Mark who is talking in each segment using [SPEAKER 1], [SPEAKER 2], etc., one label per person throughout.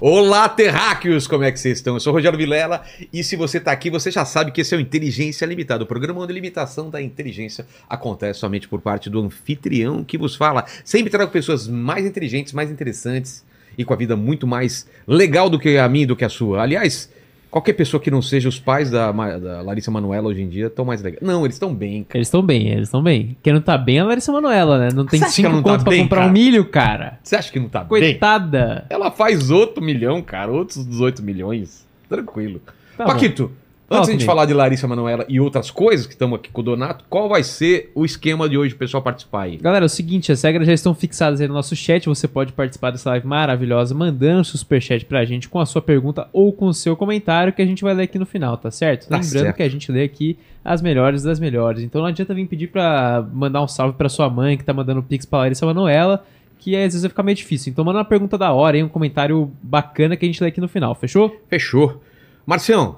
[SPEAKER 1] Olá, terráqueos! Como é que vocês estão? Eu sou o Rogério Vilela e se você está aqui, você já sabe que esse é o Inteligência Limitada, o programa onde a limitação da inteligência acontece somente por parte do anfitrião que vos fala. Sempre trago pessoas mais inteligentes, mais interessantes e com a vida muito mais legal do que a minha e do que a sua. Aliás, qualquer pessoa que não seja os pais da, Ma- da Larissa Manoela hoje em dia estão mais legais. Não, eles estão bem, cara.
[SPEAKER 2] Eles estão bem, eles estão bem. Quem não tá bem é a Larissa Manoela, né? Não tem
[SPEAKER 1] Você acha que
[SPEAKER 2] cinco
[SPEAKER 1] ela não tá
[SPEAKER 2] conto pra
[SPEAKER 1] bem,
[SPEAKER 2] comprar
[SPEAKER 1] cara?
[SPEAKER 2] um milho, cara.
[SPEAKER 1] Você acha que não tá bem?
[SPEAKER 2] Coitada.
[SPEAKER 1] Ela faz outro milhão, cara, outros 18 milhões. Tranquilo.
[SPEAKER 2] Tá bom.
[SPEAKER 1] Paquito,
[SPEAKER 2] Fala
[SPEAKER 1] antes de a gente
[SPEAKER 2] comigo.
[SPEAKER 1] falar de Larissa Manoela e outras coisas que estamos aqui com o Donato, qual vai ser o esquema de hoje, o pessoal participar aí?
[SPEAKER 2] Galera, é o seguinte, as regras já estão fixadas aí no nosso chat. Você pode participar dessa live maravilhosa mandando seu superchat pra gente com a sua pergunta ou com o seu comentário que a gente vai ler aqui no final, tá certo?
[SPEAKER 1] Tá
[SPEAKER 2] Lembrando
[SPEAKER 1] certo.
[SPEAKER 2] que a gente lê aqui as melhores das melhores. Então não adianta vir pedir pra mandar um salve pra sua mãe que tá mandando pix pra Larissa Manoela, que às vezes vai ficar meio difícil. Então manda uma pergunta da hora, hein? Um comentário bacana que a gente lê aqui no final, fechou?
[SPEAKER 1] Fechou. Marcião,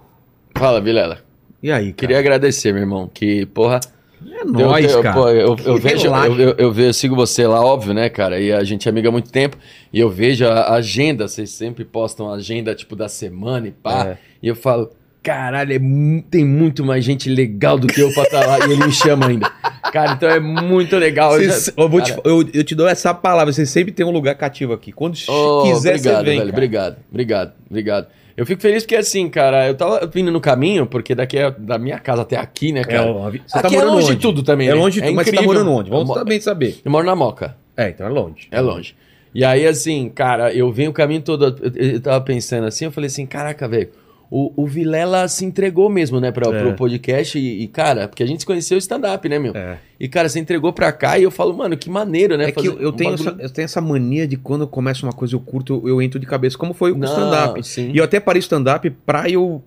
[SPEAKER 3] Fala, Vilela.
[SPEAKER 1] e aí, cara?
[SPEAKER 3] Queria agradecer, meu irmão, que, porra...
[SPEAKER 1] É nóis,
[SPEAKER 3] eu, eu-
[SPEAKER 1] cara.
[SPEAKER 3] pô, eu, eu
[SPEAKER 1] Que
[SPEAKER 3] vejo,
[SPEAKER 1] relaxa.
[SPEAKER 3] eu, eu- eu vejo- eu sigo você lá, óbvio, né, cara? E a gente é amiga há muito tempo. E eu vejo a a agenda, vocês sempre postam a agenda, tipo, da semana e pá.
[SPEAKER 1] É.
[SPEAKER 3] E eu falo, caralho, é mu- tem muito mais gente legal do que eu pra estar lá. e ele me chama ainda. Cara, então é muito legal. Eu já-
[SPEAKER 1] Cês- eu, vou te, eu, eu te dou essa palavra, você sempre tem um lugar cativo aqui. Quando
[SPEAKER 3] Ô,
[SPEAKER 1] quiser,
[SPEAKER 3] obrigado,
[SPEAKER 1] você vem.
[SPEAKER 3] velho.
[SPEAKER 1] cara.
[SPEAKER 3] Obrigado, obrigado, obrigado. Eu fico feliz porque, assim, cara, eu tava vindo no caminho, porque daqui é da minha casa até aqui, né,
[SPEAKER 1] É,
[SPEAKER 3] cara?
[SPEAKER 1] ó, você tá
[SPEAKER 3] Aqui é
[SPEAKER 1] morando
[SPEAKER 3] longe
[SPEAKER 1] onde?
[SPEAKER 3] de tudo também,
[SPEAKER 1] É
[SPEAKER 3] né?
[SPEAKER 1] longe de
[SPEAKER 3] É
[SPEAKER 1] tudo, mas você tá
[SPEAKER 3] incrível.
[SPEAKER 1] morando onde? Vamos
[SPEAKER 3] Eu mo-
[SPEAKER 1] também saber.
[SPEAKER 3] Eu moro na Moca.
[SPEAKER 1] É, então é longe.
[SPEAKER 3] É longe. E aí, assim, cara, eu venho o caminho todo. Eu, eu- eu tava pensando assim, eu falei assim, caraca, velho, o, o Vilela se entregou mesmo, né, pra,
[SPEAKER 1] É.
[SPEAKER 3] pro podcast. E, e, cara, porque a gente se conheceu stand-up, né, meu?
[SPEAKER 1] É.
[SPEAKER 3] E, cara, se entregou pra cá e eu falo, mano, que maneiro, né?
[SPEAKER 1] É que eu, eu
[SPEAKER 3] um
[SPEAKER 1] tenho
[SPEAKER 3] bagulho-
[SPEAKER 1] essa, eu tenho essa mania de quando eu começo uma coisa, eu curto, eu, eu entro de cabeça, como foi o
[SPEAKER 3] Não,
[SPEAKER 1] stand-up.
[SPEAKER 3] Sim.
[SPEAKER 1] E eu até parei o stand-up pra eu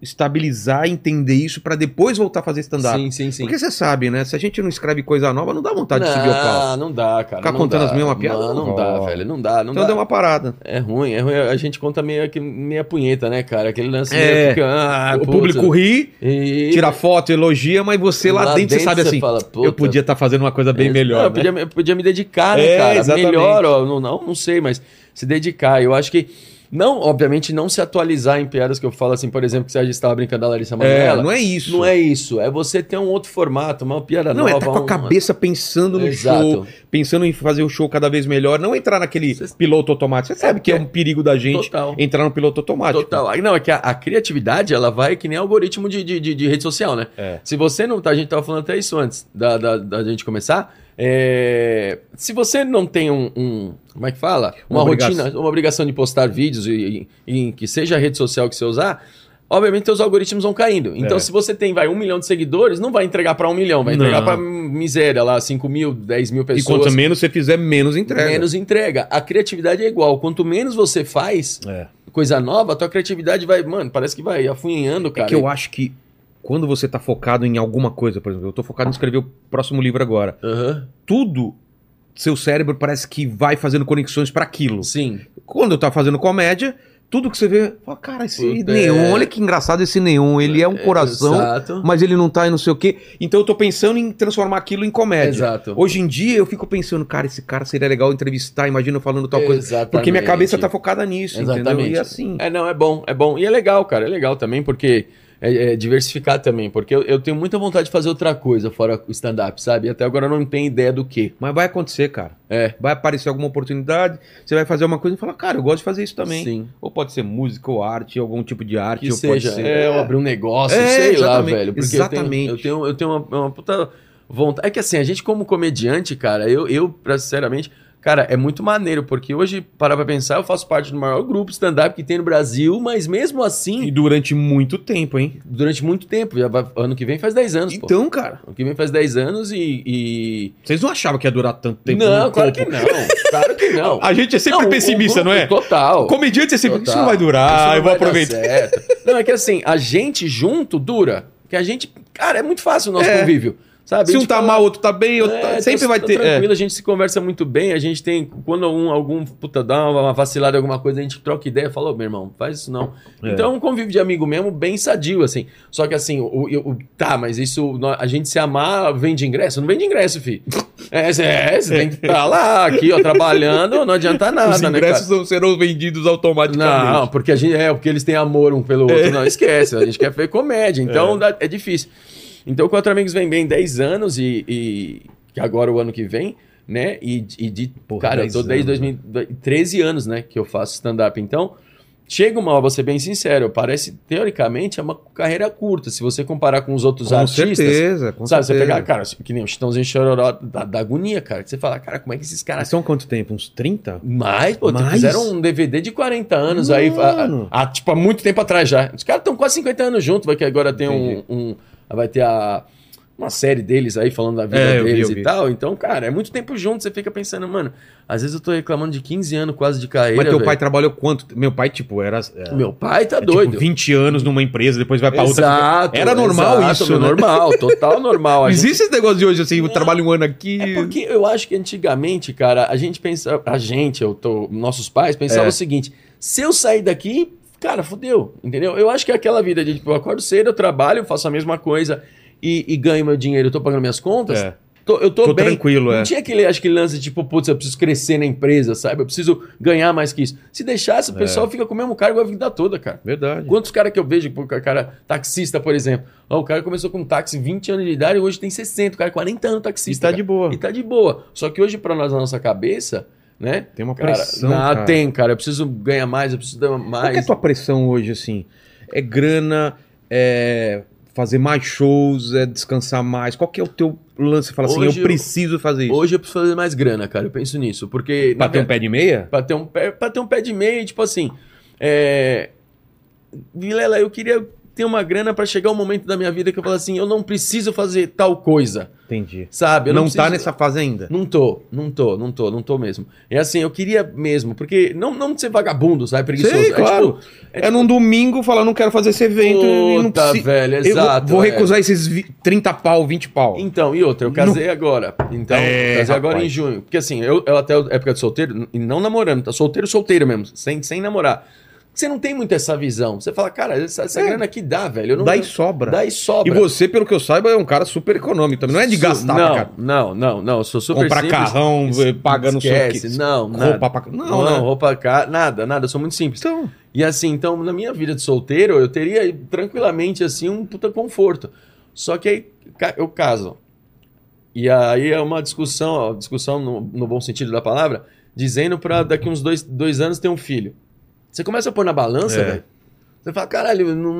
[SPEAKER 1] estabilizar, entender isso, pra depois voltar a fazer stand-up.
[SPEAKER 3] sim, sim, sim.
[SPEAKER 1] Porque você sabe, né? Se a gente não escreve coisa nova, não dá vontade de subir o palco.
[SPEAKER 3] Não, não dá, cara.
[SPEAKER 1] Ficar
[SPEAKER 3] não
[SPEAKER 1] contando
[SPEAKER 3] dá.
[SPEAKER 1] as mesmas piadas,
[SPEAKER 3] Não, não dá,
[SPEAKER 1] rola.
[SPEAKER 3] velho. Não dá, não
[SPEAKER 1] então
[SPEAKER 3] dá.
[SPEAKER 1] deu uma parada.
[SPEAKER 3] É ruim, é ruim. A gente conta meio que meia punheta, né, cara? Aquele lance
[SPEAKER 1] É.
[SPEAKER 3] meio que. ah,
[SPEAKER 1] o
[SPEAKER 3] puta.
[SPEAKER 1] público ri,
[SPEAKER 3] E-
[SPEAKER 1] tira foto, elogia, mas você lá, dentro, você sabe assim,
[SPEAKER 3] fala,
[SPEAKER 1] eu
[SPEAKER 3] puta,
[SPEAKER 1] podia estar fazendo uma coisa bem
[SPEAKER 3] Ex-
[SPEAKER 1] melhor.
[SPEAKER 3] Não,
[SPEAKER 1] né?
[SPEAKER 3] eu, podia, eu podia me dedicar, né,
[SPEAKER 1] É,
[SPEAKER 3] cara?
[SPEAKER 1] exatamente.
[SPEAKER 3] Melhor, ó, não, não, não sei, mas se dedicar. Eu acho que. Não, obviamente, não se atualizar em piadas que eu falo assim, por exemplo, que a gente estava brincando da Larissa
[SPEAKER 1] É,
[SPEAKER 3] Manoela.
[SPEAKER 1] não é isso.
[SPEAKER 3] não é isso. É você ter um outro formato, uma piada
[SPEAKER 1] Não, é
[SPEAKER 3] nova.
[SPEAKER 1] estar com a
[SPEAKER 3] um-
[SPEAKER 1] cabeça pensando no
[SPEAKER 3] Exato.
[SPEAKER 1] show, pensando em fazer o show cada vez melhor, não entrar naquele
[SPEAKER 3] Cês-
[SPEAKER 1] piloto automático. Você sabe que é um perigo da gente
[SPEAKER 3] Total.
[SPEAKER 1] entrar no piloto automático.
[SPEAKER 3] Total. Aí, Não, é que a, a criatividade, ela vai que nem algoritmo de, de, de- de rede social, né?
[SPEAKER 1] É.
[SPEAKER 3] Se você não tá, a gente tava falando até isso antes da, da, da gente começar. é, se você não tem um, um- como é que fala? Uma,
[SPEAKER 1] Uma
[SPEAKER 3] rotina,
[SPEAKER 1] obrigação.
[SPEAKER 3] uma obrigação de postar vídeos e, e- e que seja a rede social que você usar, obviamente seus algoritmos vão caindo. Então,
[SPEAKER 1] É.
[SPEAKER 3] se você tem, vai, um milhão de seguidores, não vai entregar para um milhão, vai
[SPEAKER 1] Não.
[SPEAKER 3] entregar para miséria lá, 5 mil, 10 mil
[SPEAKER 1] E
[SPEAKER 3] pessoas.
[SPEAKER 1] quanto menos você fizer, menos entrega.
[SPEAKER 3] Menos entrega. A criatividade é igual. Quanto menos você faz,
[SPEAKER 1] É.
[SPEAKER 3] coisa nova, a tua criatividade vai, mano, parece que vai afunhando,
[SPEAKER 1] É
[SPEAKER 3] cara.
[SPEAKER 1] que eu acho que quando você tá focado em alguma coisa, por exemplo, eu tô focado em escrever o próximo livro agora.
[SPEAKER 3] Aham.
[SPEAKER 1] Tudo, seu cérebro parece que vai fazendo conexões pra aquilo.
[SPEAKER 3] Sim.
[SPEAKER 1] Quando eu tava fazendo comédia, tudo que você vê, fala, cara, esse
[SPEAKER 3] Puta,
[SPEAKER 1] neon,
[SPEAKER 3] é.
[SPEAKER 1] olha que engraçado esse neon, ele é um coração,
[SPEAKER 3] Exato.
[SPEAKER 1] mas ele não tá em não sei o quê. Então eu tô pensando em transformar aquilo em comédia.
[SPEAKER 3] Exato.
[SPEAKER 1] Hoje em dia eu fico pensando, cara, esse cara seria legal entrevistar, imagina eu falando tal coisa.
[SPEAKER 3] Exatamente.
[SPEAKER 1] Porque minha cabeça tá focada nisso, entendeu?
[SPEAKER 3] Exatamente.
[SPEAKER 1] E assim.
[SPEAKER 3] É, não, é bom, é bom. E é legal, cara, é legal também, porque é, é diversificar também, porque eu, eu tenho muita vontade de fazer outra coisa fora o stand-up, sabe? E Até agora eu não tenho ideia do que.
[SPEAKER 1] Mas vai acontecer, cara.
[SPEAKER 3] É.
[SPEAKER 1] Vai aparecer alguma oportunidade, você vai fazer uma coisa e fala, cara, eu gosto de fazer isso também.
[SPEAKER 3] Sim.
[SPEAKER 1] Ou pode ser música, ou arte, algum tipo de arte,
[SPEAKER 3] Que
[SPEAKER 1] ou
[SPEAKER 3] seja,
[SPEAKER 1] pode ser.
[SPEAKER 3] é, eu abrir um negócio,
[SPEAKER 1] É,
[SPEAKER 3] sei lá,
[SPEAKER 1] exatamente,
[SPEAKER 3] velho. Porque
[SPEAKER 1] exatamente.
[SPEAKER 3] Eu tenho, eu tenho, eu tenho uma, uma puta vontade. É que assim, a gente como comediante, cara, eu, eu pra, sinceramente, cara, é muito maneiro, porque hoje, parar pra pensar, eu faço parte do maior grupo stand-up que tem no Brasil, mas mesmo
[SPEAKER 1] E
[SPEAKER 3] assim,
[SPEAKER 1] durante muito tempo, hein?
[SPEAKER 3] durante muito tempo, já vai- ano que vem faz 10 anos, pô.
[SPEAKER 1] Então, cara,
[SPEAKER 3] Ano que vem faz 10 anos e... e-
[SPEAKER 1] vocês não achavam que ia durar tanto tempo?
[SPEAKER 3] não,
[SPEAKER 1] no
[SPEAKER 3] claro
[SPEAKER 1] topo?
[SPEAKER 3] que não, claro que não.
[SPEAKER 1] A gente é sempre
[SPEAKER 3] Não, o- o
[SPEAKER 1] pessimista,
[SPEAKER 3] grupo
[SPEAKER 1] não é?
[SPEAKER 3] Total.
[SPEAKER 1] Comediante é sempre, isso não
[SPEAKER 3] Total.
[SPEAKER 1] vai
[SPEAKER 3] Isso
[SPEAKER 1] durar,
[SPEAKER 3] não
[SPEAKER 1] eu vou
[SPEAKER 3] vai dar
[SPEAKER 1] aproveitar.
[SPEAKER 3] certo. Não, é que assim, a gente junto dura. Que a gente. Cara, é muito fácil o nosso
[SPEAKER 1] É.
[SPEAKER 3] convívio. Sabe?
[SPEAKER 1] Se
[SPEAKER 3] A
[SPEAKER 1] um
[SPEAKER 3] gente
[SPEAKER 1] tá
[SPEAKER 3] fala-
[SPEAKER 1] mal, outro tá bem, outro tá-
[SPEAKER 3] Tipo, É,
[SPEAKER 1] sempre
[SPEAKER 3] tá-
[SPEAKER 1] vai
[SPEAKER 3] tá
[SPEAKER 1] ter. é.
[SPEAKER 3] Tranquilo, a gente se conversa muito bem. A gente tem. Quando um, algum puta dá uma uma vacilada, alguma coisa, a gente troca ideia fala, ô meu irmão, faz isso não.
[SPEAKER 1] É.
[SPEAKER 3] Então é um convívio de amigo mesmo, bem sadio, assim. Só que assim, o, o- o- tá, mas isso. nó- A gente se amar vende ingresso? Não vende ingresso, fi. É, cê- é, você tem que estar lá, aqui, ó, trabalhando, não adianta nada,
[SPEAKER 1] Os
[SPEAKER 3] né, cara?
[SPEAKER 1] ingressos não serão vendidos automaticamente.
[SPEAKER 3] Não, porque a gente é porque eles têm amor um pelo
[SPEAKER 1] É.
[SPEAKER 3] outro. Não, esquece. A gente quer ver comédia, então dá- é, difícil. Então, Quatro Amigos vem bem 10 anos e, e que agora o ano que vem, né? E, e de.
[SPEAKER 1] Porra,
[SPEAKER 3] cara, eu
[SPEAKER 1] 10
[SPEAKER 3] tô desde
[SPEAKER 1] anos, né?
[SPEAKER 3] 2013 anos, né? Que eu faço stand-up. Então, chega uma hora, vou ser bem sincero, parece, teoricamente, é uma carreira curta. Se você comparar com os outros
[SPEAKER 1] Com
[SPEAKER 3] artistas.
[SPEAKER 1] certeza, com
[SPEAKER 3] Sabe, você
[SPEAKER 1] certeza.
[SPEAKER 3] pegar, cara, que nem o Chitãozinho Chororó da, da agonia, cara. Que você fala, cara, como é que esses caras
[SPEAKER 1] São quanto tempo? Uns 30?
[SPEAKER 3] mais, pô,
[SPEAKER 1] Mais?
[SPEAKER 3] fizeram um DVD de 40 anos aí,
[SPEAKER 1] Mano.
[SPEAKER 3] há, há, tipo, há muito tempo atrás já. Os caras estão quase 50 anos juntos, vai que agora tem um,
[SPEAKER 1] Entendi.
[SPEAKER 3] um- Vai ter a, uma série deles aí falando da vida
[SPEAKER 1] É, eu vi,
[SPEAKER 3] deles
[SPEAKER 1] eu
[SPEAKER 3] e
[SPEAKER 1] vi.
[SPEAKER 3] tal. Então, cara, é muito tempo junto, você fica pensando, mano, às vezes eu tô reclamando de 15 anos quase de carreira.
[SPEAKER 1] Mas teu
[SPEAKER 3] velho.
[SPEAKER 1] pai trabalhou quanto? Meu pai, tipo, era. é,
[SPEAKER 3] Meu pai tá
[SPEAKER 1] é, tipo,
[SPEAKER 3] doido.
[SPEAKER 1] 20 anos numa empresa, depois vai pra outra.
[SPEAKER 3] Exato,
[SPEAKER 1] Era normal
[SPEAKER 3] exato,
[SPEAKER 1] isso, né?
[SPEAKER 3] Normal, total normal.
[SPEAKER 1] Não
[SPEAKER 3] A gente-
[SPEAKER 1] existe esse negócio de hoje, assim, eu
[SPEAKER 3] Não.
[SPEAKER 1] trabalho um ano aqui.
[SPEAKER 3] Ah, É porque eu acho que antigamente, cara, a gente pensa, a gente, eu tô, nossos pais pensavam
[SPEAKER 1] É.
[SPEAKER 3] o seguinte: se eu sair daqui, cara, fodeu, entendeu? Eu acho que é aquela vida de tipo, eu acordo cedo, eu trabalho, faço a mesma coisa e, e ganho meu dinheiro, eu tô pagando minhas contas,
[SPEAKER 1] É,
[SPEAKER 3] tô- eu tô,
[SPEAKER 1] tô
[SPEAKER 3] bem.
[SPEAKER 1] tranquilo, é.
[SPEAKER 3] Não tinha aquele, acho que lance de, tipo, putz, eu preciso crescer na empresa, sabe? Eu preciso ganhar mais que isso. Se deixasse, o
[SPEAKER 1] É.
[SPEAKER 3] pessoal fica com o mesmo cargo a vida toda, cara.
[SPEAKER 1] Verdade.
[SPEAKER 3] Quantos caras que eu vejo, pô, cara, taxista, por exemplo. Ó, o cara começou com um táxi 20 anos de idade e hoje tem 60, o cara 40 anos
[SPEAKER 1] E tá
[SPEAKER 3] taxista. cara.
[SPEAKER 1] de boa.
[SPEAKER 3] E tá de boa. Só que hoje, pra nós, na nossa cabeça, né?
[SPEAKER 1] Tem uma
[SPEAKER 3] Cara,
[SPEAKER 1] pressão.
[SPEAKER 3] ah,
[SPEAKER 1] cara.
[SPEAKER 3] tem, cara. Eu preciso ganhar mais, eu preciso dar
[SPEAKER 1] Qual que é a
[SPEAKER 3] mais.
[SPEAKER 1] tua pressão hoje, assim? É grana, é fazer mais shows, é descansar mais? Qual que é o teu lance? Você fala assim,
[SPEAKER 3] Hoje
[SPEAKER 1] eu
[SPEAKER 3] eu-
[SPEAKER 1] preciso fazer isso.
[SPEAKER 3] Hoje eu preciso fazer mais grana, cara. Eu penso nisso. Porque. na
[SPEAKER 1] Bater um pé de meia?
[SPEAKER 3] Pra ter um pé, pra ter um pé de meia, tipo assim. É... Vilela, eu queria ter uma grana pra chegar um momento da minha vida que eu falo assim, eu não preciso fazer tal coisa,
[SPEAKER 1] Entendi.
[SPEAKER 3] sabe? Eu
[SPEAKER 1] não tá
[SPEAKER 3] preciso-
[SPEAKER 1] nessa fase ainda.
[SPEAKER 3] Não tô, não tô, não tô, não tô mesmo. É assim, eu queria mesmo, porque não, não de ser vagabundo, sabe? Preguiçoso.
[SPEAKER 1] Sei,
[SPEAKER 3] É
[SPEAKER 1] claro.
[SPEAKER 3] tipo,
[SPEAKER 1] É, num domingo falar, não quero fazer esse evento. eu não
[SPEAKER 3] puta,
[SPEAKER 1] preciso.
[SPEAKER 3] velho,
[SPEAKER 1] Eu vou-
[SPEAKER 3] exato.
[SPEAKER 1] vou
[SPEAKER 3] é.
[SPEAKER 1] recusar esses vi- 30 pau, 20 pau.
[SPEAKER 3] Então, e outra, eu casei agora. Então,
[SPEAKER 1] É,
[SPEAKER 3] casei agora
[SPEAKER 1] rapaz.
[SPEAKER 3] em junho. Porque assim, eu, eu até a época de solteiro, n- e não namorando, tá solteiro, solteiro mesmo, sem, sem namorar. Você não tem muito essa visão. Você fala, cara, essa, essa
[SPEAKER 1] É.
[SPEAKER 3] grana aqui dá, velho. Eu não,
[SPEAKER 1] Dá e sobra.
[SPEAKER 3] dá e
[SPEAKER 1] E
[SPEAKER 3] sobra.
[SPEAKER 1] você, pelo que eu saiba, é um cara super econômico também. Não é de gastar
[SPEAKER 3] não,
[SPEAKER 1] pra cara.
[SPEAKER 3] Não, não, não. Eu sou super
[SPEAKER 1] Comprar
[SPEAKER 3] simples.
[SPEAKER 1] carrão, eh, paga não sei o
[SPEAKER 3] Esquece,
[SPEAKER 1] que.
[SPEAKER 3] Não, nada.
[SPEAKER 1] Roupa pra Não, né?
[SPEAKER 3] Não,
[SPEAKER 1] não.
[SPEAKER 3] não, roupa cara, nada, nada. Eu sou muito simples.
[SPEAKER 1] Então,
[SPEAKER 3] E assim, então, na minha vida de solteiro, eu teria tranquilamente, assim, um puta conforto. Só que aí ca- eu caso. E aí é uma discussão, ó, discussão no, no bom sentido da palavra, dizendo pra daqui uns dois, dois anos ter um filho. Você começa a pôr na balança,
[SPEAKER 1] É.
[SPEAKER 3] velho. Você fala, caralho, eu não,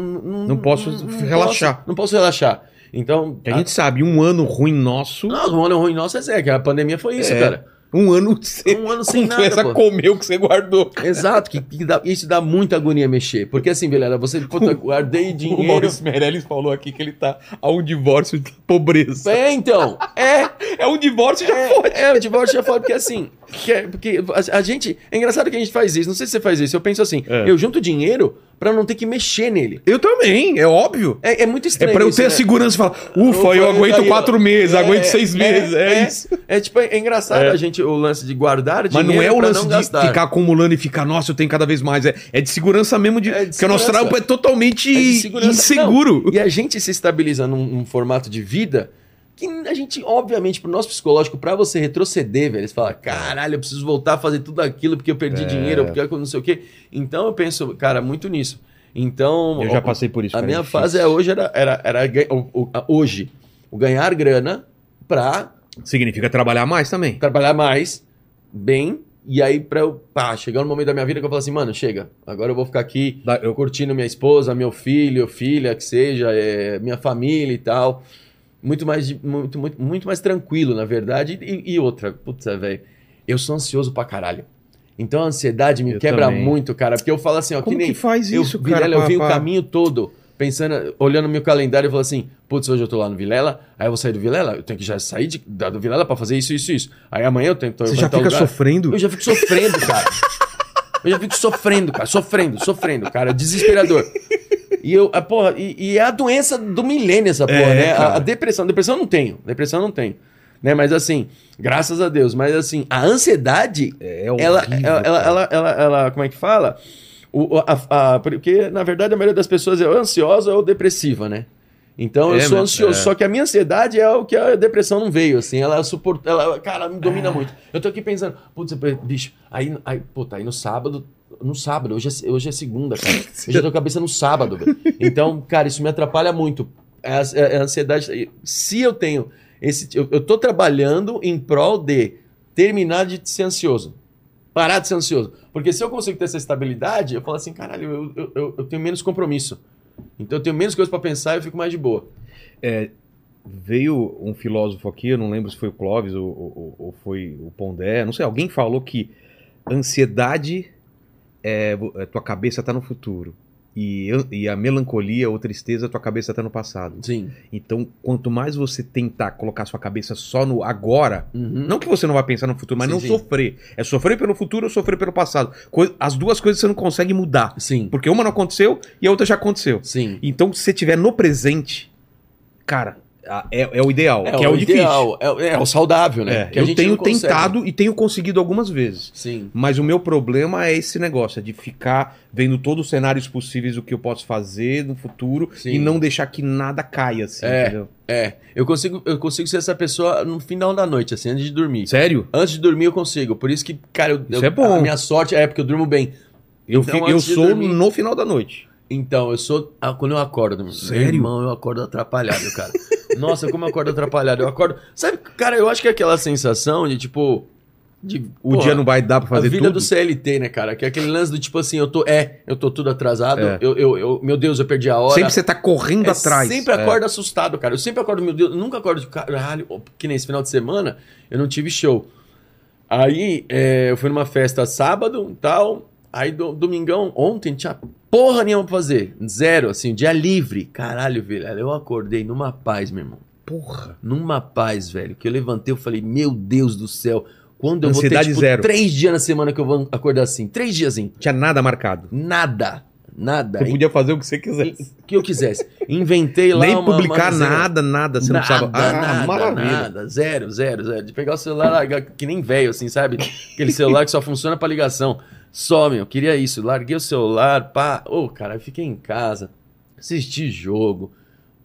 [SPEAKER 1] Não posso relaxar.
[SPEAKER 3] posso- não posso relaxar. Então.
[SPEAKER 1] a gente sabe, um ano ruim nosso,
[SPEAKER 3] Não, o ano ruim nosso é Zé, que a pandemia foi isso,
[SPEAKER 1] É.
[SPEAKER 3] cara.
[SPEAKER 1] um ano sem,
[SPEAKER 3] Um ano sem
[SPEAKER 1] sem
[SPEAKER 3] nada.
[SPEAKER 1] essa
[SPEAKER 3] pô.
[SPEAKER 1] comeu que você guardou.
[SPEAKER 3] Exato, que, que dá- isso dá muita agonia mexer. Porque assim, Vilela, você, puta, guardei
[SPEAKER 1] O
[SPEAKER 3] dinheiro.
[SPEAKER 1] Maurício Meirelles falou aqui que ele tá a um divórcio da pobreza.
[SPEAKER 3] É, então. É,
[SPEAKER 1] É um divórcio já foi.
[SPEAKER 3] é, é, o divórcio já foi, porque assim. que é- porque a, a gente. É engraçado que a gente faz isso. Não sei se você faz isso. Eu penso assim,
[SPEAKER 1] É.
[SPEAKER 3] eu junto dinheiro pra não ter que mexer nele.
[SPEAKER 1] Eu também, é óbvio.
[SPEAKER 3] É, é muito
[SPEAKER 1] É
[SPEAKER 3] estranho.
[SPEAKER 1] pra eu
[SPEAKER 3] isso,
[SPEAKER 1] ter
[SPEAKER 3] né?
[SPEAKER 1] a segurança e falar, ufa, eu
[SPEAKER 3] Ufa,
[SPEAKER 1] aguento
[SPEAKER 3] daí, ó.
[SPEAKER 1] quatro meses,
[SPEAKER 3] É,
[SPEAKER 1] aguento seis meses. É, isso.
[SPEAKER 3] É tipo, é engraçado
[SPEAKER 1] É.
[SPEAKER 3] a gente, o lance de guardar
[SPEAKER 1] Mas
[SPEAKER 3] dinheiro.
[SPEAKER 1] não é o
[SPEAKER 3] pra
[SPEAKER 1] lance
[SPEAKER 3] não
[SPEAKER 1] de
[SPEAKER 3] gastar.
[SPEAKER 1] ficar acumulando e ficar, nossa, eu tenho cada vez mais. É, é de segurança mesmo, de,
[SPEAKER 3] É de
[SPEAKER 1] porque o nosso
[SPEAKER 3] segurança.
[SPEAKER 1] trampo é totalmente
[SPEAKER 3] É de segurança.
[SPEAKER 1] inseguro.
[SPEAKER 3] E a gente se estabiliza num, num formato de vida que a gente, obviamente, pro nosso psicológico, pra você retroceder, velho, você fala, caralho, eu preciso voltar a fazer tudo aquilo porque eu perdi
[SPEAKER 1] É.
[SPEAKER 3] dinheiro, porque eu não sei o quê. Então eu penso, cara, muito nisso. Então,
[SPEAKER 1] Eu já passei por isso.
[SPEAKER 3] a
[SPEAKER 1] cara,
[SPEAKER 3] minha
[SPEAKER 1] é difícil.
[SPEAKER 3] fase é hoje era, era, era gan- o- o- a- hoje, o ganhar grana pra
[SPEAKER 1] Significa trabalhar mais também.
[SPEAKER 3] trabalhar mais, bem, e aí pra eu, pá, chegar no momento da minha vida que eu falo assim, mano, chega, agora eu vou ficar aqui
[SPEAKER 1] Da-
[SPEAKER 3] eu
[SPEAKER 1] eu-
[SPEAKER 3] curtindo minha esposa, meu filho, filha, que seja, é, minha família e tal. Muito mais, de- muito, muito, muito mais tranquilo, na verdade. E, e outra, putz, é, velho, eu sou ansioso pra caralho. Então a ansiedade me
[SPEAKER 1] Eu
[SPEAKER 3] quebra
[SPEAKER 1] também.
[SPEAKER 3] muito, cara. Porque eu falo assim, ó,
[SPEAKER 1] Como
[SPEAKER 3] que nem.
[SPEAKER 1] que faz
[SPEAKER 3] eu,
[SPEAKER 1] isso,
[SPEAKER 3] Vilela,
[SPEAKER 1] cara?
[SPEAKER 3] eu
[SPEAKER 1] pra-
[SPEAKER 3] vi o
[SPEAKER 1] pra-
[SPEAKER 3] caminho todo, pensando, olhando meu calendário e falo assim: putz, hoje eu tô lá no Vilela, aí eu vou sair do Vilela, eu tenho que já sair de, da- do Vilela pra fazer isso, isso, isso. Aí amanhã eu tenho que um
[SPEAKER 1] Você já fica sofrendo?
[SPEAKER 3] eu já fico sofrendo, cara. Eu já fico sofrendo, cara. Sofrendo, sofrendo, cara. Desesperador. E eu, a porra, e, e é a doença do milênio essa porra,
[SPEAKER 1] É,
[SPEAKER 3] né? A,
[SPEAKER 1] cara.
[SPEAKER 3] a depressão. Depressão eu não tenho. Depressão eu não tenho. Né? Mas assim, graças a Deus. Mas assim, a ansiedade,
[SPEAKER 1] É
[SPEAKER 3] ela,
[SPEAKER 1] horrível,
[SPEAKER 3] ela, ela,
[SPEAKER 1] cara.
[SPEAKER 3] ela, ela, ela- como é que fala? O, o- a, a- porque, na verdade, a maioria das pessoas é ou ansiosa ou depressiva, né? Então
[SPEAKER 1] É,
[SPEAKER 3] eu sou
[SPEAKER 1] mas-
[SPEAKER 3] ansioso,
[SPEAKER 1] é.
[SPEAKER 3] só que a minha ansiedade é o que a depressão não veio, assim, ela suporta, ela, cara, me domina
[SPEAKER 1] É.
[SPEAKER 3] muito. Eu tô aqui pensando, putz, bicho, aí, aí puta, aí no sábado, no sábado, hoje é, hoje é segunda, cara, eu já tô com a cabeça no sábado, velho. Então, cara, isso me atrapalha muito, é, a- é a ansiedade, se eu tenho esse, eu, eu tô trabalhando em prol de terminar de ser ansioso, parar de ser ansioso, porque se eu consigo ter essa estabilidade, eu falo assim, caralho, eu, eu, eu, eu tenho menos compromisso, então eu tenho menos coisa pra pensar e eu fico mais de boa.
[SPEAKER 1] Veio um filósofo aqui, eu não lembro se foi o Clóvis ou, ou- ou foi o Pondé, não sei, alguém falou que ansiedade é, vo- é, tua cabeça tá no futuro. E, an- e a melancolia ou tristeza, tua cabeça tá no passado.
[SPEAKER 3] Sim.
[SPEAKER 1] Então, quanto mais você tentar colocar sua cabeça só no agora, não que você não vá pensar no futuro, mas
[SPEAKER 3] Sim,
[SPEAKER 1] não
[SPEAKER 3] sim.
[SPEAKER 1] sofrer. É sofrer pelo futuro ou sofrer pelo passado. Coi- As duas coisas você não consegue mudar.
[SPEAKER 3] Sim.
[SPEAKER 1] Porque uma não aconteceu e a outra já aconteceu.
[SPEAKER 3] Sim.
[SPEAKER 1] Então, se você estiver no presente, cara, a- é, é o ideal. que é o,
[SPEAKER 3] ideal, é, é o saudável,
[SPEAKER 1] difícil.
[SPEAKER 3] né?
[SPEAKER 1] É,
[SPEAKER 3] Que a
[SPEAKER 1] eu
[SPEAKER 3] gente
[SPEAKER 1] tenho
[SPEAKER 3] não consegue.
[SPEAKER 1] tentado e tenho conseguido algumas vezes.
[SPEAKER 3] Sim.
[SPEAKER 1] Mas o meu problema é esse negócio, é de ficar vendo todos os cenários possíveis do que eu posso fazer no futuro
[SPEAKER 3] Sim.
[SPEAKER 1] e não deixar que nada caia, assim,
[SPEAKER 3] É.
[SPEAKER 1] entendeu?
[SPEAKER 3] É, eu consigo, eu consigo ser essa pessoa no final da noite, assim, antes de dormir.
[SPEAKER 1] Sério?
[SPEAKER 3] Antes de dormir eu consigo, por isso que, cara, eu,
[SPEAKER 1] Isso
[SPEAKER 3] eu-
[SPEAKER 1] é bom.
[SPEAKER 3] a minha sorte é porque eu durmo bem.
[SPEAKER 1] Eu,
[SPEAKER 3] Então,
[SPEAKER 1] fi- eu
[SPEAKER 3] antes de
[SPEAKER 1] sou
[SPEAKER 3] dormir-
[SPEAKER 1] no final da noite.
[SPEAKER 3] Então, eu sou. ah, Quando eu acordo, meu
[SPEAKER 1] Sério?
[SPEAKER 3] irmão, eu acordo atrapalhado, cara. Nossa, como eu acordo atrapalhado. Eu acordo. Sabe, cara, eu acho que é aquela sensação de tipo. De,
[SPEAKER 1] O dia não vai dar pra fazer
[SPEAKER 3] a vida
[SPEAKER 1] tudo.
[SPEAKER 3] do CLT, né, cara? Que é aquele lance do tipo assim, eu tô. É, eu tô tudo atrasado.
[SPEAKER 1] É.
[SPEAKER 3] Eu, eu, eu- meu Deus, eu perdi a hora.
[SPEAKER 1] Sempre você tá correndo
[SPEAKER 3] É,
[SPEAKER 1] atrás.
[SPEAKER 3] Sempre
[SPEAKER 1] É.
[SPEAKER 3] acordo assustado, cara. Eu sempre acordo, meu Deus, eu nunca acordo de caralho. ó, Que nem esse final de semana, eu não tive show. Aí é, eu fui numa festa sábado e tal. Aí do- domingão, ontem, tinha porra nenhuma pra fazer. Zero, assim, dia livre. Caralho, velho. Eu acordei numa paz, meu irmão.
[SPEAKER 1] Porra.
[SPEAKER 3] Numa paz, velho. Que eu levantei, eu falei, meu Deus do céu. Quando eu
[SPEAKER 1] Ansiedade
[SPEAKER 3] vou ter, tipo,
[SPEAKER 1] zero.
[SPEAKER 3] três dias na semana que eu vou acordar assim. Três dias, assim.
[SPEAKER 1] Tinha nada marcado.
[SPEAKER 3] Nada. Nada.
[SPEAKER 1] Você podia fazer o que você quisesse.
[SPEAKER 3] O que eu quisesse. Inventei lá
[SPEAKER 1] Nem
[SPEAKER 3] uma- uma
[SPEAKER 1] publicar
[SPEAKER 3] zero-
[SPEAKER 1] nada, nada. Tá, Você
[SPEAKER 3] nada,
[SPEAKER 1] não precisava. Ah,
[SPEAKER 3] nada,
[SPEAKER 1] maravilha.
[SPEAKER 3] nada, zero, zero, zero. De pegar o celular largar, que nem velho, assim, sabe? Aquele celular que só funciona pra ligação. Só, meu, queria isso. Larguei o celular, pá. Ô, cara, eu fiquei em casa, assisti jogo.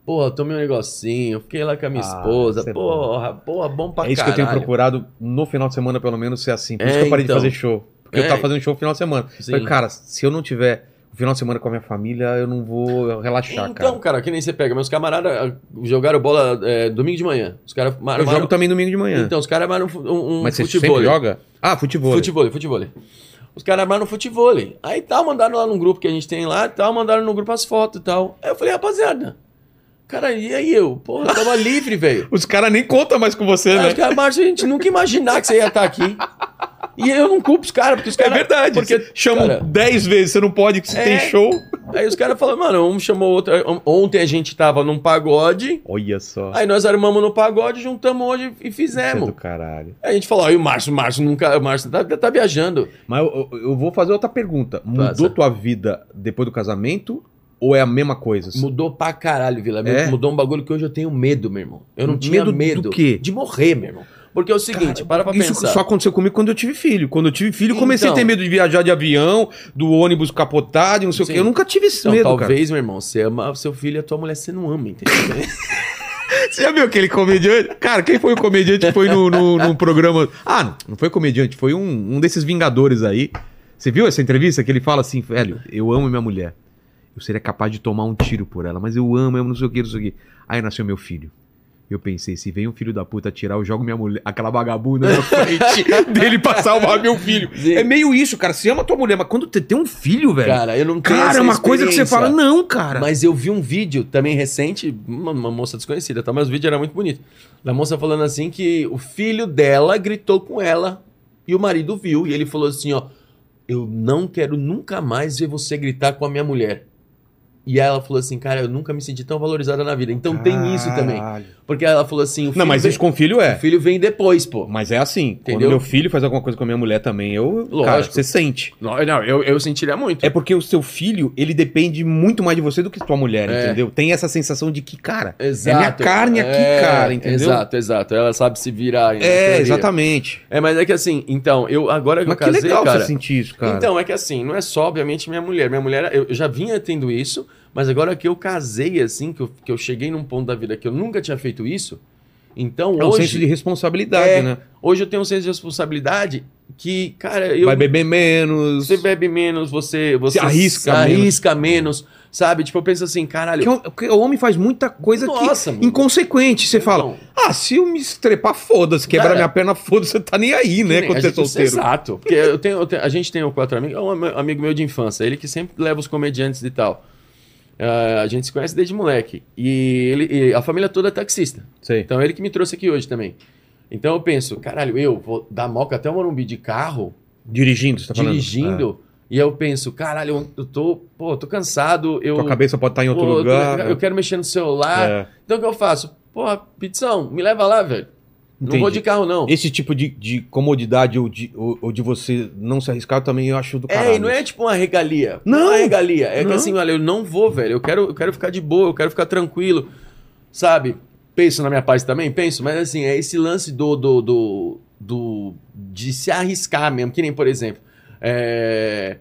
[SPEAKER 3] Porra, tomei um negocinho, fiquei lá com a minha
[SPEAKER 1] Ah, isso
[SPEAKER 3] esposa.
[SPEAKER 1] é
[SPEAKER 3] porra, porra, bom pra
[SPEAKER 1] É isso que eu tenho
[SPEAKER 3] caralho.
[SPEAKER 1] procurado no final de semana, pelo menos, ser assim. Por isso
[SPEAKER 3] É,
[SPEAKER 1] que eu parei
[SPEAKER 3] então.
[SPEAKER 1] de fazer show. Porque
[SPEAKER 3] É.
[SPEAKER 1] eu tava fazendo show no final de semana.
[SPEAKER 3] Sim.
[SPEAKER 1] Falei, cara, se eu não tiver o final de semana com a minha família, eu não vou relaxar,
[SPEAKER 3] Então, cara, que nem você pega. Meus camaradas ah, jogaram bola é, domingo de manhã. Os caras
[SPEAKER 1] cara. Eu
[SPEAKER 3] marmaram.
[SPEAKER 1] jogo também domingo de manhã.
[SPEAKER 3] Então, os caras armaram um, fu- um, um
[SPEAKER 1] Mas você
[SPEAKER 3] futebol.
[SPEAKER 1] sempre joga? Ah, futebol.
[SPEAKER 3] Futebol, futebol. Os caras armaram futebol. Aí tal, mandaram lá num grupo que a gente tem lá e tal, mandaram no grupo as fotos e tal. Aí eu falei, rapaziada, cara, e aí eu? Porra, eu tava livre, velho.
[SPEAKER 1] Os caras nem contam mais com você,
[SPEAKER 3] Aí Os
[SPEAKER 1] né?
[SPEAKER 3] caras, Márcio, a gente nunca ia imaginar que você ia estar aqui. E eu não culpo os caras, porque os
[SPEAKER 1] É
[SPEAKER 3] caras.
[SPEAKER 1] verdade.
[SPEAKER 3] Porque
[SPEAKER 1] Porque chamam
[SPEAKER 3] cara-
[SPEAKER 1] 10 vezes, você não pode, que você
[SPEAKER 3] É.
[SPEAKER 1] tem show.
[SPEAKER 3] Aí os caras falam, mano, um chamou o outro. Aí, on- Ontem a gente tava num pagode,
[SPEAKER 1] Olha só.
[SPEAKER 3] aí né, nós armamos no pagode, juntamos hoje
[SPEAKER 1] Isso
[SPEAKER 3] e
[SPEAKER 1] é
[SPEAKER 3] fizemos.
[SPEAKER 1] do caralho.
[SPEAKER 3] Aí a gente falou, aí o Márcio, o Márcio nunca. O Márcio tá, tá viajando.
[SPEAKER 1] Mas eu, eu- eu vou fazer outra pergunta. Mudou
[SPEAKER 3] Faça.
[SPEAKER 1] tua vida depois do casamento ou é a mesma coisa? assim?
[SPEAKER 3] Mudou pra caralho, Vila. Meu,
[SPEAKER 1] É?
[SPEAKER 3] Mudou um bagulho que hoje eu tenho medo, meu irmão. Eu não
[SPEAKER 1] Medo
[SPEAKER 3] tinha
[SPEAKER 1] do
[SPEAKER 3] medo
[SPEAKER 1] quê?
[SPEAKER 3] de morrer, meu irmão. Porque é o seguinte, para pra
[SPEAKER 1] Isso
[SPEAKER 3] pensar.
[SPEAKER 1] só aconteceu comigo quando eu tive filho. Quando eu tive filho, eu comecei
[SPEAKER 3] Então.
[SPEAKER 1] a ter medo de viajar de avião, do ônibus capotado, e não sei o
[SPEAKER 3] Sim.
[SPEAKER 1] quê. Eu nunca tive esse
[SPEAKER 3] Então,
[SPEAKER 1] medo, cara.
[SPEAKER 3] talvez, meu irmão, você ama seu filho e a tua mulher você não ama, entendeu?
[SPEAKER 1] Você já viu aquele comediante? Cara, quem foi o comediante que foi no, no, num programa... Ah, não, não foi comediante, foi um, um desses vingadores aí. Você viu essa entrevista que ele fala assim, velho, eu amo minha mulher. Eu seria capaz de tomar um tiro por ela, mas eu amo, eu amo não sei o que, não sei o que. Aí nasceu meu filho. Eu pensei, se vem um filho da puta tirar, eu jogo minha mulher, aquela vagabunda na frente dele pra salvar meu filho.
[SPEAKER 3] Sim.
[SPEAKER 1] É meio isso, cara. Você ama tua mulher, mas quando você tem um filho, velho. Cara,
[SPEAKER 3] cara, eu não tenho essa
[SPEAKER 1] é uma coisa que você fala,
[SPEAKER 3] experiência.
[SPEAKER 1] não, cara.
[SPEAKER 3] Mas eu vi um vídeo também recente, uma, uma moça desconhecida, tá? Mas o vídeo era muito bonito. Da moça falando assim que o filho dela gritou com ela e o marido viu e ele falou assim, ó, eu não quero nunca mais ver você gritar com a minha mulher. E ela falou assim, cara, eu nunca me senti tão valorizada na vida. Então tem isso também.
[SPEAKER 1] Caralho.
[SPEAKER 3] Porque ela falou assim, o filho,
[SPEAKER 1] Não, mas
[SPEAKER 3] vem,
[SPEAKER 1] isso com filho
[SPEAKER 3] o
[SPEAKER 1] é.
[SPEAKER 3] filho vem depois, pô.
[SPEAKER 1] Mas é assim. Quando
[SPEAKER 3] Entendeu?
[SPEAKER 1] meu filho faz alguma coisa com a minha mulher também, eu. Cara,
[SPEAKER 3] Lógico.
[SPEAKER 1] você sente.
[SPEAKER 3] Não, não, eu, eu sentiria muito.
[SPEAKER 1] É porque o seu filho, ele depende muito mais de você do que tua mulher,
[SPEAKER 3] É.
[SPEAKER 1] entendeu? Tem essa sensação de que, cara,
[SPEAKER 3] Exato.
[SPEAKER 1] É minha carne aqui, cara, entendeu?
[SPEAKER 3] Exato, exato. Ela sabe se virar. né,
[SPEAKER 1] É,
[SPEAKER 3] teoria.
[SPEAKER 1] exatamente.
[SPEAKER 3] É, mas é que assim, então, eu agora que
[SPEAKER 1] Mas
[SPEAKER 3] eu
[SPEAKER 1] que
[SPEAKER 3] casei,
[SPEAKER 1] legal
[SPEAKER 3] cara,
[SPEAKER 1] você sentir isso, cara.
[SPEAKER 3] Então, é que assim, não é só, obviamente, minha mulher. Minha mulher, eu eu já vinha tendo isso, mas agora que eu casei, assim, que eu, que eu cheguei num ponto da vida que eu nunca tinha feito isso, então
[SPEAKER 1] é um senso
[SPEAKER 3] hoje,
[SPEAKER 1] de responsabilidade,
[SPEAKER 3] É,
[SPEAKER 1] né?
[SPEAKER 3] hoje eu tenho um senso de responsabilidade que, cara, eu.
[SPEAKER 1] Vai beber menos.
[SPEAKER 3] Você bebe menos, você, você
[SPEAKER 1] arrisca
[SPEAKER 3] se arrisca menos. sabe? Tipo, eu penso assim, caralho.
[SPEAKER 1] Que o, que o homem faz muita coisa
[SPEAKER 3] nossa,
[SPEAKER 1] que
[SPEAKER 3] mano.
[SPEAKER 1] inconsequente. Você fala,
[SPEAKER 3] Então,
[SPEAKER 1] ah, se eu me estrepar, foda-se, quebrar
[SPEAKER 3] Cara,
[SPEAKER 1] minha perna, foda-se, você tá nem aí, né?
[SPEAKER 3] nem-
[SPEAKER 1] Quando
[SPEAKER 3] a
[SPEAKER 1] você é
[SPEAKER 3] gente-
[SPEAKER 1] solteiro.
[SPEAKER 3] Exato. Porque eu tenho, eu tenho- a gente tem um quatro amigos, é um am- amigo meu de infância, ele que sempre leva os comediantes e tal. Ah, a gente se conhece desde moleque. E, ele, e a família toda é taxista.
[SPEAKER 1] Sei.
[SPEAKER 3] Então ele que me trouxe aqui hoje também. Então eu penso, caralho, eu vou dar moca até o Morumbi de carro,
[SPEAKER 1] Dirigindo, você tá falando?
[SPEAKER 3] dirigindo. E eu penso, caralho, eu- eu tô, pô, eu tô cansado.
[SPEAKER 1] É.
[SPEAKER 3] Eu,
[SPEAKER 1] Tua cabeça pode estar em outro
[SPEAKER 3] pô, eu tô-
[SPEAKER 1] lugar. né?"
[SPEAKER 3] eu quero mexer no celular.
[SPEAKER 1] É,
[SPEAKER 3] Então o que eu faço? Porra, pizzão, me leva lá, velho. Não vou
[SPEAKER 1] entendi.
[SPEAKER 3] de carro, não.
[SPEAKER 1] Esse tipo de, de comodidade ou de, ou, ou de você não se arriscar, eu também eu acho do caralho.
[SPEAKER 3] É, e não é tipo uma regalia.
[SPEAKER 1] Não.
[SPEAKER 3] é uma regalia. É
[SPEAKER 1] Não.
[SPEAKER 3] que assim, olha, eu não vou, velho. Eu quero, eu quero ficar de boa, eu quero ficar tranquilo. Sabe? Penso na minha paz também, penso, mas assim, é esse lance do. do, do, do- de se arriscar mesmo. Que nem, por exemplo. é,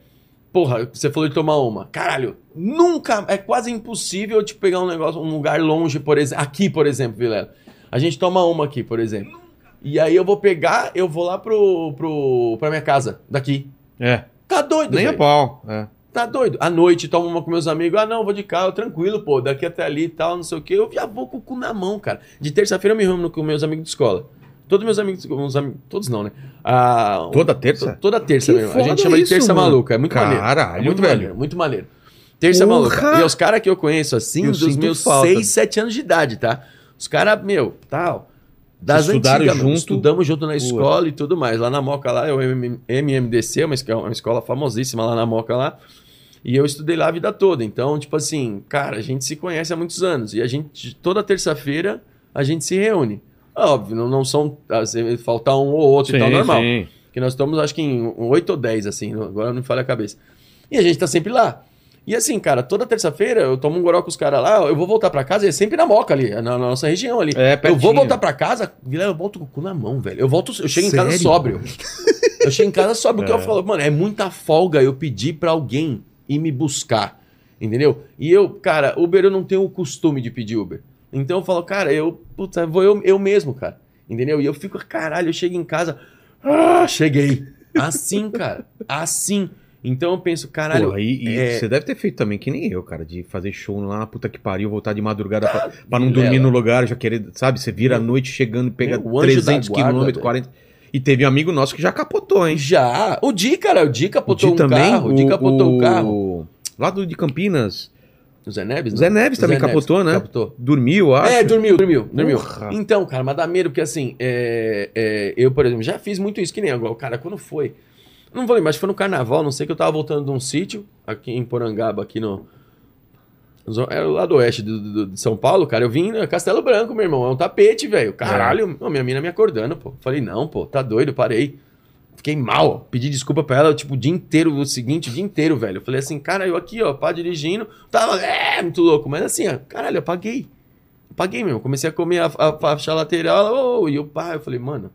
[SPEAKER 3] Porra, você falou de tomar uma. Caralho, nunca. É quase impossível eu te pegar um negócio, um lugar longe, por exemplo. Aqui, por exemplo, Vilela. A gente toma uma aqui, por exemplo. E aí eu vou pegar, eu vou lá pro, pro, pra minha casa, daqui.
[SPEAKER 1] É,
[SPEAKER 3] Tá doido,
[SPEAKER 1] nem a
[SPEAKER 3] velho.
[SPEAKER 1] pau. É.
[SPEAKER 3] Tá doido. À noite, tomo uma com meus amigos. Ah, não, vou de carro, tranquilo, pô. Daqui até ali e tal, não sei o quê. Eu já vou com o cu na mão, cara. De terça-feira eu me reúno com meus amigos de escola. Todos meus amigos, uns ami- todos não, né? Ah,
[SPEAKER 1] Toda terça?
[SPEAKER 3] to- toda terça
[SPEAKER 1] Que
[SPEAKER 3] mesmo. A
[SPEAKER 1] foda
[SPEAKER 3] gente chama
[SPEAKER 1] isso,
[SPEAKER 3] de terça
[SPEAKER 1] mano.
[SPEAKER 3] maluca. É muito maneiro.
[SPEAKER 1] Caralho,
[SPEAKER 3] É muito
[SPEAKER 1] velho.
[SPEAKER 3] maneiro, muito maneiro. Terça
[SPEAKER 1] Porra!
[SPEAKER 3] maluca. E os caras que eu conheço, assim,
[SPEAKER 1] Eu
[SPEAKER 3] dos
[SPEAKER 1] sinto
[SPEAKER 3] meus
[SPEAKER 1] falta.
[SPEAKER 3] 6, 7 anos de idade, tá? Os caras, meu, tal. Das
[SPEAKER 1] Vocês estudaram
[SPEAKER 3] antigas, mano.
[SPEAKER 1] junto?
[SPEAKER 3] Estudamos junto na
[SPEAKER 1] Pô.
[SPEAKER 3] escola e tudo mais. Lá na Moca, lá, é o MM MMDC, uma escola, uma escola famosíssima lá na Moca, lá. E eu estudei lá a vida toda. Então, tipo assim, cara, a gente se conhece há muitos anos. E a gente, toda terça-feira, a gente se reúne. Óbvio, não, não são. Assim, faltar um ou outro e tal, normal.
[SPEAKER 1] sim.
[SPEAKER 3] Que nós estamos, acho que em 8 ou 10, assim, no- agora não me falha a cabeça. E a gente tá sempre lá. E assim, cara, toda terça-feira eu tomo um goró com os caras lá, eu vou voltar pra casa, e é sempre na moca ali, na, na nossa região ali.
[SPEAKER 1] É,
[SPEAKER 3] eu vou
[SPEAKER 1] pertinho.
[SPEAKER 3] voltar pra casa, Guilherme, eu volto com o cu na mão, velho. Eu volto, eu chego em casa
[SPEAKER 1] Sério?
[SPEAKER 3] sóbrio. eu chego em casa sóbrio, porque
[SPEAKER 1] É.
[SPEAKER 3] eu falo, mano, é muita folga eu pedir pra alguém ir me buscar, entendeu? E eu, cara, Uber eu não tenho o costume de pedir Uber. Então eu falo, cara, eu, puta, vou eu, eu mesmo, cara. Entendeu? E eu fico, caralho, eu chego em casa, ah, cheguei. Assim, cara, assim. Então eu penso, caralho,
[SPEAKER 1] Porra, e, e
[SPEAKER 3] é-
[SPEAKER 1] você deve ter feito também, que nem eu, cara, de fazer show lá na puta que pariu, voltar de madrugada pra, pra não
[SPEAKER 3] Ah, Vilela.
[SPEAKER 1] dormir no lugar, já querer, sabe? Você vira à noite chegando, pega
[SPEAKER 3] Meu, o anjo da
[SPEAKER 1] 300
[SPEAKER 3] guarda,
[SPEAKER 1] quilômetros,
[SPEAKER 3] velho.
[SPEAKER 1] 40. E teve um amigo nosso que já capotou, hein?
[SPEAKER 3] já. O Di, cara, o Di capotou
[SPEAKER 1] Di
[SPEAKER 3] um carro, o Di capotou um carro.
[SPEAKER 1] Lá do, de Campinas.
[SPEAKER 3] O Zé Neves?
[SPEAKER 1] Zé Neves também
[SPEAKER 3] Zé Neves
[SPEAKER 1] capotou, né?
[SPEAKER 3] Capotou.
[SPEAKER 1] Dormiu, acho.
[SPEAKER 3] É, dormiu, dormiu, dormiu.
[SPEAKER 1] Porra.
[SPEAKER 3] Então, cara, mas dá medo, porque assim, é, é, eu, por exemplo, já fiz muito isso, que nem agora. Cara, quando foi? Não vou lembrar, acho que foi no carnaval, não sei, que eu tava voltando de um sítio, aqui em Porangaba, aqui no. zo- Era o lado oeste do- do- do- de São Paulo, cara. Eu vim no Castelo Branco, meu irmão. É um tapete, velho. Caralho, ó, minha mina me acordando, pô. Falei, não, pô, tá doido, parei. Fiquei mal. Pedi desculpa pra ela, tipo, o dia inteiro, o seguinte, o dia inteiro, velho. Eu falei assim, cara, eu aqui, ó, pá, dirigindo. Tava, é, muito louco. Mas assim, ó, caralho, eu paguei. Paguei mesmo, comecei a comer a, a faixa lateral, ela, "Ô", e o pá, eu falei, mano,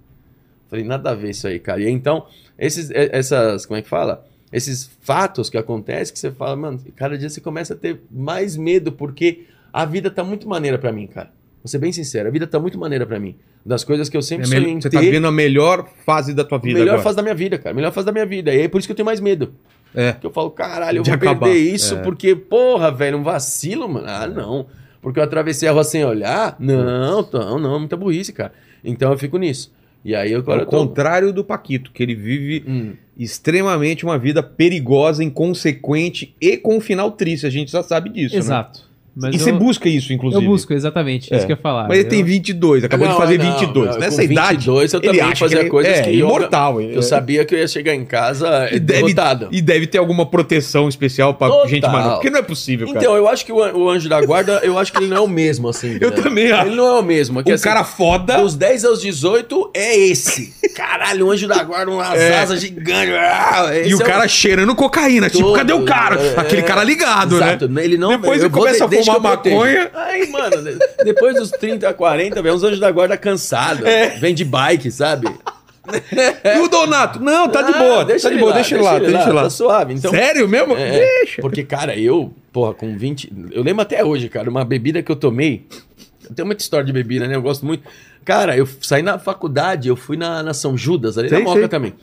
[SPEAKER 3] falei, nada a ver isso aí, cara. E então, esses, e- essas, como é que fala? Esses fatos que acontecem, que você fala, mano, cada dia você começa a ter mais medo, porque a vida tá muito maneira pra mim, cara. Vou ser bem sincero, a vida tá muito maneira pra mim. Das coisas que eu
[SPEAKER 1] É
[SPEAKER 3] sempre
[SPEAKER 1] mel-
[SPEAKER 3] sonhei em
[SPEAKER 1] Você
[SPEAKER 3] ter,
[SPEAKER 1] tá vivendo a melhor fase da tua vida
[SPEAKER 3] melhor
[SPEAKER 1] agora.
[SPEAKER 3] fase da minha vida, cara. Melhor fase da minha vida. E é por isso que eu tenho mais medo.
[SPEAKER 1] É.
[SPEAKER 3] Que eu falo, caralho, eu
[SPEAKER 1] De
[SPEAKER 3] vou
[SPEAKER 1] acabar.
[SPEAKER 3] perder isso,
[SPEAKER 1] É.
[SPEAKER 3] porque, porra, velho, um vacilo, mano. Ah, não. Porque eu atravessei a rua sem olhar? Não, não, não, muita burrice, cara. Então eu fico nisso. E aí eu agora
[SPEAKER 1] Ao
[SPEAKER 3] eu tô.
[SPEAKER 1] É contrário do Paquito, que ele vive
[SPEAKER 3] Hum,
[SPEAKER 1] extremamente uma vida perigosa, inconsequente e com um final triste. A gente já sabe disso, né?
[SPEAKER 2] Exato. Mas
[SPEAKER 1] e você
[SPEAKER 2] eu,
[SPEAKER 1] busca isso, inclusive.
[SPEAKER 2] eu busco, exatamente.
[SPEAKER 1] É.
[SPEAKER 2] Isso que eu ia falar.
[SPEAKER 1] Mas ele
[SPEAKER 2] eu,
[SPEAKER 1] tem 22, acabou de
[SPEAKER 3] Não,
[SPEAKER 1] fazer
[SPEAKER 3] não,
[SPEAKER 1] 22.
[SPEAKER 3] não,
[SPEAKER 1] Nessa
[SPEAKER 3] com
[SPEAKER 1] idade,
[SPEAKER 3] 22 eu
[SPEAKER 1] ele
[SPEAKER 3] também
[SPEAKER 1] acha
[SPEAKER 3] fazia
[SPEAKER 1] que ele
[SPEAKER 3] coisas
[SPEAKER 1] é
[SPEAKER 3] que eu-
[SPEAKER 1] imortal.
[SPEAKER 3] Eu,
[SPEAKER 1] ele é-
[SPEAKER 3] sabia que eu ia chegar em casa
[SPEAKER 1] E deve,
[SPEAKER 3] derrotado.
[SPEAKER 1] e deve ter alguma proteção especial pra
[SPEAKER 3] Total.
[SPEAKER 1] gente maluca. Porque não é possível, cara.
[SPEAKER 3] Então, eu acho que o, an- o anjo da guarda, eu acho que ele não é o mesmo, assim.
[SPEAKER 1] Eu
[SPEAKER 3] né?
[SPEAKER 1] também acho.
[SPEAKER 3] Ele não é o mesmo. é que,
[SPEAKER 1] um
[SPEAKER 3] assim,
[SPEAKER 1] cara foda.
[SPEAKER 3] Dos 10 aos 18 é esse. Caralho, o anjo da guarda, umas
[SPEAKER 1] É.
[SPEAKER 3] asas gigantes. Ah,
[SPEAKER 1] e
[SPEAKER 3] esse
[SPEAKER 1] o
[SPEAKER 3] é
[SPEAKER 1] cara cheirando cocaína. Tipo,
[SPEAKER 3] Todo,
[SPEAKER 1] cadê o cara?
[SPEAKER 3] é,
[SPEAKER 1] Aquele
[SPEAKER 3] é.
[SPEAKER 1] cara ligado,
[SPEAKER 3] Exato,
[SPEAKER 1] né?
[SPEAKER 3] Ele não,
[SPEAKER 1] Depois
[SPEAKER 3] eu
[SPEAKER 1] ele
[SPEAKER 3] vou
[SPEAKER 1] começa
[SPEAKER 3] de-
[SPEAKER 1] a
[SPEAKER 3] deixa
[SPEAKER 1] fumar
[SPEAKER 3] que eu protejo.
[SPEAKER 1] maconha.
[SPEAKER 3] Aí, mano, de- depois dos 30, 40, velho, os anjos da guarda cansados.
[SPEAKER 1] É.
[SPEAKER 3] Vem de bike, sabe?
[SPEAKER 1] E o Donato? Não, tá de
[SPEAKER 3] Ah,
[SPEAKER 1] boa. Tá de
[SPEAKER 3] ele
[SPEAKER 1] boa, É. deixa ele lá, deixa ele lá.
[SPEAKER 3] Tá suave. Então,
[SPEAKER 1] Sério mesmo?
[SPEAKER 3] É,
[SPEAKER 1] Deixa.
[SPEAKER 3] Porque, cara, eu, porra, com 20. Eu lembro até hoje, cara, uma bebida que eu tomei. Eu tenho muita história de bebida, né? Eu gosto muito. Cara, eu saí na faculdade, eu fui na, na São Judas, ali
[SPEAKER 1] Sei,
[SPEAKER 3] na Moca
[SPEAKER 1] sei.
[SPEAKER 3] também.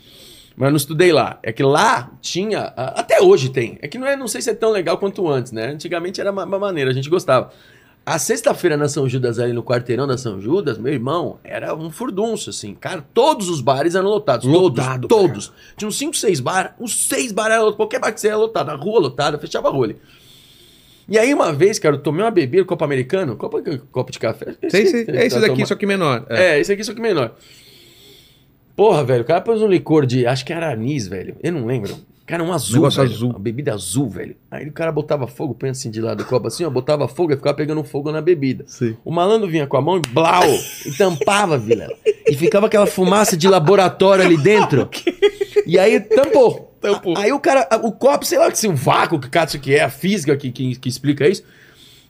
[SPEAKER 3] Mas eu não estudei lá. É que lá tinha. a- Até hoje tem. É que não, é, não sei se é tão legal quanto antes, né? Antigamente era uma, uma maneira, a gente gostava. A sexta-feira na São Judas, ali no quarteirão da São Judas, meu irmão, era um furdunço, assim. Cara, todos os bares eram lotados.
[SPEAKER 1] Lotado,
[SPEAKER 3] todos, todos. Tinha uns 5, 6 bar, uns 6 bar era lotado. Qualquer bar que você era lotado, a rua lotada, fechava a rua ali. E aí, uma vez, cara, eu tomei uma bebida, copo americano, copo, copo de café.
[SPEAKER 1] Sei, sei. É esse
[SPEAKER 3] Tá
[SPEAKER 1] daqui,
[SPEAKER 3] tomando.
[SPEAKER 1] só que menor. É.
[SPEAKER 3] É, esse aqui só que menor. Porra, velho, o cara pôs um licor de. Acho que era anis, velho. Eu não lembro. Cara, um azul.
[SPEAKER 1] Negócio
[SPEAKER 3] velho.
[SPEAKER 1] azul.
[SPEAKER 3] Uma bebida azul, velho. Aí o cara botava fogo, põe assim de lado do copo assim, ó, botava fogo e ficava pegando fogo na bebida. O malandro vinha com a mão e blau! E tampava, Vilela. E ficava aquela fumaça de laboratório ali dentro. E aí tampou.
[SPEAKER 1] Tampou.
[SPEAKER 3] A- Aí o cara, a- o copo, sei lá, se o vácuo que caso que é, a física que, que, que explica isso,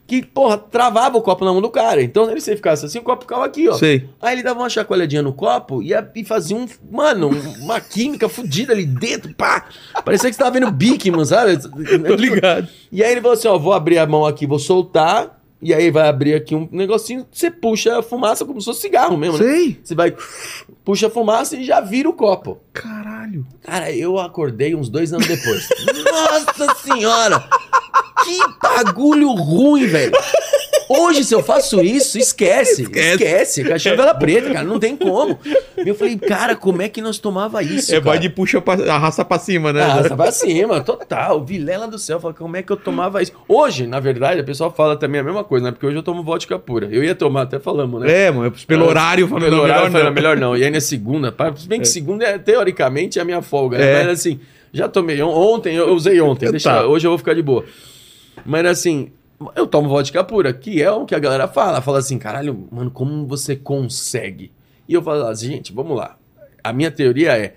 [SPEAKER 3] que, porra, travava o copo na mão do cara. Então, ele se ele ficasse assim, o copo ficava aqui, ó.
[SPEAKER 1] Sei.
[SPEAKER 3] Aí ele dava uma chacoalhadinha no copo e, a- e fazia um. Mano, um- uma química fodida ali dentro, pá! Parecia que você tava vendo Bikman, sabe?
[SPEAKER 1] Tô ligado.
[SPEAKER 3] E aí ele falou assim: ó, vou abrir a mão aqui, vou soltar. E aí vai abrir aqui um negocinho, você puxa a fumaça como se fosse cigarro mesmo, né?
[SPEAKER 1] Sei.
[SPEAKER 3] Você vai, puxa a fumaça e já vira o copo.
[SPEAKER 1] Caralho.
[SPEAKER 3] Cara, eu acordei uns dois anos depois. Nossa senhora! Que bagulho ruim, velho! Hoje, se eu faço isso, esquece.
[SPEAKER 1] Esquece.
[SPEAKER 3] Esquece. Cachorro Cachevela preta, cara, não tem como. Eu falei, cara, como é que nós tomava isso?
[SPEAKER 1] É,
[SPEAKER 3] cara?
[SPEAKER 1] vai de puxa pra, a raça pra cima, né?
[SPEAKER 3] Ah, pra cima, total. Vilela do céu, fala, como é que eu tomava isso? Hoje, na verdade, a pessoa fala também a mesma coisa, né? Porque hoje eu tomo vodka pura. Eu ia tomar, até falamos, né?
[SPEAKER 1] É, mano, pelo horário, falando
[SPEAKER 3] Pelo horário,
[SPEAKER 1] melhor
[SPEAKER 3] melhor,
[SPEAKER 1] não.
[SPEAKER 3] melhor não. E aí na segunda, pá, se bem que segunda, é, teoricamente, é a minha folga. né?
[SPEAKER 1] É.
[SPEAKER 3] Mas assim, já tomei. on- Ontem, eu usei ontem.
[SPEAKER 1] Tá.
[SPEAKER 3] Deixa, hoje eu vou ficar de boa. Mas assim, eu tomo vodka pura, que é o que a galera fala. Fala assim, caralho, mano, como você consegue? E eu falo assim, gente, vamos lá. A minha teoria é,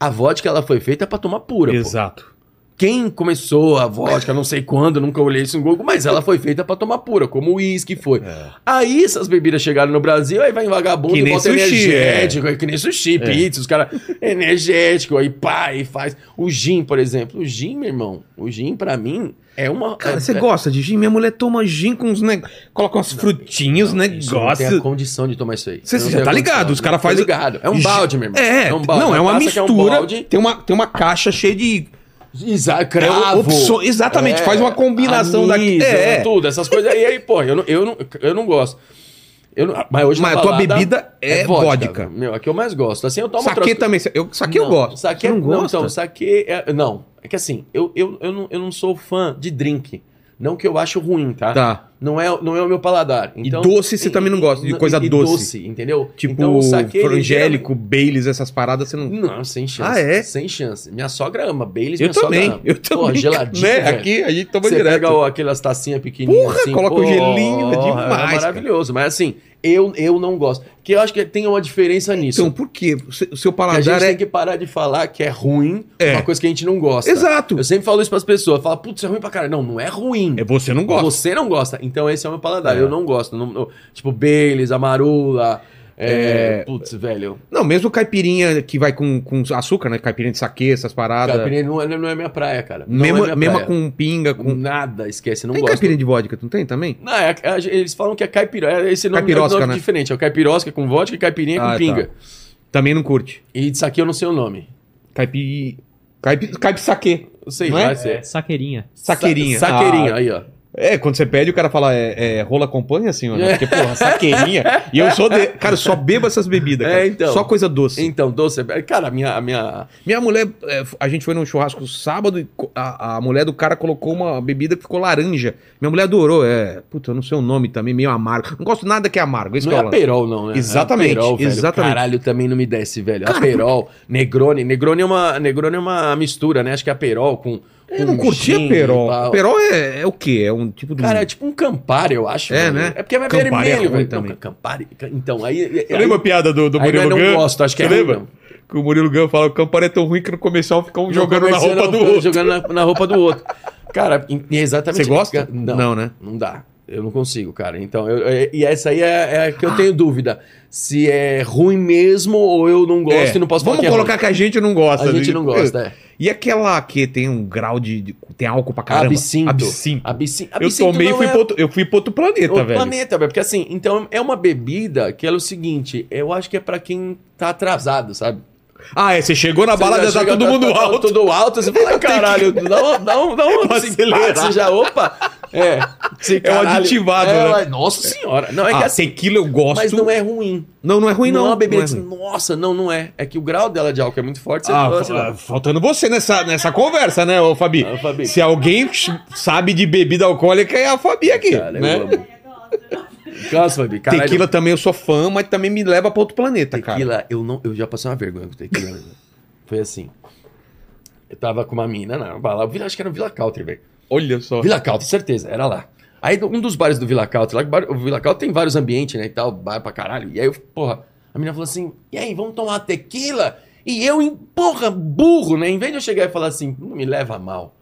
[SPEAKER 3] a vodka ela foi feita pra tomar pura, pô.
[SPEAKER 1] Exato.
[SPEAKER 3] Quem começou a vodka, não sei quando, nunca olhei isso no Google, mas ela foi feita pra tomar pura, como o uísque foi. Aí essas bebidas chegaram no Brasil, aí vai em vagabundo
[SPEAKER 1] É. Que
[SPEAKER 3] e
[SPEAKER 1] nem
[SPEAKER 3] bota
[SPEAKER 1] sushi, é.
[SPEAKER 3] energético, aí que nem sushi, pizza, os caras energético, aí pá, e faz. O gin, por exemplo. O gin, meu irmão, o gin pra mim é uma...
[SPEAKER 1] Cara,
[SPEAKER 3] é-
[SPEAKER 1] você
[SPEAKER 3] é-
[SPEAKER 1] gosta né? de gin? Minha mulher toma gin com uns negócios. Coloca umas frutinhas, né?
[SPEAKER 3] Não, isso eu Não tem a
[SPEAKER 1] negócio.
[SPEAKER 3] condição de tomar isso aí.
[SPEAKER 1] Você
[SPEAKER 3] Eu não
[SPEAKER 1] já
[SPEAKER 3] tenho
[SPEAKER 1] tá
[SPEAKER 3] a condição,
[SPEAKER 1] ligado, os
[SPEAKER 3] não
[SPEAKER 1] cara
[SPEAKER 3] tô
[SPEAKER 1] faz-
[SPEAKER 3] ligado. É um
[SPEAKER 1] Gi-
[SPEAKER 3] balde, meu irmão.
[SPEAKER 1] É,
[SPEAKER 3] um balde.
[SPEAKER 1] não, é uma
[SPEAKER 3] taça que é um
[SPEAKER 1] mistura.
[SPEAKER 3] balde.
[SPEAKER 1] tem, uma, tem uma caixa cheia de
[SPEAKER 3] Exato,
[SPEAKER 1] é,
[SPEAKER 3] cravo.
[SPEAKER 1] opções. Exatamente,
[SPEAKER 3] É,
[SPEAKER 1] faz uma combinação
[SPEAKER 3] anis,
[SPEAKER 1] daqui. É,
[SPEAKER 3] é,
[SPEAKER 1] é.
[SPEAKER 3] tudo, essas coisas. aí, aí, pô, eu não, eu não, eu não gosto. Eu não- mas hoje na
[SPEAKER 1] Mas a tua
[SPEAKER 3] balada
[SPEAKER 1] bebida é vodka.
[SPEAKER 3] Meu, é que eu mais gosto. Assim, eu tomo
[SPEAKER 1] Saquê
[SPEAKER 3] outras-
[SPEAKER 1] também. Eu, saquê eu
[SPEAKER 3] Não,
[SPEAKER 1] gosto.
[SPEAKER 3] Saquê,
[SPEAKER 1] Você
[SPEAKER 3] não, não
[SPEAKER 1] gosta?
[SPEAKER 3] então, saquê... É, não, é que assim, eu, eu, eu, não, eu não sou fã de drink. Não que eu acho ruim, tá?
[SPEAKER 1] Tá.
[SPEAKER 3] Não, é, não é o meu paladar. Então,
[SPEAKER 1] doce você também não gosta, de coisa
[SPEAKER 3] e
[SPEAKER 1] doce.
[SPEAKER 3] entendeu?
[SPEAKER 1] Tipo,
[SPEAKER 3] Então, o saquê, ele
[SPEAKER 1] frangélico, Baileys, essas paradas, você não.
[SPEAKER 3] não, sem
[SPEAKER 1] Ah,
[SPEAKER 3] chance.
[SPEAKER 1] é?
[SPEAKER 3] Sem chance. Minha sogra ama Baileys,
[SPEAKER 1] Eu
[SPEAKER 3] minha sogra
[SPEAKER 1] também,
[SPEAKER 3] ama.
[SPEAKER 1] eu também.
[SPEAKER 3] Porra, geladinho,
[SPEAKER 1] né?
[SPEAKER 3] velho.
[SPEAKER 1] Aqui a gente toma
[SPEAKER 3] Você
[SPEAKER 1] direto.
[SPEAKER 3] pega ó, aquelas tacinhas pequenininhas
[SPEAKER 1] Porra,
[SPEAKER 3] assim,
[SPEAKER 1] coloca o
[SPEAKER 3] porra,
[SPEAKER 1] gelinho, é
[SPEAKER 3] É
[SPEAKER 1] demais,
[SPEAKER 3] maravilhoso. Mas assim, eu, eu não gosto. Que eu acho que tem uma diferença nisso.
[SPEAKER 1] Então, por quê? O seu- O seu
[SPEAKER 3] que a gente
[SPEAKER 1] paladar
[SPEAKER 3] tem
[SPEAKER 1] é.
[SPEAKER 3] que parar de falar que é ruim
[SPEAKER 1] É.
[SPEAKER 3] uma coisa que a gente não gosta.
[SPEAKER 1] Exato.
[SPEAKER 3] Eu sempre falo isso pras pessoas. Fala, putz, isso é ruim pra caralho. Não, não é ruim.
[SPEAKER 1] É você não gosta.
[SPEAKER 3] Você não gosta. Então esse é o meu paladar.
[SPEAKER 1] É.
[SPEAKER 3] Eu não gosto. Não- não- tipo, Baileys, Amarula. É, Putz, velho.
[SPEAKER 1] Não, mesmo caipirinha que vai com, com açúcar, né? Caipirinha de saquê, essas paradas.
[SPEAKER 3] Caipirinha não é, não é minha praia, cara. Não é
[SPEAKER 1] Mesma,
[SPEAKER 3] minha
[SPEAKER 1] mesma
[SPEAKER 3] praia.
[SPEAKER 1] com pinga, com.
[SPEAKER 3] Nada, esquece. Não
[SPEAKER 1] tem
[SPEAKER 3] gosto.
[SPEAKER 1] caipirinha de vodka, tu não tem também?
[SPEAKER 3] Não, é- é- eles falam que é caipirosca. Esse nome
[SPEAKER 1] Caipirosca,
[SPEAKER 3] é um nome
[SPEAKER 1] né?
[SPEAKER 3] diferente. É o caipirosca com vodka e caipirinha
[SPEAKER 1] Ah, tá.
[SPEAKER 3] com pinga.
[SPEAKER 1] Também não curte.
[SPEAKER 3] E disso aqui eu não sei o nome.
[SPEAKER 1] Caipi. Caipi, caipi saquê.
[SPEAKER 3] Eu sei,
[SPEAKER 1] Não é?
[SPEAKER 3] vai ser.
[SPEAKER 2] é, Saqueirinha.
[SPEAKER 1] Saqueirinha.
[SPEAKER 3] Sa- saqueirinha,
[SPEAKER 1] Ah,
[SPEAKER 3] aí, ó.
[SPEAKER 1] É, quando você pede, o cara fala, é, é, rola acompanha, senhora? né? Porque, porra, saqueirinha. e eu sou. De... Cara, só bebo essas bebidas, cara.
[SPEAKER 3] É, então.
[SPEAKER 1] Só coisa doce.
[SPEAKER 3] Então, doce. Cara, a minha. A minha...
[SPEAKER 1] Minha mulher, é, f- a gente foi num churrasco sábado e co- a, a mulher do cara colocou uma bebida que ficou laranja. Minha mulher adorou, é. Puta, eu não sei o nome também, meio amargo. Não gosto nada que é amargo, esse
[SPEAKER 3] Não
[SPEAKER 1] que
[SPEAKER 3] é
[SPEAKER 1] é o lance.
[SPEAKER 3] Aperol, não, né?
[SPEAKER 1] Exatamente,
[SPEAKER 3] É Aperol, velho.
[SPEAKER 1] exatamente.
[SPEAKER 3] Caralho, também não me desce, velho. Aperol, Negroni. Negroni é uma, Negroni é uma mistura, né? Acho que é Aperol com.
[SPEAKER 1] Eu não
[SPEAKER 3] com
[SPEAKER 1] curti
[SPEAKER 3] gin e
[SPEAKER 1] Aperol.
[SPEAKER 3] tal.
[SPEAKER 1] Aperol é, é o quê? É um tipo de.
[SPEAKER 3] Cara, é tipo um Campari, eu acho.
[SPEAKER 1] É,
[SPEAKER 3] velho.
[SPEAKER 1] né?
[SPEAKER 3] É porque é
[SPEAKER 1] Campari é
[SPEAKER 3] vermelho,
[SPEAKER 1] ruim
[SPEAKER 3] velho.
[SPEAKER 1] também.
[SPEAKER 3] Não, Campari. Então, aí.
[SPEAKER 1] Você lembra a piada do, do
[SPEAKER 3] Aí não é
[SPEAKER 1] Murilo
[SPEAKER 3] não
[SPEAKER 1] Gun?
[SPEAKER 3] gosto, acho que
[SPEAKER 1] Você
[SPEAKER 3] é ruim,
[SPEAKER 1] lembra?
[SPEAKER 3] não.
[SPEAKER 1] Que o Murilo Gun fala que o Campari é tão ruim que no comercial ficam um
[SPEAKER 3] No
[SPEAKER 1] jogando na
[SPEAKER 3] comercial,
[SPEAKER 1] roupa
[SPEAKER 3] não,
[SPEAKER 1] do
[SPEAKER 3] ficando
[SPEAKER 1] outro.
[SPEAKER 3] Jogando na, na roupa do outro. Cara, e- e é exatamente.
[SPEAKER 1] Você gosta?
[SPEAKER 3] Não,
[SPEAKER 1] Não,
[SPEAKER 3] não,
[SPEAKER 1] né?
[SPEAKER 3] dá. Eu não consigo, cara. Então, eu- eu- e essa aí é, é a que eu tenho dúvida. Se é ruim mesmo ou eu não gosto
[SPEAKER 1] É,
[SPEAKER 3] e não posso falar
[SPEAKER 1] Vamos
[SPEAKER 3] que é ruim.
[SPEAKER 1] colocar que a gente não gosta.
[SPEAKER 3] A
[SPEAKER 1] né?
[SPEAKER 3] gente não gosta, é.
[SPEAKER 1] E aquela que tem um grau de. de- tem álcool pra caramba?
[SPEAKER 3] Absinto.
[SPEAKER 1] Absinto.
[SPEAKER 3] Absin-
[SPEAKER 1] Eu
[SPEAKER 3] absinto
[SPEAKER 1] tomei e
[SPEAKER 3] não
[SPEAKER 1] fui,
[SPEAKER 3] é
[SPEAKER 1] pro outro, eu fui pro outro planeta,
[SPEAKER 3] outro
[SPEAKER 1] velho.
[SPEAKER 3] planeta, velho. Porque assim, então é uma bebida que ela é o seguinte, eu acho que é pra quem tá atrasado, sabe?
[SPEAKER 1] Ah, é, você chegou na
[SPEAKER 3] Você
[SPEAKER 1] balada, já
[SPEAKER 3] chega,
[SPEAKER 1] todo
[SPEAKER 3] tá-
[SPEAKER 1] mundo
[SPEAKER 3] tá- tá
[SPEAKER 1] alto. É
[SPEAKER 3] Todo alto, você fala, "Ai, caralho, dá um, dá um, dá um
[SPEAKER 1] Uma
[SPEAKER 3] assim,
[SPEAKER 1] acelerada.
[SPEAKER 3] pá, você já, opa. É, Esse
[SPEAKER 1] É um
[SPEAKER 3] caralho-
[SPEAKER 1] aditivado,
[SPEAKER 3] é,
[SPEAKER 1] né?
[SPEAKER 3] ué, Nossa senhora. Não, é que
[SPEAKER 1] ah,
[SPEAKER 3] assim,
[SPEAKER 1] tequila eu gosto.
[SPEAKER 3] mas não é ruim.
[SPEAKER 1] não, não é ruim, não.
[SPEAKER 3] é uma bebida
[SPEAKER 1] Não é
[SPEAKER 3] que
[SPEAKER 1] ruim.
[SPEAKER 3] você- nossa, não, não é. É que o grau dela de álcool é muito forte, você
[SPEAKER 1] Ah,
[SPEAKER 3] fala,
[SPEAKER 1] fa-
[SPEAKER 3] sei lá.
[SPEAKER 1] ah, faltando você nessa, nessa conversa, né, ô Fabi?
[SPEAKER 3] Ah, Fabi.
[SPEAKER 1] Se alguém ch- sabe de bebida alcoólica, é a Fabi aqui.
[SPEAKER 3] Cara, eu
[SPEAKER 1] né?
[SPEAKER 3] amo. Cansa, Fabi, caralho.
[SPEAKER 1] Tequila também eu sou fã, mas também me leva pra outro planeta, cara.
[SPEAKER 3] Tequila, eu não, eu já passei uma vergonha com tequila. né? Foi assim. Eu tava com uma mina na lá, acho que era no Vila Country, velho.
[SPEAKER 1] Olha só.
[SPEAKER 3] Vila Country, certeza, era lá. Aí um dos bares do Vila Country, lá que o bar- o Vila Country tem vários ambientes, né, e tal, bar pra caralho. E aí, eu, porra, a mina falou assim, e aí, vamos tomar tequila? E eu, em- porra, burro, né, em vez de eu chegar e falar assim, não me leva a mal.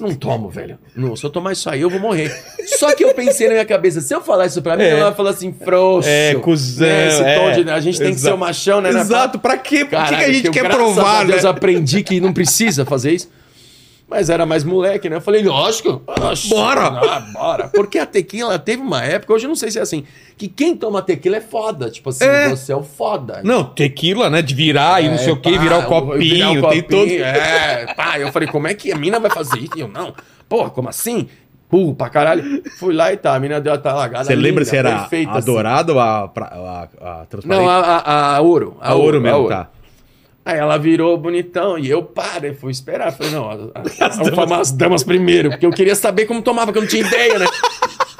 [SPEAKER 3] Não tomo, velho. Não, se eu tomar isso aí, eu vou morrer. Só que eu pensei na minha cabeça, se eu falar isso pra mim,
[SPEAKER 1] É.
[SPEAKER 3] ela vai falar assim, frouxo.
[SPEAKER 1] É, cuzão,
[SPEAKER 3] né, esse
[SPEAKER 1] é.
[SPEAKER 3] tom de, a gente tem que
[SPEAKER 1] Exato.
[SPEAKER 3] ser o machão, né? né,
[SPEAKER 1] Exato, pra quê? Por que,
[SPEAKER 3] Caralho,
[SPEAKER 1] que a gente
[SPEAKER 3] eu,
[SPEAKER 1] quer
[SPEAKER 3] graças
[SPEAKER 1] provar,
[SPEAKER 3] a
[SPEAKER 1] né?
[SPEAKER 3] Deus, aprendi que não precisa fazer isso. Mas era mais moleque, né? Eu falei, lógico. lógico.
[SPEAKER 1] Bora.
[SPEAKER 3] Ah, bora. Porque a tequila teve uma época, hoje eu não sei se é assim, que quem toma tequila é foda. Tipo assim,
[SPEAKER 1] É.
[SPEAKER 3] você é o foda. É,
[SPEAKER 1] Não, tequila, né? De virar e não sei o quê,
[SPEAKER 3] pá,
[SPEAKER 1] virar o
[SPEAKER 3] eu-
[SPEAKER 1] copinho,
[SPEAKER 3] virar ah, o
[SPEAKER 1] tem
[SPEAKER 3] copinho,
[SPEAKER 1] todo.
[SPEAKER 3] É, pá, eu falei, como é que a mina vai fazer isso? E eu, não. Porra, como assim? Burro pra caralho. Fui lá e tá, a mina deu a talagada.
[SPEAKER 1] Você lembra
[SPEAKER 3] linda,
[SPEAKER 1] se era
[SPEAKER 3] perfeita,
[SPEAKER 1] a
[SPEAKER 3] assim.
[SPEAKER 1] dourada ou a, pra- a, a transparente?
[SPEAKER 3] Não, a, a- a ouro.
[SPEAKER 1] A ouro mesmo, tá.
[SPEAKER 3] Aí ela virou bonitão e eu parei, fui esperar. Falei, não, a- a- eu vou tomar as damas primeiro, porque eu queria saber como tomava, porque eu não tinha ideia, né?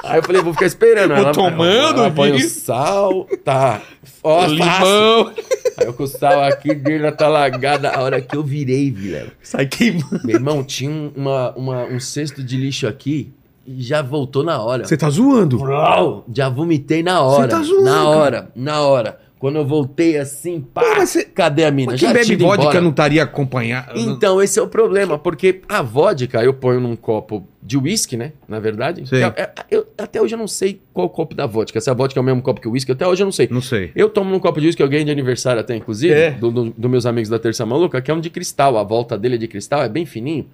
[SPEAKER 3] Aí eu falei, vou ficar esperando.
[SPEAKER 1] Vou
[SPEAKER 3] Ela,
[SPEAKER 1] tomando,
[SPEAKER 3] ela põe o
[SPEAKER 1] vi.
[SPEAKER 3] sal, tá. Ó, fácil.
[SPEAKER 1] Limão.
[SPEAKER 3] Aí eu com o sal aqui, dele na talagada, a hora que eu virei, Vilela.
[SPEAKER 1] Sai queimando.
[SPEAKER 3] Meu irmão, tinha um- uma, uma- um cesto de lixo aqui e já voltou na hora.
[SPEAKER 1] Você tá zoando?
[SPEAKER 3] Vrau! Já vomitei na hora.
[SPEAKER 1] Você tá zoando,
[SPEAKER 3] Na
[SPEAKER 1] cara.
[SPEAKER 3] hora, na hora. Quando eu voltei assim, pá,
[SPEAKER 1] Não, mas você-
[SPEAKER 3] cadê a mina?
[SPEAKER 1] Mas
[SPEAKER 3] já
[SPEAKER 1] quem bebe
[SPEAKER 3] tinha ido
[SPEAKER 1] vodka
[SPEAKER 3] embora.
[SPEAKER 1] não estaria acompanhado.
[SPEAKER 3] Então, esse é o problema, porque a vodka eu ponho num copo de uísque, né? Na verdade.
[SPEAKER 1] Sim.
[SPEAKER 3] Que é- eu- até hoje eu não sei qual o copo da vodka. Se a vodka é o mesmo copo que o uísque, até hoje eu não sei.
[SPEAKER 1] Não sei.
[SPEAKER 3] Eu tomo num copo de uísque, alguém de aniversário até, inclusive,
[SPEAKER 1] É.
[SPEAKER 3] dos do, do meus amigos da Terça Maluca, que é um de cristal. A volta dele é de cristal, é bem fininho.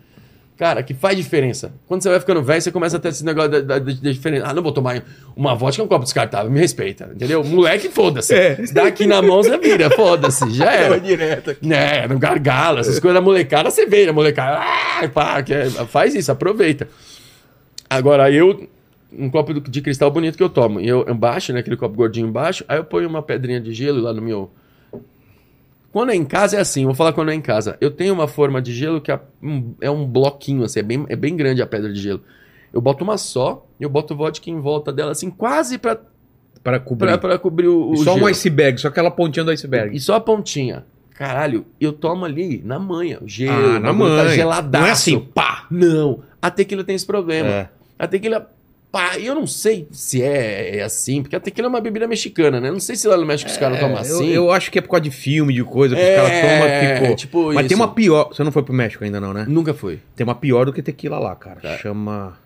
[SPEAKER 3] Cara, que faz diferença. Quando você vai ficando velho, você começa a ter esse negócio da, da- da- da diferença. Ah, não vou tomar uma vodka, um copo descartável. Me respeita, entendeu? Moleque, foda-se.
[SPEAKER 1] É.
[SPEAKER 3] Se Dá aqui na mão, você vira, foda-se. Já era. É, no gargalo, essas coisas da molecada, você vê, a molecada, ah, pá, que é- faz isso, aproveita. Agora, eu, um copo do- de cristal bonito que eu tomo, e eu embaixo, né, aquele copo gordinho embaixo, aí eu ponho uma pedrinha de gelo lá no meu... Quando é em casa é assim, vou falar quando é em casa. Eu tenho uma forma de gelo que é um, é um bloquinho, assim, é bem, é bem grande a pedra de gelo. Eu boto uma só, eu boto vodka em volta dela, assim, quase pra,
[SPEAKER 1] Pra cobrir.
[SPEAKER 3] pra, pra cobrir o, o
[SPEAKER 1] E só
[SPEAKER 3] gelo.
[SPEAKER 1] um iceberg, só aquela pontinha do iceberg.
[SPEAKER 3] E só a pontinha. Caralho, eu tomo ali na manhã. o Gelo,
[SPEAKER 1] Ah,
[SPEAKER 3] o
[SPEAKER 1] na
[SPEAKER 3] bagulho Tá
[SPEAKER 1] manha.
[SPEAKER 3] geladaço.
[SPEAKER 1] Não é assim, pá.
[SPEAKER 3] Não. A tequila tem esse problema.
[SPEAKER 1] É.
[SPEAKER 3] A tequila. Pá, eu não sei se é, é assim, porque a tequila é uma bebida mexicana, né? Não sei se lá no México os caras tomam
[SPEAKER 1] É,
[SPEAKER 3] assim.
[SPEAKER 1] Eu, eu acho que é por causa de filme, de coisa, que
[SPEAKER 3] É,
[SPEAKER 1] os caras tomam, ficou.
[SPEAKER 3] tipo
[SPEAKER 1] Mas
[SPEAKER 3] isso.
[SPEAKER 1] tem uma pior. Você não foi pro México ainda, não, né?
[SPEAKER 3] Nunca foi.
[SPEAKER 1] Tem uma pior do que tequila lá, cara.
[SPEAKER 3] É.
[SPEAKER 1] Chama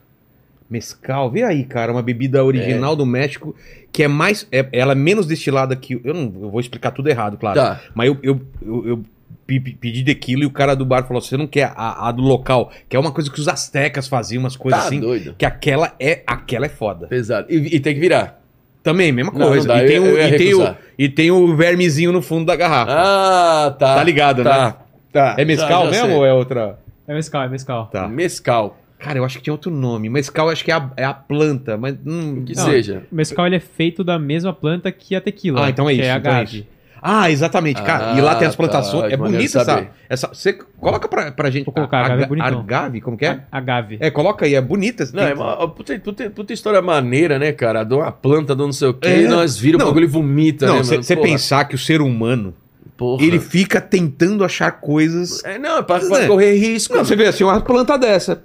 [SPEAKER 1] mescal. Vê aí, cara, uma bebida original
[SPEAKER 3] É.
[SPEAKER 1] do México que é mais, é- ela é menos destilada que eu não, eu vou explicar tudo errado, claro.
[SPEAKER 3] Tá.
[SPEAKER 1] Mas eu, eu, eu, eu pe- pe- pedi tequila e o cara do bar falou: "Você não quer a, a do local, que é uma coisa que os astecas faziam, umas coisas
[SPEAKER 3] tá
[SPEAKER 1] assim,
[SPEAKER 3] doido.
[SPEAKER 1] que aquela é, aquela é foda".
[SPEAKER 3] Pesado. E, e tem que virar.
[SPEAKER 1] Também mesma
[SPEAKER 3] Não,
[SPEAKER 1] coisa.
[SPEAKER 3] não dá,
[SPEAKER 1] e tem
[SPEAKER 3] eu-
[SPEAKER 1] o,
[SPEAKER 3] eu ia
[SPEAKER 1] e tem o-
[SPEAKER 3] recusar.
[SPEAKER 1] e tem o vermezinho no fundo da garrafa.
[SPEAKER 3] Ah, tá.
[SPEAKER 1] tá ligado, né?
[SPEAKER 3] Tá.
[SPEAKER 1] É mescal
[SPEAKER 3] Já- já
[SPEAKER 1] mesmo
[SPEAKER 3] sei.
[SPEAKER 1] ou é outra?
[SPEAKER 2] É mescal, é mescal.
[SPEAKER 1] Tá.
[SPEAKER 3] Mescal.
[SPEAKER 1] Cara, eu acho que tinha outro nome. Mescal eu acho que é a, é a planta, mas.
[SPEAKER 3] O
[SPEAKER 1] Hum,
[SPEAKER 3] que
[SPEAKER 2] Não.
[SPEAKER 3] seja.
[SPEAKER 2] O mescal ele é feito da mesma planta que a tequila.
[SPEAKER 1] Ah, então é
[SPEAKER 2] que
[SPEAKER 1] isso,
[SPEAKER 2] É
[SPEAKER 1] então é
[SPEAKER 2] agave.
[SPEAKER 1] Ah, exatamente, cara. e
[SPEAKER 3] Ah,
[SPEAKER 1] lá tem as
[SPEAKER 3] tá,
[SPEAKER 1] plantações. é
[SPEAKER 3] que maneiro
[SPEAKER 1] bonita
[SPEAKER 3] saber.
[SPEAKER 1] essa, essa. Você coloca pra, pra gente.
[SPEAKER 2] Vou colocar, agave é bonitão.
[SPEAKER 1] agave, como que é?
[SPEAKER 2] A- Agave.
[SPEAKER 1] É, coloca aí, é bonita. essa-
[SPEAKER 3] Não, é uma uma puta, puta- puta história maneira, né, cara? De uma planta, de um não sei o quê,
[SPEAKER 1] É.
[SPEAKER 3] e nós vira o
[SPEAKER 1] Não.
[SPEAKER 3] bagulho e vomita, né,
[SPEAKER 1] Não,
[SPEAKER 3] mano?
[SPEAKER 1] você você
[SPEAKER 3] Porra,
[SPEAKER 1] pensar que o ser humano,
[SPEAKER 3] Porra.
[SPEAKER 1] ele fica tentando achar coisas.
[SPEAKER 3] É, não, é pra,
[SPEAKER 1] Mas,
[SPEAKER 3] pra
[SPEAKER 1] né?
[SPEAKER 3] correr risco.
[SPEAKER 1] Não, você vê assim, uma planta dessa.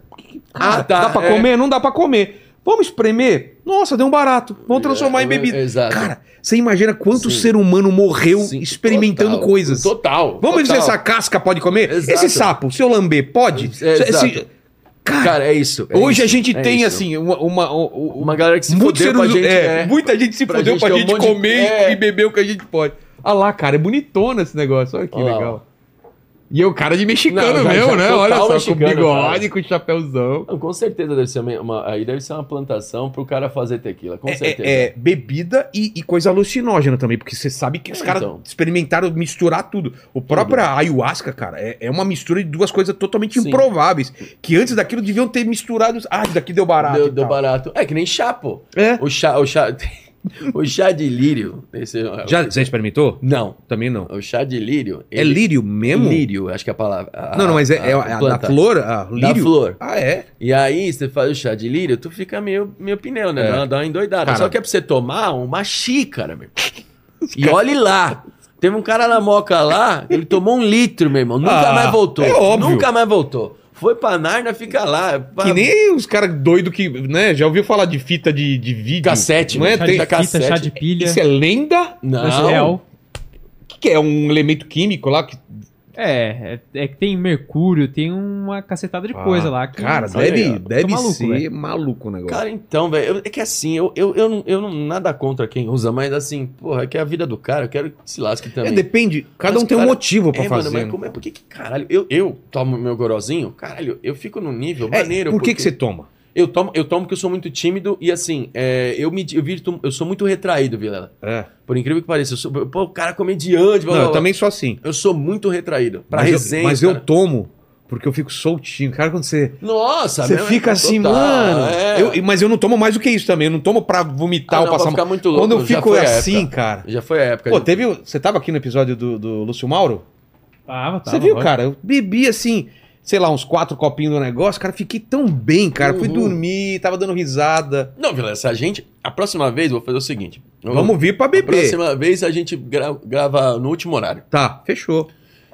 [SPEAKER 3] Ah,
[SPEAKER 1] Ah,
[SPEAKER 3] tá,
[SPEAKER 1] tá. Dá pra
[SPEAKER 3] é.
[SPEAKER 1] comer? Não dá pra comer. Vamos espremer? Nossa, deu um barato. Vamos transformar em bebida.
[SPEAKER 3] É, Exato.
[SPEAKER 1] Cara, você imagina quanto
[SPEAKER 3] Sim.
[SPEAKER 1] ser humano morreu
[SPEAKER 3] Sim,
[SPEAKER 1] experimentando
[SPEAKER 3] total,
[SPEAKER 1] coisas.
[SPEAKER 3] Total.
[SPEAKER 1] Vamos ver se
[SPEAKER 3] total.
[SPEAKER 1] essa casca pode comer?
[SPEAKER 3] Exato.
[SPEAKER 1] Esse sapo, seu lambê, pode?
[SPEAKER 3] É,
[SPEAKER 1] Esse-
[SPEAKER 3] exato.
[SPEAKER 1] Cara,
[SPEAKER 3] Cara, é isso. é
[SPEAKER 1] hoje a
[SPEAKER 3] isso,
[SPEAKER 1] gente
[SPEAKER 3] é
[SPEAKER 1] tem,
[SPEAKER 3] isso.
[SPEAKER 1] assim, uma... uma, um- um-
[SPEAKER 3] Uma galera que se
[SPEAKER 1] muitos
[SPEAKER 3] fudeu pra
[SPEAKER 1] seres-
[SPEAKER 3] gente.
[SPEAKER 1] é,
[SPEAKER 3] é.
[SPEAKER 1] Muita gente se
[SPEAKER 3] Pra
[SPEAKER 1] fudeu
[SPEAKER 3] gente
[SPEAKER 1] pra
[SPEAKER 3] ter um
[SPEAKER 1] gente
[SPEAKER 3] monte de-
[SPEAKER 1] comer e-
[SPEAKER 3] é.
[SPEAKER 1] e beber o que a gente pode. Olha lá, cara, é bonitona esse negócio. Olha que
[SPEAKER 3] Olha lá,
[SPEAKER 1] legal. E é o cara de mexicano
[SPEAKER 3] Não, já-
[SPEAKER 1] mesmo,
[SPEAKER 3] já
[SPEAKER 1] né?
[SPEAKER 3] total
[SPEAKER 1] Olha só,
[SPEAKER 3] mexicano,
[SPEAKER 1] com bigode,
[SPEAKER 3] cara.
[SPEAKER 1] com chapéuzão.
[SPEAKER 3] Não, com certeza deve ser uma, uma- aí deve ser uma plantação pro cara fazer tequila, com
[SPEAKER 1] É,
[SPEAKER 3] certeza.
[SPEAKER 1] é, é, bebida e, e coisa alucinógena também, porque você sabe que os
[SPEAKER 3] É,
[SPEAKER 1] caras
[SPEAKER 3] então.
[SPEAKER 1] experimentaram misturar tudo. O próprio ayahuasca, cara, é, é uma mistura de duas coisas totalmente
[SPEAKER 3] Sim.
[SPEAKER 1] improváveis. Que antes daquilo deviam ter misturado. Ah, isso daqui deu barato.
[SPEAKER 3] deu,
[SPEAKER 1] e
[SPEAKER 3] deu
[SPEAKER 1] tal.
[SPEAKER 3] barato. É que nem chá, pô.
[SPEAKER 1] É.
[SPEAKER 3] O chá, o chá, o chá de lírio. esse- é
[SPEAKER 1] Já, você experimentou?
[SPEAKER 3] Não,
[SPEAKER 1] Também não.
[SPEAKER 3] o chá de lírio.
[SPEAKER 1] é
[SPEAKER 3] ele-
[SPEAKER 1] lírio mesmo?
[SPEAKER 3] Lírio, acho que é a palavra. a-
[SPEAKER 1] não, não, mas é, é
[SPEAKER 3] a
[SPEAKER 1] a- da
[SPEAKER 3] planta.
[SPEAKER 1] flor? a- lírio?
[SPEAKER 3] Da flor.
[SPEAKER 1] Ah, é?
[SPEAKER 3] E aí, você faz o chá de lírio, tu fica meio, meio pneu, né?
[SPEAKER 1] É.
[SPEAKER 3] Dá, uma- dá uma endoidada.
[SPEAKER 1] Cara.
[SPEAKER 3] Só que é pra você tomar uma xícara, meu. E olhe lá. Teve um cara na moca lá, ele tomou um litro, meu irmão. Nunca
[SPEAKER 1] Ah,
[SPEAKER 3] mais voltou.
[SPEAKER 1] é óbvio.
[SPEAKER 3] Nunca mais voltou. Foi pra Narna, fica lá.
[SPEAKER 1] Que nem os caras doidos que, né? Já ouviu falar de fita de, de vídeo?
[SPEAKER 3] Cassete,
[SPEAKER 1] não é?
[SPEAKER 2] Chá
[SPEAKER 1] Tem-
[SPEAKER 2] de fita,
[SPEAKER 3] cassete.
[SPEAKER 2] chá de pilha.
[SPEAKER 1] Isso é lenda?
[SPEAKER 2] mas
[SPEAKER 3] Não.
[SPEAKER 2] real.
[SPEAKER 1] O que, que é? Um elemento químico lá que
[SPEAKER 2] É, é, é que tem mercúrio, tem uma cacetada de
[SPEAKER 1] Ah,
[SPEAKER 2] coisa lá. que-
[SPEAKER 1] Cara,
[SPEAKER 3] Olha aí, ó.
[SPEAKER 1] deve,
[SPEAKER 3] Tô
[SPEAKER 1] deve
[SPEAKER 2] maluco,
[SPEAKER 1] ser
[SPEAKER 2] velho.
[SPEAKER 1] maluco o negócio.
[SPEAKER 3] Cara, então, velho, eu- é que assim, eu, eu, eu, não, eu não nada contra quem usa, mas assim, porra, é que é a vida do cara, eu quero que se lasque
[SPEAKER 1] é,
[SPEAKER 3] também.
[SPEAKER 1] depende, cada
[SPEAKER 3] Mas,
[SPEAKER 1] um tem um
[SPEAKER 3] cara,
[SPEAKER 1] motivo pra
[SPEAKER 3] É,
[SPEAKER 1] fazer.
[SPEAKER 3] mano, mas
[SPEAKER 1] né?
[SPEAKER 3] como é? Por que, que caralho? Eu, eu tomo meu gorozinho, caralho, eu fico num nível
[SPEAKER 1] É,
[SPEAKER 3] maneiro.
[SPEAKER 1] por que, que você toma?
[SPEAKER 3] Eu tomo, eu tomo porque eu sou muito tímido e assim, é, eu me eu, virtu, eu sou muito retraído, Vilela.
[SPEAKER 1] É.
[SPEAKER 3] Por incrível que pareça, eu sou pô, o cara é comediante,
[SPEAKER 1] Não,
[SPEAKER 3] blá, blá,
[SPEAKER 1] eu
[SPEAKER 3] blá.
[SPEAKER 1] também sou assim.
[SPEAKER 3] Eu sou muito retraído. Pra
[SPEAKER 1] mas
[SPEAKER 3] resenha.
[SPEAKER 1] eu, mas eu
[SPEAKER 3] cara.
[SPEAKER 1] tomo porque eu fico soltinho. Cara, quando você.
[SPEAKER 3] Nossa,
[SPEAKER 1] você
[SPEAKER 3] mesmo,
[SPEAKER 1] fica
[SPEAKER 3] é
[SPEAKER 1] assim,
[SPEAKER 3] total,
[SPEAKER 1] mano.
[SPEAKER 3] é.
[SPEAKER 1] Eu- mas eu não tomo mais do que isso também. Eu não tomo pra vomitar
[SPEAKER 3] Ah,
[SPEAKER 1] ou
[SPEAKER 3] não, pra
[SPEAKER 1] passar
[SPEAKER 3] ficar
[SPEAKER 1] mal.
[SPEAKER 3] muito louco.
[SPEAKER 1] Quando eu
[SPEAKER 3] já
[SPEAKER 1] fico
[SPEAKER 3] foi a
[SPEAKER 1] assim,
[SPEAKER 3] época.
[SPEAKER 1] cara.
[SPEAKER 3] Já foi a época.
[SPEAKER 1] Pô,
[SPEAKER 3] de-
[SPEAKER 1] teve. Você tava aqui no episódio do, do Lúcio Mauro?
[SPEAKER 2] Tava, tava.
[SPEAKER 1] Você viu,
[SPEAKER 2] lógico.
[SPEAKER 1] cara? Eu bebi assim, sei lá, uns quatro copinhos do negócio, cara, fiquei tão bem, cara. Fui
[SPEAKER 3] Uhum.
[SPEAKER 1] dormir, tava dando risada.
[SPEAKER 3] Não, Vilela, se a gente. A próxima vez, eu vou fazer o seguinte. Eu-
[SPEAKER 1] Vamos vir pra
[SPEAKER 3] A
[SPEAKER 1] beber.
[SPEAKER 3] próxima vez a gente gra- grava no último horário.
[SPEAKER 1] Tá, fechou.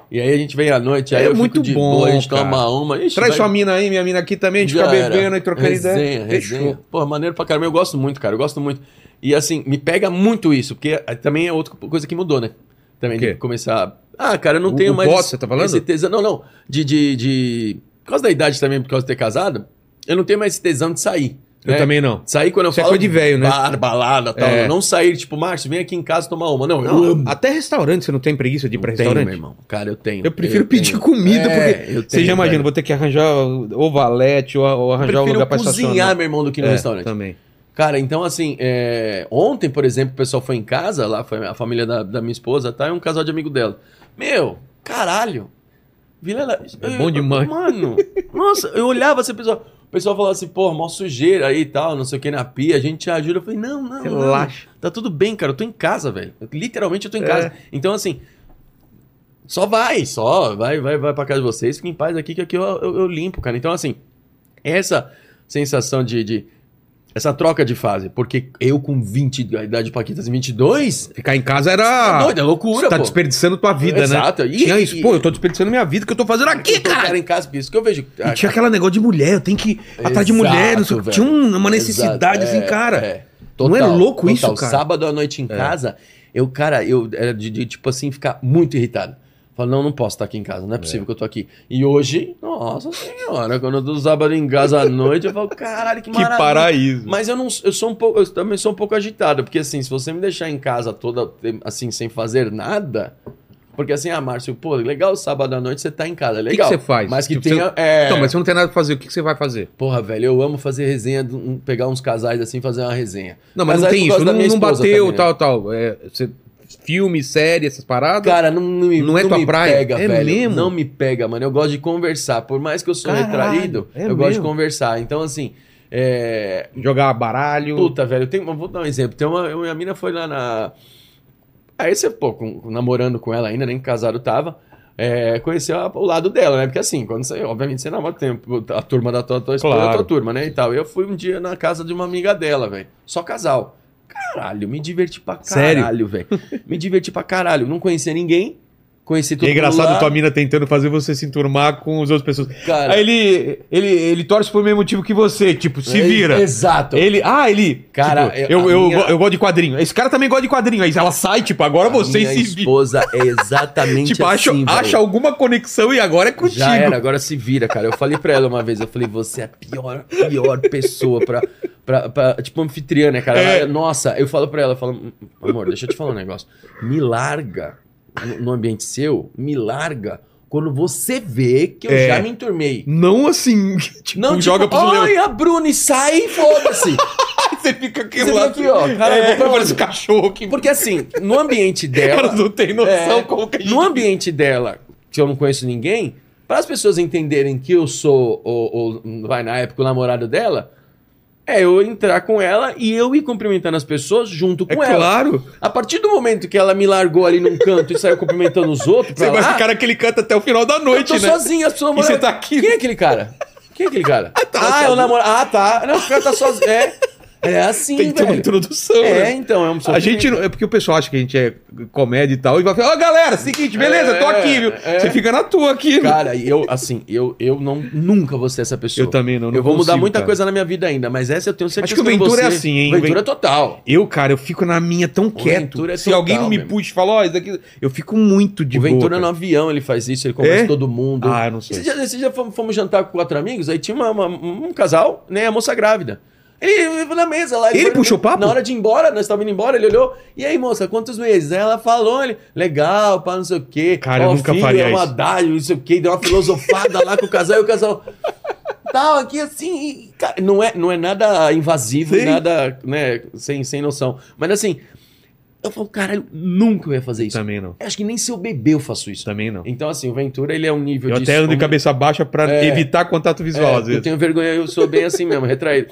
[SPEAKER 3] E aí a gente vem à noite, aí
[SPEAKER 1] É
[SPEAKER 3] eu
[SPEAKER 1] muito
[SPEAKER 3] fico de
[SPEAKER 1] bom,
[SPEAKER 3] boa, a gente
[SPEAKER 1] cara.
[SPEAKER 3] toma uma. Ixi,
[SPEAKER 1] Traz
[SPEAKER 3] vai-
[SPEAKER 1] sua mina aí, minha mina aqui também, a gente
[SPEAKER 3] Já
[SPEAKER 1] fica
[SPEAKER 3] era.
[SPEAKER 1] bebendo né, e trocando
[SPEAKER 3] Resenha,
[SPEAKER 1] ideia.
[SPEAKER 3] resenha.
[SPEAKER 1] Fechou.
[SPEAKER 3] Pô, maneiro pra caramba. Eu gosto muito, cara. Eu gosto muito. E assim, me pega muito isso, porque eh, também é outra coisa que mudou, né? Também
[SPEAKER 1] O quê?
[SPEAKER 3] de começar. Ah, cara, eu não
[SPEAKER 1] O-
[SPEAKER 3] tenho
[SPEAKER 1] o
[SPEAKER 3] mais.
[SPEAKER 1] boss, você tá falando?
[SPEAKER 3] Esse tesão. Não, não. De, de, de. Por causa da idade também, por causa de ter casado, eu não tenho mais esse tesão de sair.
[SPEAKER 1] Eu
[SPEAKER 3] né?
[SPEAKER 1] também não.
[SPEAKER 3] Sair quando eu
[SPEAKER 1] Isso é
[SPEAKER 3] falo.
[SPEAKER 1] coisa de velho, né?
[SPEAKER 3] Bar, balada tal.
[SPEAKER 1] É.
[SPEAKER 3] Não sair, tipo, Márcio, vem aqui em casa tomar uma. Não, eu
[SPEAKER 1] Não,
[SPEAKER 3] amo.
[SPEAKER 1] até restaurante, você não tem preguiça de ir pra
[SPEAKER 3] tenho,
[SPEAKER 1] restaurante?
[SPEAKER 3] meu irmão. Cara, eu tenho.
[SPEAKER 1] Eu prefiro pedir
[SPEAKER 3] tenho.
[SPEAKER 1] comida,
[SPEAKER 3] É,
[SPEAKER 1] porque.
[SPEAKER 3] eu
[SPEAKER 1] Você
[SPEAKER 3] tenho,
[SPEAKER 1] já imagina,
[SPEAKER 3] velho.
[SPEAKER 1] vou ter que arranjar ou valete ou, ou
[SPEAKER 3] Eu
[SPEAKER 1] arranjar um
[SPEAKER 3] prefiro
[SPEAKER 1] lugar pra
[SPEAKER 3] cozinhar,
[SPEAKER 1] estacionar.
[SPEAKER 3] meu irmão, do que no
[SPEAKER 1] É,
[SPEAKER 3] restaurante.
[SPEAKER 1] Também.
[SPEAKER 3] Cara, então assim, é, ontem, por exemplo, o pessoal foi em casa, lá foi a família da, da minha esposa, tá? E um casal de amigo dela. Meu, caralho! Vilela.
[SPEAKER 1] É
[SPEAKER 3] eu-
[SPEAKER 1] bom demais.
[SPEAKER 3] Mano, nossa, eu olhava esse pessoal. O pessoal falava assim, pô, mó sujeira aí e tal, não sei o que na pia, a gente te ajuda. Eu falei, não, não. não,
[SPEAKER 1] Relaxa.
[SPEAKER 3] tá tudo bem, cara, eu tô em casa, velho. Eu- Literalmente eu tô em
[SPEAKER 1] É.
[SPEAKER 3] casa. Então, assim, só vai, só vai, vai, vai pra casa de vocês, fica em paz aqui, que aqui eu, eu- eu limpo, cara. Então, assim, essa sensação de, de- Essa troca de fase, porque eu com 20, a idade de Paquitas, 22.
[SPEAKER 1] Ficar em casa
[SPEAKER 3] tá
[SPEAKER 1] era.
[SPEAKER 3] doido, é loucura,
[SPEAKER 1] você tá
[SPEAKER 3] pô.
[SPEAKER 1] desperdiçando tua vida, né?
[SPEAKER 3] Exato. E-
[SPEAKER 1] Tinha isso,
[SPEAKER 3] e-
[SPEAKER 1] pô, eu tô desperdiçando minha vida, o que eu tô fazendo aqui,
[SPEAKER 3] Eu tô,
[SPEAKER 1] cara?
[SPEAKER 3] em casa, porque isso que eu vejo. ah,
[SPEAKER 1] E tinha aquele negócio de mulher, eu tenho que ir atrás de mulher, não sei o que.
[SPEAKER 3] Exato,
[SPEAKER 1] Tinha um, uma
[SPEAKER 3] Exato,
[SPEAKER 1] necessidade,
[SPEAKER 3] é,
[SPEAKER 1] assim, cara.
[SPEAKER 3] é.
[SPEAKER 1] Não é louco isso, cara? É.
[SPEAKER 3] Sábado à noite em casa, eu, cara, eu era de, de, tipo assim, ficar muito irritado. Falo, não, não posso estar aqui em casa, não é possível que eu tô aqui. E hoje, nossa senhora, quando eu tô sábado em casa à noite, eu falo, caralho, que maravilha.
[SPEAKER 1] paraíso.
[SPEAKER 3] Mas eu não, eu sou um pouco, eu também sou um pouco agitado, porque assim, se você me deixar em casa toda assim sem fazer nada, porque assim, ah, Márcio, pô, legal, sábado à noite você tá em casa,
[SPEAKER 1] O que que
[SPEAKER 3] legal.
[SPEAKER 1] você faz?
[SPEAKER 3] Mas que
[SPEAKER 1] Tipo,
[SPEAKER 3] tenha,
[SPEAKER 1] você-
[SPEAKER 3] é,
[SPEAKER 1] Então, mas você não tem nada pra fazer, o que que você vai fazer?
[SPEAKER 3] Porra, velho, eu amo fazer resenha, do- um- pegar uns casais assim, fazer uma resenha.
[SPEAKER 1] Não, mas,
[SPEAKER 3] Mas
[SPEAKER 1] não
[SPEAKER 3] aí
[SPEAKER 1] tem
[SPEAKER 3] por causa
[SPEAKER 1] isso.
[SPEAKER 3] da
[SPEAKER 1] Não,
[SPEAKER 3] minha
[SPEAKER 1] não
[SPEAKER 3] esposa
[SPEAKER 1] bateu,
[SPEAKER 3] também, né?
[SPEAKER 1] tal, tal. É, você filme, série, essas paradas?
[SPEAKER 3] Cara, não, não me,
[SPEAKER 1] Não é tua
[SPEAKER 3] me
[SPEAKER 1] praia?
[SPEAKER 3] pega,
[SPEAKER 1] É
[SPEAKER 3] velho.
[SPEAKER 1] mesmo?
[SPEAKER 3] Não me pega, mano. Eu gosto de conversar. Por mais que eu sou
[SPEAKER 1] Caralho,
[SPEAKER 3] retraído,
[SPEAKER 1] é
[SPEAKER 3] eu gosto de
[SPEAKER 1] mesmo?
[SPEAKER 3] conversar. Então, assim, é...
[SPEAKER 1] Jogar baralho.
[SPEAKER 3] Puta, velho, tem uma- vou dar um exemplo. Tem uma, minha mina foi lá na... Aí você, pô, com- com- namorando com ela ainda, nem casado tava, é, conheceu a- o lado dela, né? Porque assim, quando você, obviamente, você namora tem a turma da tua, tua esposa,
[SPEAKER 1] Claro.
[SPEAKER 3] a tua turma, né? E tal. Eu fui um dia na casa de uma amiga dela, velho. Só casal. Caralho, me diverti pra
[SPEAKER 1] Sério?
[SPEAKER 3] caralho, velho. Me diverti pra caralho. Não conhecia ninguém. Conheci
[SPEAKER 1] E
[SPEAKER 3] todo
[SPEAKER 1] é engraçado
[SPEAKER 3] mundo
[SPEAKER 1] tua
[SPEAKER 3] lá.
[SPEAKER 1] mina tentando fazer você se enturmar com as outras pessoas.
[SPEAKER 3] Cara,
[SPEAKER 1] Aí ele, ele, ele torce pro mesmo motivo que você, tipo, se
[SPEAKER 3] é-
[SPEAKER 1] vira.
[SPEAKER 3] Exato.
[SPEAKER 1] Ele, ah, ele.
[SPEAKER 3] Cara,
[SPEAKER 1] tipo,
[SPEAKER 3] eu-
[SPEAKER 1] eu,
[SPEAKER 3] a
[SPEAKER 1] eu,
[SPEAKER 3] minha-
[SPEAKER 1] go- eu gosto de quadrinho. Esse cara também gosta de quadrinho. Aí ela sai, tipo, agora você
[SPEAKER 3] minha
[SPEAKER 1] se vira.
[SPEAKER 3] esposa é exatamente
[SPEAKER 1] Tipo, acha,
[SPEAKER 3] assim, velho.
[SPEAKER 1] acha alguma conexão e agora é contigo.
[SPEAKER 3] Já era, agora se vira, cara. Eu falei pra ela uma vez, eu falei, você é a pior, pior pessoa pra, pra, pra- tipo, anfitriã, né, cara?
[SPEAKER 1] É.
[SPEAKER 3] Ela- Nossa, eu falo pra ela, eu falo, amor, deixa eu te falar um negócio. Me larga no- no ambiente seu, me larga quando você vê que eu
[SPEAKER 1] É.
[SPEAKER 3] já me enturmei.
[SPEAKER 1] Não assim, tipo,
[SPEAKER 3] Não,
[SPEAKER 1] joga
[SPEAKER 3] tipo,
[SPEAKER 1] pro seu
[SPEAKER 3] ai, a Bruni, sai e foda-se.
[SPEAKER 1] Você fica aqui,
[SPEAKER 3] Você
[SPEAKER 1] lá,
[SPEAKER 3] fica aqui, ó, cara,
[SPEAKER 1] é,
[SPEAKER 3] vou pra
[SPEAKER 1] parece
[SPEAKER 3] onde?
[SPEAKER 1] cachorro que
[SPEAKER 3] Porque assim, no ambiente
[SPEAKER 1] caras
[SPEAKER 3] dela...
[SPEAKER 1] não tem noção
[SPEAKER 3] É.
[SPEAKER 1] como que a gente...
[SPEAKER 3] No ambiente dela, que eu não conheço ninguém, para as pessoas entenderem que eu sou, ou, ou, vai na época, o namorado dela, é eu entrar com ela e eu ir cumprimentando as pessoas junto
[SPEAKER 1] É
[SPEAKER 3] com ela.
[SPEAKER 1] claro,
[SPEAKER 3] A partir do momento que ela me largou ali num canto e saiu cumprimentando os outros, pra
[SPEAKER 1] você vai
[SPEAKER 3] lá,
[SPEAKER 1] ficar naquele canto até o final da
[SPEAKER 3] eu
[SPEAKER 1] noite,
[SPEAKER 3] tô
[SPEAKER 1] né?
[SPEAKER 3] sozinho, as pessoas
[SPEAKER 1] E você
[SPEAKER 3] namoram-
[SPEAKER 1] tá aqui.
[SPEAKER 3] Quem é aquele cara? Quem é aquele cara? ah,
[SPEAKER 1] tá,
[SPEAKER 3] é
[SPEAKER 1] tá.
[SPEAKER 3] o namorado. Ah, tá. Não, o cara tá sozinho. É, é assim,
[SPEAKER 1] Tem que ter uma
[SPEAKER 3] velho.
[SPEAKER 1] introdução,
[SPEAKER 3] É,
[SPEAKER 1] né?
[SPEAKER 3] então, é um
[SPEAKER 1] A gente não- É porque o pessoal acha que a gente é comédia e tal, e vai falar, ó galera, seguinte, beleza, tô
[SPEAKER 3] É,
[SPEAKER 1] aqui, viu?
[SPEAKER 3] é.
[SPEAKER 1] Você fica na tua aqui, né?
[SPEAKER 3] Cara, eu, assim, eu, eu não, nunca vou ser essa pessoa.
[SPEAKER 1] Eu também não, não
[SPEAKER 3] eu vou mudar
[SPEAKER 1] consigo,
[SPEAKER 3] muita
[SPEAKER 1] cara.
[SPEAKER 3] coisa na minha vida ainda, mas essa eu tenho
[SPEAKER 1] Acho
[SPEAKER 3] certeza
[SPEAKER 1] que o
[SPEAKER 3] eu não
[SPEAKER 1] Ventura
[SPEAKER 3] vou
[SPEAKER 1] é
[SPEAKER 3] ser.
[SPEAKER 1] assim, hein?
[SPEAKER 3] Ventura
[SPEAKER 1] Ven-
[SPEAKER 3] total.
[SPEAKER 1] Eu, cara, eu fico na minha tão quieto.
[SPEAKER 3] Ventura é
[SPEAKER 1] Se
[SPEAKER 3] total
[SPEAKER 1] alguém não me
[SPEAKER 3] mesmo.
[SPEAKER 1] puxa e fala, ó, isso daqui. Eu fico muito de
[SPEAKER 3] o
[SPEAKER 1] boa.
[SPEAKER 3] Ventura é
[SPEAKER 1] cara.
[SPEAKER 3] no avião, ele faz isso, ele
[SPEAKER 1] É?
[SPEAKER 3] conversa com todo mundo.
[SPEAKER 1] Ah, eu não
[SPEAKER 3] E
[SPEAKER 1] sei.
[SPEAKER 3] Esse dia, esse dia fomos, fomos jantar com quatro amigos, aí tinha uma- uma- um casal, né, a moça grávida. Ele ele na mesa lá.
[SPEAKER 1] Ele
[SPEAKER 3] falou-
[SPEAKER 1] puxou papo?
[SPEAKER 3] Na hora de ir embora, nós estávamos indo embora, ele olhou. E aí, moça, quantos meses? Aí ela falou, ele, legal, pá, não sei o quê.
[SPEAKER 1] Cara, eu
[SPEAKER 3] Ó,
[SPEAKER 1] nunca
[SPEAKER 3] filho,
[SPEAKER 1] faria
[SPEAKER 3] é uma
[SPEAKER 1] isso.
[SPEAKER 3] dádiva, não sei o quê. Deu uma filosofada lá com o casal e o casal. Tal, aqui assim. e, cara, não, é, não é nada invasivo,
[SPEAKER 1] Sim.
[SPEAKER 3] nada, né, sem, sem noção. Mas assim, eu falo, caralho, nunca eu ia fazer isso.
[SPEAKER 1] Também não.
[SPEAKER 3] Eu Acho que nem se eu beber eu faço isso.
[SPEAKER 1] Também não.
[SPEAKER 3] Então, assim, o Ventura, ele é um nível
[SPEAKER 1] Eu
[SPEAKER 3] de...
[SPEAKER 1] até ando de
[SPEAKER 3] escom-
[SPEAKER 1] cabeça baixa pra
[SPEAKER 3] É.
[SPEAKER 1] evitar contato visual, às
[SPEAKER 3] é, Eu
[SPEAKER 1] vezes.
[SPEAKER 3] tenho vergonha, eu sou bem assim mesmo, retraído.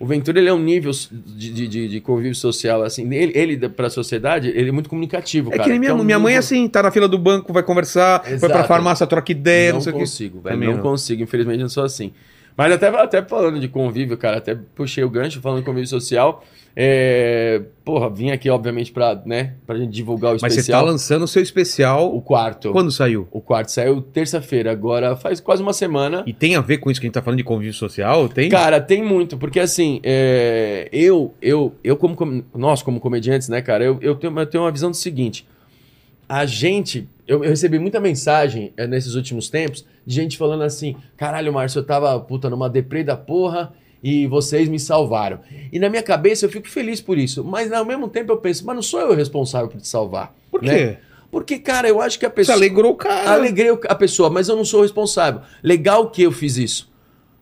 [SPEAKER 3] O Ventura, ele é um nível de, de, de- de convívio social, assim. Ele, ele pra sociedade, ele é muito comunicativo,
[SPEAKER 1] É
[SPEAKER 3] cara.
[SPEAKER 1] que nem minha,
[SPEAKER 3] Então,
[SPEAKER 1] minha mãe é
[SPEAKER 3] nível-
[SPEAKER 1] assim, tá na fila do banco, vai conversar, vai pra
[SPEAKER 3] Exato.
[SPEAKER 1] farmácia, troca ideia, é, não,
[SPEAKER 3] não
[SPEAKER 1] sei o quê.
[SPEAKER 3] consigo, velho.
[SPEAKER 1] Também
[SPEAKER 3] Não,
[SPEAKER 1] não.
[SPEAKER 3] consigo, infelizmente não sou assim. Mas até, até falando de convívio, cara, até puxei o gancho falando de convívio social. É... Porra, vim aqui, obviamente, pra, né, pra gente divulgar o
[SPEAKER 1] Mas você tá
[SPEAKER 3] especial.
[SPEAKER 1] lançando o seu especial
[SPEAKER 3] O quarto.
[SPEAKER 1] quando saiu?
[SPEAKER 3] O quarto saiu terça-feira, agora faz quase uma semana.
[SPEAKER 1] E tem a ver com isso que a gente tá falando de convívio social? Tem?
[SPEAKER 3] Cara, tem muito, porque assim, é, eu, eu, eu como, com- nós como comediantes, né, cara, eu, eu, tenho, eu tenho uma visão do seguinte, a gente, eu, eu recebi muita mensagem é, nesses últimos tempos, de gente falando assim, caralho, Márcio, eu tava, puta, numa deprê da porra e vocês me salvaram. E na minha cabeça eu fico feliz por isso, mas ao mesmo tempo eu penso, mas não sou eu o responsável por te salvar.
[SPEAKER 1] Por
[SPEAKER 3] né?
[SPEAKER 1] quê?
[SPEAKER 3] Porque, cara, eu acho que a
[SPEAKER 1] Você
[SPEAKER 3] pessoa...
[SPEAKER 1] alegrou o cara.
[SPEAKER 3] É. Alegrei o- a pessoa, mas eu não sou o responsável. Legal que eu fiz isso.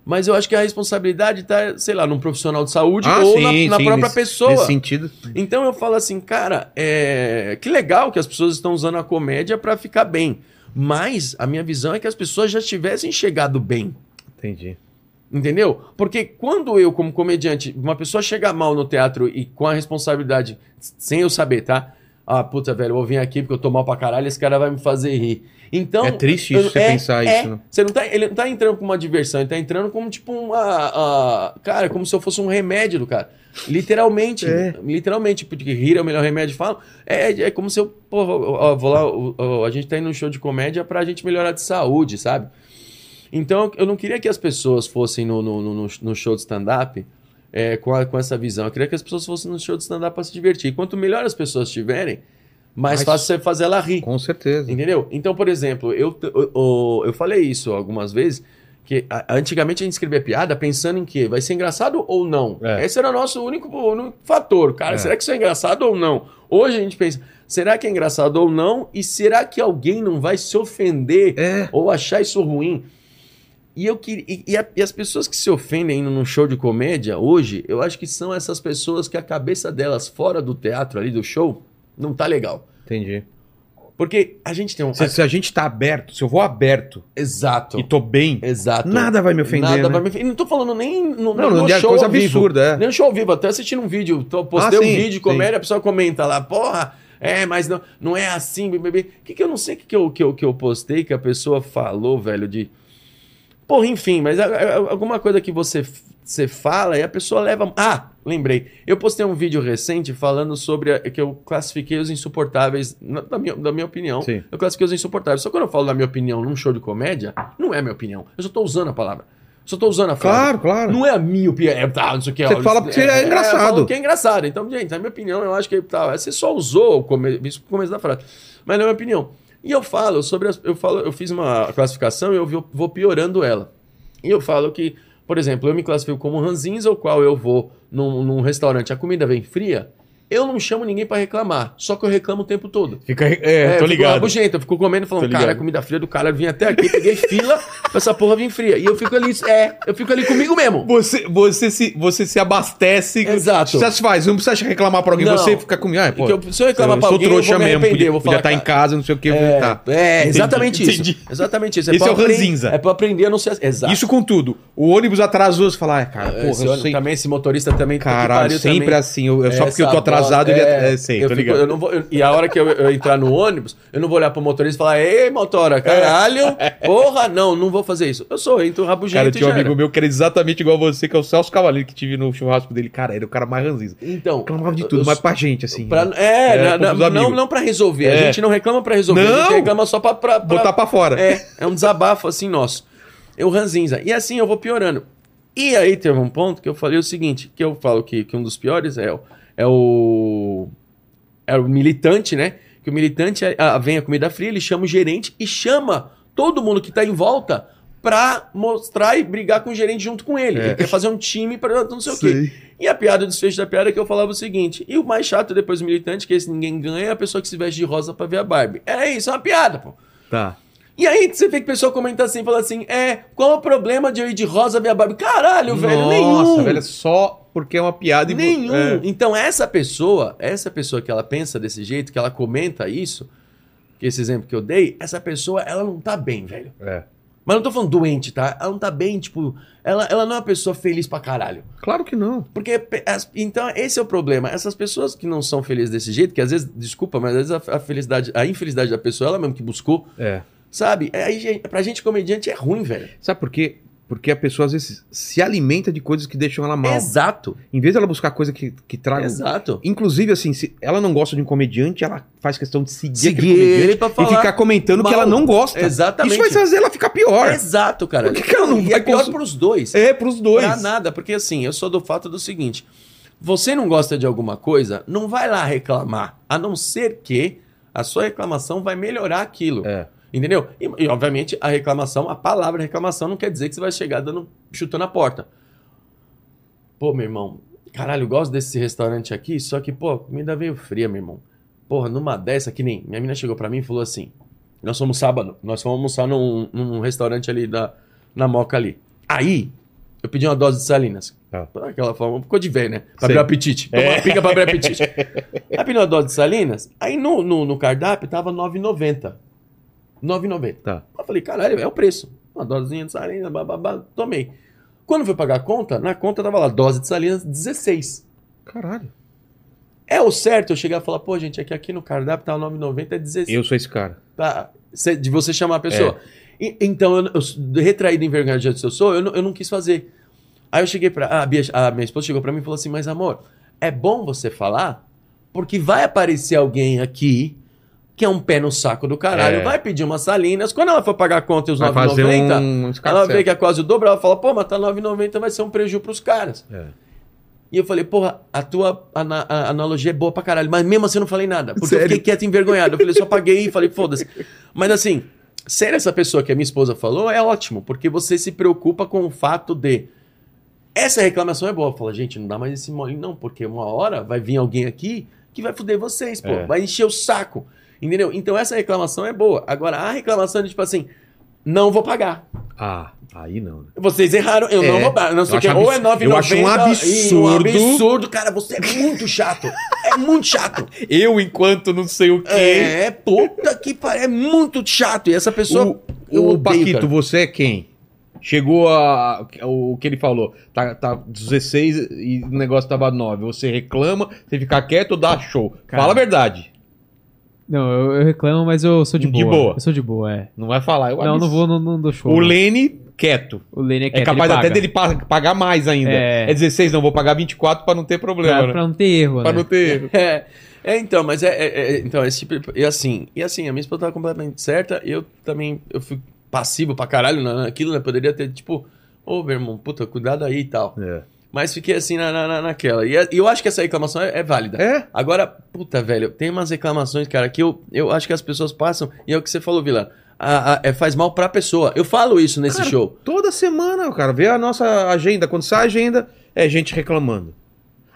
[SPEAKER 3] Mas eu acho que a responsabilidade tá, sei lá, num profissional de saúde
[SPEAKER 1] Ah,
[SPEAKER 3] ou
[SPEAKER 1] sim,
[SPEAKER 3] na, na
[SPEAKER 1] sim,
[SPEAKER 3] própria
[SPEAKER 1] nesse-
[SPEAKER 3] pessoa.
[SPEAKER 1] Nesse sentido.
[SPEAKER 3] Então eu falo assim, cara, é, que legal que as pessoas estão usando a comédia pra ficar bem. Mas a minha visão é que as pessoas já tivessem chegado bem.
[SPEAKER 1] Entendi.
[SPEAKER 3] Entendeu? Porque quando eu, como comediante, uma pessoa chega mal no teatro e com a responsabilidade, sem eu saber, tá? Ah, puta, velho, eu vou vir aqui porque eu tô mal pra caralho, esse cara vai me fazer rir. Então.
[SPEAKER 1] é triste isso,
[SPEAKER 3] eu-
[SPEAKER 1] você
[SPEAKER 3] é-
[SPEAKER 1] pensar
[SPEAKER 3] é.
[SPEAKER 1] isso, né?
[SPEAKER 3] Você não tá, ele não tá entrando com uma diversão, ele tá entrando como tipo uma. a- cara, como se eu fosse um remédio do cara. Literalmente.
[SPEAKER 1] É.
[SPEAKER 3] Literalmente, porque rir é o melhor remédio, falo. É, é como se eu. Pô, ó, ó, vou lá, ó, ó, a gente tá indo num show de comédia pra gente melhorar de saúde, sabe? Então eu não queria que as pessoas fossem no, no, no- no- no show de stand-up é, com, a- com essa visão. Eu queria que as pessoas fossem no show de stand-up pra se divertir. Quanto melhor as pessoas estiverem, mais
[SPEAKER 1] Mas-
[SPEAKER 3] fácil você fazer ela rir.
[SPEAKER 1] Com certeza.
[SPEAKER 3] Entendeu? Então, por exemplo, eu, eu, eu, eu falei isso algumas vezes, que a- antigamente a gente escrevia piada pensando em que vai ser engraçado ou não.
[SPEAKER 1] É.
[SPEAKER 3] Esse era o nosso único, único fator. Cara,
[SPEAKER 1] É.
[SPEAKER 3] será que isso é engraçado ou não? Hoje a gente pensa, será que é engraçado ou não? E será que alguém não vai se ofender
[SPEAKER 1] É.
[SPEAKER 3] ou achar isso ruim? E, eu queria, e, e a- e as pessoas que se ofendem indo num show de comédia hoje, eu acho que são essas pessoas que a cabeça delas fora do teatro ali, do show, não tá legal.
[SPEAKER 1] Entendi.
[SPEAKER 3] Porque a gente tem um.
[SPEAKER 1] Se, se a gente tá aberto, se eu vou aberto
[SPEAKER 3] Exato.
[SPEAKER 1] e tô bem,
[SPEAKER 3] Exato.
[SPEAKER 1] nada vai me ofender.
[SPEAKER 3] Nada
[SPEAKER 1] né?
[SPEAKER 3] vai me ofender. Não tô falando nem no,
[SPEAKER 1] Não,
[SPEAKER 3] no
[SPEAKER 1] não, é
[SPEAKER 3] show
[SPEAKER 1] coisa
[SPEAKER 3] ao vivo. Né,
[SPEAKER 1] absurda, é.
[SPEAKER 3] Nem no show ao vivo, até assistindo um vídeo. Tô, postei
[SPEAKER 1] Ah,
[SPEAKER 3] um
[SPEAKER 1] sim,
[SPEAKER 3] vídeo de comédia, a pessoa comenta lá, porra, é, mas não, não é assim, bebê. O que, que eu não sei o que, que, eu, que, eu, que eu postei que a pessoa falou, velho, de. Porra, enfim, mas a- a- alguma coisa que você, f- você fala e a pessoa leva. Ah, lembrei. Eu postei um vídeo recente falando sobre. a- que eu classifiquei os insuportáveis, na, da, minha, da minha opinião.
[SPEAKER 1] Sim.
[SPEAKER 3] Eu classifiquei os insuportáveis. Só quando eu falo da minha opinião num show de comédia, não é a minha opinião. Eu só tô usando a palavra. Só tô usando a frase.
[SPEAKER 1] Claro, claro.
[SPEAKER 3] Não é a minha opinião. É, tá, não sei o que.
[SPEAKER 1] Você
[SPEAKER 3] ó,
[SPEAKER 1] fala porque é engraçado.
[SPEAKER 3] eu falo que é engraçado. Então, gente, na minha opinião, eu acho que tá, você só usou o come- isso no começo da frase. Mas na minha opinião. E eu falo sobre. as- eu, falo, eu fiz uma classificação e eu vi- vou piorando ela. E eu falo que, por exemplo, eu me classifico como ranzinza, o qual eu vou num, num restaurante, a comida vem fria. Eu não chamo ninguém pra reclamar, só que eu reclamo o tempo todo.
[SPEAKER 1] Fica, é,
[SPEAKER 3] É,
[SPEAKER 1] tô
[SPEAKER 3] eu fico lá,
[SPEAKER 1] ligado.
[SPEAKER 3] Nojento, eu fico comendo e
[SPEAKER 1] Tô
[SPEAKER 3] falando,
[SPEAKER 1] ligado.
[SPEAKER 3] cara, comida fria do cara, eu vim até aqui, peguei fila pra essa porra vir fria. E eu fico ali, é, eu fico ali comigo mesmo.
[SPEAKER 1] Você, você, se, você se abastece.
[SPEAKER 3] Exato.
[SPEAKER 1] se satisfaz. Não precisa reclamar pra alguém.
[SPEAKER 3] Não.
[SPEAKER 1] Você fica com. Ah, pô,
[SPEAKER 3] Porque eu- se eu reclamar pra alguém, eu vou me arrepender,
[SPEAKER 1] Podia,
[SPEAKER 3] eu vou
[SPEAKER 1] podia
[SPEAKER 3] falar,
[SPEAKER 1] tá em
[SPEAKER 3] cara,
[SPEAKER 1] casa, não sei o que.
[SPEAKER 3] É,
[SPEAKER 1] tá.
[SPEAKER 3] é,
[SPEAKER 1] Entendi,
[SPEAKER 3] exatamente
[SPEAKER 1] entendi.
[SPEAKER 3] isso. Exatamente isso.
[SPEAKER 1] Esse
[SPEAKER 3] pra
[SPEAKER 1] é o
[SPEAKER 3] aprender-
[SPEAKER 1] ranzinza.
[SPEAKER 3] É pra aprender a não ser... Exato. É,
[SPEAKER 1] Isso com tudo. O ônibus atrasou, você fala, ah, cara, porra,
[SPEAKER 3] esse,
[SPEAKER 1] eu
[SPEAKER 3] ônibus
[SPEAKER 1] sei.
[SPEAKER 3] também, esse motorista também...
[SPEAKER 1] Caralho,
[SPEAKER 3] que pariu
[SPEAKER 1] sempre
[SPEAKER 3] também. É
[SPEAKER 1] assim. Eu, eu- só
[SPEAKER 3] Essa
[SPEAKER 1] porque eu tô atrasado,
[SPEAKER 3] bosta,
[SPEAKER 1] ele. É, é, sei,
[SPEAKER 3] eu
[SPEAKER 1] tô
[SPEAKER 3] fico-
[SPEAKER 1] ligado.
[SPEAKER 3] eu não vou- eu- e a hora que eu, eu entrar no ônibus, eu não vou olhar pro motorista e falar, ei,
[SPEAKER 1] É.
[SPEAKER 3] motora, caralho, porra, não, não vou fazer isso. Eu sou, eu entro rabugento
[SPEAKER 1] Cara, eu
[SPEAKER 3] e
[SPEAKER 1] tinha um
[SPEAKER 3] já era.
[SPEAKER 1] amigo meu que era exatamente igual a você, que é o Celso Cavaleiro, que tive no churrasco dele. Cara, era o cara mais ranzinho.
[SPEAKER 3] Então...
[SPEAKER 1] Reclamava de
[SPEAKER 3] eu-
[SPEAKER 1] tudo,
[SPEAKER 3] eu
[SPEAKER 1] mas pra gente, assim.
[SPEAKER 3] Pra-
[SPEAKER 1] né?
[SPEAKER 3] é,
[SPEAKER 1] É,
[SPEAKER 3] na-
[SPEAKER 1] com os
[SPEAKER 3] na- não,
[SPEAKER 1] amigos.
[SPEAKER 3] não pra resolver. A
[SPEAKER 1] É.
[SPEAKER 3] gente não reclama pra resolver. A gente
[SPEAKER 1] Não!
[SPEAKER 3] reclama só pra. pra- pra-
[SPEAKER 1] Botar pra fora.
[SPEAKER 3] É, é um desabafo assim nosso. Eu ranzinza. E assim eu vou piorando. E aí teve um ponto que eu falei o seguinte: que eu falo que, que um dos piores é, o- é o. É o militante, né? Que o militante é- ah, vem a comida fria, ele chama o gerente e chama todo mundo que tá em volta pra mostrar e brigar com o gerente junto com ele.
[SPEAKER 1] É.
[SPEAKER 3] Ele quer fazer um time pra não sei o quê.
[SPEAKER 1] Sei.
[SPEAKER 3] E a piada, o desfecho da piada é que eu falava o seguinte: e o mais chato depois do militante, que esse ninguém ganha, é a pessoa que se veste de rosa pra ver a Barbie. É isso, é uma piada, pô.
[SPEAKER 1] Tá.
[SPEAKER 3] E aí você vê que o pessoal comenta assim, fala assim: é, qual é o problema de eu ir de rosa ver a Barbie? Caralho, velho, nenhum.
[SPEAKER 1] Nossa, velho, é só porque é uma piada e.
[SPEAKER 3] Nenhum.
[SPEAKER 1] É.
[SPEAKER 3] Então, essa pessoa, essa pessoa que ela pensa desse jeito, que ela comenta isso, que esse exemplo que eu dei, essa pessoa, ela não tá bem, velho.
[SPEAKER 1] É.
[SPEAKER 3] Mas não tô falando doente, tá? Ela não tá bem, tipo, ela, ela não é uma pessoa feliz pra caralho.
[SPEAKER 1] Claro que não.
[SPEAKER 3] Porque pe- as- então esse é o problema. Essas pessoas que não são felizes desse jeito, que às vezes, desculpa, mas às vezes a, a felicidade, a infelicidade da pessoa, ela mesmo que buscou,
[SPEAKER 1] É.
[SPEAKER 3] sabe? É, aí, gente, pra gente comediante é ruim, velho.
[SPEAKER 1] Sabe por quê? Porque a pessoa às vezes se alimenta de coisas que deixam ela mal.
[SPEAKER 3] Exato.
[SPEAKER 1] Em vez dela buscar coisa que, que traga.
[SPEAKER 3] Exato.
[SPEAKER 1] Inclusive, assim, se ela não gosta de um comediante, ela faz questão de seguir,
[SPEAKER 3] Seguir
[SPEAKER 1] aquele comediante
[SPEAKER 3] ele pra
[SPEAKER 1] e
[SPEAKER 3] falar.
[SPEAKER 1] ficar comentando
[SPEAKER 3] mal.
[SPEAKER 1] que ela não gosta.
[SPEAKER 3] Exatamente.
[SPEAKER 1] Isso vai fazer ela ficar pior.
[SPEAKER 3] Exato, cara.
[SPEAKER 1] Por que que ela não
[SPEAKER 3] e
[SPEAKER 1] vai
[SPEAKER 3] é pior
[SPEAKER 1] cons-
[SPEAKER 3] pros dois.
[SPEAKER 1] É, pros dois.
[SPEAKER 3] Pra nada, porque assim, eu sou do fato do seguinte: você não gosta de alguma coisa, não vai lá reclamar, a não ser que a sua reclamação vai melhorar aquilo.
[SPEAKER 1] É.
[SPEAKER 3] Entendeu? E, e, obviamente a reclamação, a palavra reclamação não quer dizer que você vai chegar dando chutando a porta. Pô, meu irmão, caralho, eu gosto desse restaurante aqui, só que, pô, a comida veio fria, meu irmão. Porra, numa dessa, que nem. Minha mina chegou pra mim e falou assim: Nós fomos sábado, nós fomos almoçar num, num restaurante ali da, na Moca ali. Aí, eu pedi uma dose de salinas.
[SPEAKER 1] Tá.
[SPEAKER 3] Por Aquela forma, ficou de velho, né?
[SPEAKER 1] Sei.
[SPEAKER 3] Pra abrir o apetite. Toma uma pica pra abrir o apetite. Aí pedi uma dose de salinas, aí no, no, no cardápio tava 9,90. 9,90.
[SPEAKER 1] Tá.
[SPEAKER 3] Eu falei, caralho, é o preço. Uma dosezinha de salinas, bababá, tomei. Quando fui pagar a conta, na conta tava lá, dose de salinas 16.
[SPEAKER 1] Caralho.
[SPEAKER 3] É o certo eu chegar e falar, pô, gente, é que aqui no cardápio tá 9,90, é 16.
[SPEAKER 1] Eu sou esse cara.
[SPEAKER 3] Tá, cê- de você chamar a pessoa.
[SPEAKER 1] É.
[SPEAKER 3] E- então, eu, eu, retraído e envergonhado diante do seu sou, eu não, eu não quis fazer. Aí eu cheguei pra. A, Bia, a minha esposa chegou pra mim e falou assim: Mas amor, é bom você falar, porque vai aparecer alguém aqui que é um pé no saco do caralho,
[SPEAKER 1] É.
[SPEAKER 3] vai pedir umas salinas. Quando ela for pagar a conta e os
[SPEAKER 1] Vai fazer
[SPEAKER 3] 9,90,
[SPEAKER 1] um
[SPEAKER 3] ela vê
[SPEAKER 1] escarcel.
[SPEAKER 3] que é quase o dobro, ela fala: Pô, mas tá 9,90, vai ser um prejuízo pros caras.
[SPEAKER 1] É.
[SPEAKER 3] E eu falei, porra, a tua ana- a analogia é boa pra caralho, mas mesmo assim eu não falei nada. Porque eu
[SPEAKER 1] Sério?
[SPEAKER 3] fiquei quieto e envergonhado. Eu falei, só paguei e falei, foda-se. Mas assim, ser essa pessoa que a minha esposa falou é ótimo, porque você se preocupa com o fato de. Essa reclamação é boa. Fala, gente, não dá mais esse molinho, não, porque uma hora vai vir alguém aqui que vai foder vocês, pô.
[SPEAKER 1] É.
[SPEAKER 3] Vai encher o saco. Entendeu? Então essa reclamação é boa. Agora, a reclamação de tipo assim, não vou pagar.
[SPEAKER 1] Ah. Aí não, né?
[SPEAKER 3] Vocês erraram, eu não
[SPEAKER 1] É.
[SPEAKER 3] roubar, não sei
[SPEAKER 1] Eu
[SPEAKER 3] o que.
[SPEAKER 1] acho
[SPEAKER 3] Ou é
[SPEAKER 1] abs- eu acho um
[SPEAKER 3] 9,90 e um
[SPEAKER 1] absurdo.
[SPEAKER 3] absurdo, cara, você é muito chato. É muito chato.
[SPEAKER 1] Eu, enquanto não sei o quê.
[SPEAKER 3] É, puta que pariu, é muito chato. E essa pessoa.
[SPEAKER 1] O, o Paquito,
[SPEAKER 3] cara.
[SPEAKER 1] você é quem? Chegou a. O, o que ele falou? Tá, tá 16 e o negócio tava 9. Você reclama, você fica quieto ou dá show?
[SPEAKER 2] Cara.
[SPEAKER 1] Fala a verdade.
[SPEAKER 2] Não, eu, eu reclamo, mas eu sou de
[SPEAKER 1] De
[SPEAKER 2] boa.
[SPEAKER 1] boa.
[SPEAKER 2] Eu sou de boa, é.
[SPEAKER 1] Não vai falar. Eu
[SPEAKER 2] Não, não vou, não, não dou show.
[SPEAKER 1] O Lene, quieto.
[SPEAKER 2] O Lene é,
[SPEAKER 1] É
[SPEAKER 2] quieto,
[SPEAKER 1] capaz
[SPEAKER 2] ele
[SPEAKER 1] até
[SPEAKER 2] paga.
[SPEAKER 1] dele pa- pagar mais ainda. É...
[SPEAKER 2] É.
[SPEAKER 1] 16, não, vou pagar 24 pra não ter problema,
[SPEAKER 2] Pra,
[SPEAKER 1] né?
[SPEAKER 2] pra não ter erro,
[SPEAKER 1] Pra
[SPEAKER 2] né?
[SPEAKER 1] não ter erro.
[SPEAKER 3] É, é, então, mas é, é- é- então esse tipo, e assim, e assim, a minha esposa tava completamente certa, eu também, eu fui passivo pra caralho na- naquilo, né, poderia ter, tipo, ô, meu irmão, puta, cuidado aí e
[SPEAKER 2] É.
[SPEAKER 3] tal, mas fiquei assim na, na- na- naquela, e, é- e eu acho que essa reclamação é, é válida.
[SPEAKER 1] É?
[SPEAKER 3] Agora, puta, velho, tem umas reclamações, cara, que eu, eu acho que as pessoas passam, e é o que você falou, Vila, a- a- é, faz mal pra pessoa, eu falo isso nesse
[SPEAKER 1] Cara,
[SPEAKER 3] show.
[SPEAKER 1] Toda semana, cara, vê a nossa agenda. Quando sai a agenda, é gente reclamando.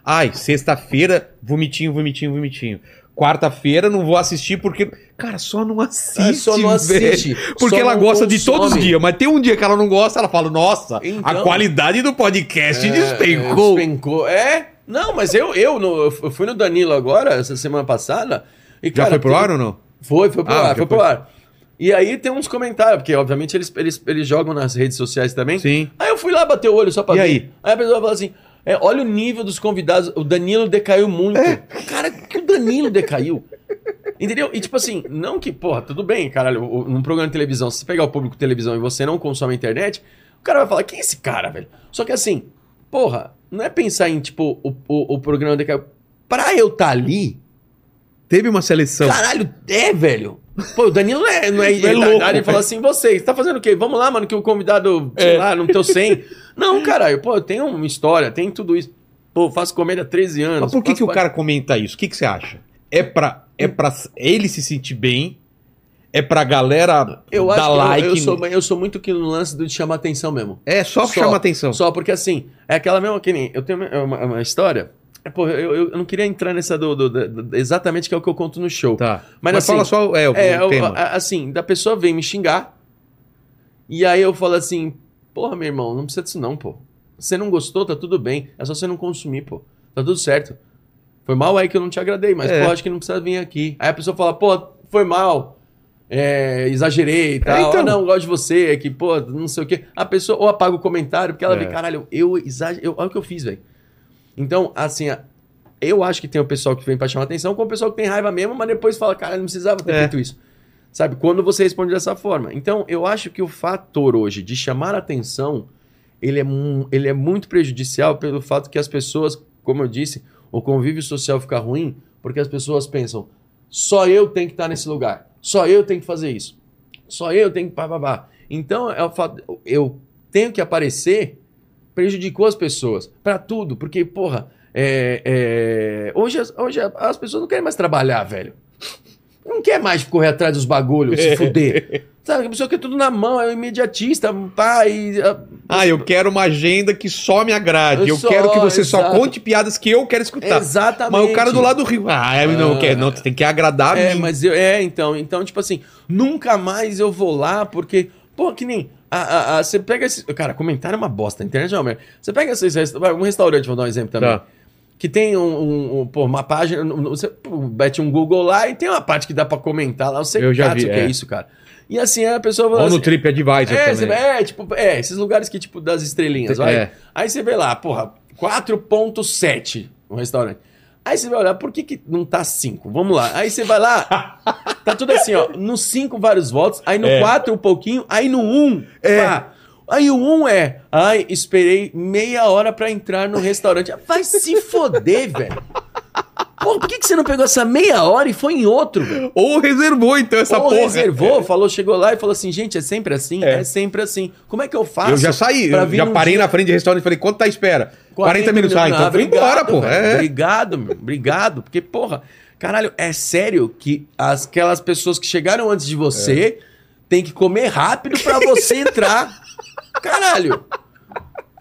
[SPEAKER 1] Ai, sexta-feira, vomitinho, vomitinho, vomitinho. Quarta-feira não vou assistir porque. Cara, só não assiste.
[SPEAKER 3] Ah, só não
[SPEAKER 1] velho.
[SPEAKER 3] assiste.
[SPEAKER 1] Porque
[SPEAKER 3] só
[SPEAKER 1] ela
[SPEAKER 3] não
[SPEAKER 1] gosta de
[SPEAKER 3] consome.
[SPEAKER 1] todos os dias, mas tem um dia que ela não gosta, ela fala: Nossa, a
[SPEAKER 3] Então-
[SPEAKER 1] qualidade do podcast
[SPEAKER 3] É,
[SPEAKER 1] despencou.
[SPEAKER 3] despencou. É? Não, mas eu, eu, no- eu fui no Danilo agora, essa semana passada. E,
[SPEAKER 1] Já
[SPEAKER 3] cara,
[SPEAKER 1] foi pro
[SPEAKER 3] tem-
[SPEAKER 1] ar ou não?
[SPEAKER 3] Foi, foi pro
[SPEAKER 1] Ah, já
[SPEAKER 3] ar,
[SPEAKER 1] foi.
[SPEAKER 3] foi, pro ar. E aí tem uns comentários, porque obviamente eles, eles, eles jogam nas redes sociais também.
[SPEAKER 1] Sim.
[SPEAKER 3] Aí eu fui lá bater o olho só pra
[SPEAKER 1] E
[SPEAKER 3] ver.
[SPEAKER 1] aí?
[SPEAKER 3] a pessoa falou assim: é, olha o nível dos convidados, o Danilo decaiu muito.
[SPEAKER 1] É.
[SPEAKER 3] Cara, que o Danilo decaiu. Entendeu? E tipo assim, não que, porra, tudo bem, caralho, o- num programa de televisão, se você pegar o público de televisão e você não consome a internet, o cara vai falar, quem é esse cara, velho? Só que assim, porra, não é pensar em, tipo, o, o, o programa decaiu. Pra eu estar ali,
[SPEAKER 1] Teve uma seleção.
[SPEAKER 3] Caralho, é, velho. Pô, o Danilo não é, não é,
[SPEAKER 1] Então. É louco,
[SPEAKER 3] retardado e fala assim, vocês, tá fazendo o quê? Vamos lá, mano, que o convidado,
[SPEAKER 1] É.
[SPEAKER 3] sei lá, não teu 100. não, caralho, pô, tem uma história, tem tudo isso. Pô, eu faço comédia há 13 anos.
[SPEAKER 1] Mas por que,
[SPEAKER 3] faço
[SPEAKER 1] que o
[SPEAKER 3] pa-
[SPEAKER 1] cara comenta isso? O que, que você acha? É pra, é pra ele se sentir bem? É pra galera
[SPEAKER 3] eu acho
[SPEAKER 1] dar
[SPEAKER 3] que eu-
[SPEAKER 1] like?
[SPEAKER 3] eu, sou, eu sou muito que no lance do de chamar atenção mesmo.
[SPEAKER 1] É, só,
[SPEAKER 3] Só.
[SPEAKER 1] chama atenção.
[SPEAKER 3] Só porque assim, é aquela mesma que nem. Eu tenho uma, uma- uma história. É, Pô, eu, eu- eu não queria entrar nessa do, do- do- do- exatamente que é o que eu conto no show.
[SPEAKER 1] Tá. Mas,
[SPEAKER 3] Mas assim,
[SPEAKER 1] fala só é, o,
[SPEAKER 3] É,
[SPEAKER 1] o
[SPEAKER 3] eu-
[SPEAKER 1] tema.
[SPEAKER 3] a- assim, da pessoa vem me xingar. E aí eu falo assim: Porra, meu irmão, não precisa disso não, pô. Você não gostou, tá tudo bem. É só você não consumir, pô. Tá tudo certo. Foi mal aí que eu não te agradei, mas
[SPEAKER 1] É.
[SPEAKER 3] pô, acho que não precisa vir aqui. Aí a pessoa fala: Pô, foi mal. É, exagerei e tal.
[SPEAKER 1] então.
[SPEAKER 3] Ah, não, gosto de você, é que, pô, não sei o quê. A pessoa ou apaga o comentário, porque ela
[SPEAKER 1] É.
[SPEAKER 3] vê, caralho, eu exagerei. Olha o que eu fiz, velho. Então, assim, a- eu acho que tem o pessoal que vem pra chamar atenção, com o pessoal que tem raiva mesmo, mas depois fala, cara, não precisava ter
[SPEAKER 1] É.
[SPEAKER 3] feito isso. Sabe? Quando você responde dessa forma. Então, eu acho que o fator hoje de chamar atenção, ele é, mu- ele é muito prejudicial pelo fato que as pessoas, como eu disse, o convívio social fica ruim porque as pessoas pensam, só eu tenho que estar nesse lugar, só eu tenho que fazer isso, só eu tenho que pá, pá, pá. Então, é o fato, eu tenho que aparecer prejudicou as pessoas pra tudo, porque, porra, é, é, hoje, as- hoje as pessoas não querem mais trabalhar, velho. Não quer mais correr atrás dos bagulhos,
[SPEAKER 1] É.
[SPEAKER 3] se fuder. Sabe, a pessoa quer tudo na mão, é um imediatista, pá, e. é, a-
[SPEAKER 1] Ah, eu quero uma agenda que só me agrade. Eu
[SPEAKER 3] Só,
[SPEAKER 1] quero que você só
[SPEAKER 3] exato.
[SPEAKER 1] conte piadas que eu quero escutar. Tá.
[SPEAKER 3] Exatamente.
[SPEAKER 1] Mas o cara do lado do rio. Ah, eu não, quer, não, você tem que agradar a
[SPEAKER 3] É,
[SPEAKER 1] mim.
[SPEAKER 3] mas eu, é, então, então, tipo assim, nunca mais eu vou lá, porque, pô, que nem. a- a- a- Você pega esse. Cara, comentário é uma bosta, a internet é uma merda. Você pega esses, resta- vai, um restaurante, vou dar um exemplo também.
[SPEAKER 1] Tá.
[SPEAKER 3] Que tem um, um- um- pô, uma página. um- um- Você pô, mete um Google lá e tem uma parte que dá pra comentar lá. Você
[SPEAKER 1] Eu já vi,
[SPEAKER 3] o que é.
[SPEAKER 1] é.
[SPEAKER 3] isso, cara. E assim, a pessoa vai.
[SPEAKER 1] Ou no
[SPEAKER 3] assim,
[SPEAKER 1] TripAdvisor
[SPEAKER 3] é, você-
[SPEAKER 1] também.
[SPEAKER 3] é, tipo, é, esses lugares que, tipo, das estrelinhas, vai.
[SPEAKER 1] É.
[SPEAKER 3] Aí você vê lá, porra, 4.7 o restaurante. Aí você vai olhar, por que, que não tá 5? Vamos lá. Aí você vai lá, tá tudo assim, ó. No 5, vários votos. Aí no
[SPEAKER 1] É.
[SPEAKER 3] 4, um pouquinho. Aí no 1,
[SPEAKER 1] É.
[SPEAKER 3] pá. Aí o 1 é, ai, esperei meia hora pra entrar no restaurante. Vai se foder, velho. Porra, por que, que você não pegou essa meia hora e foi em outro, velho?
[SPEAKER 1] Ou reservou, então, essa
[SPEAKER 3] Ou
[SPEAKER 1] porra.
[SPEAKER 3] reservou, falou, chegou lá e falou assim, gente, é sempre assim?
[SPEAKER 1] É.
[SPEAKER 3] É, sempre assim. Como é que eu faço?
[SPEAKER 1] Eu já saí,
[SPEAKER 3] pra
[SPEAKER 1] eu
[SPEAKER 3] vir
[SPEAKER 1] já
[SPEAKER 3] num
[SPEAKER 1] parei
[SPEAKER 3] dia-
[SPEAKER 1] na frente do restaurante e falei, quanto tá a espera? 40, minutos. Ah, então foi embora, porra.
[SPEAKER 3] velho.
[SPEAKER 1] É.
[SPEAKER 3] Obrigado, meu. Obrigado. Porque, porra, caralho, é sério que as- aquelas pessoas que chegaram antes de você
[SPEAKER 1] É.
[SPEAKER 3] têm que comer rápido pra você entrar. Caralho.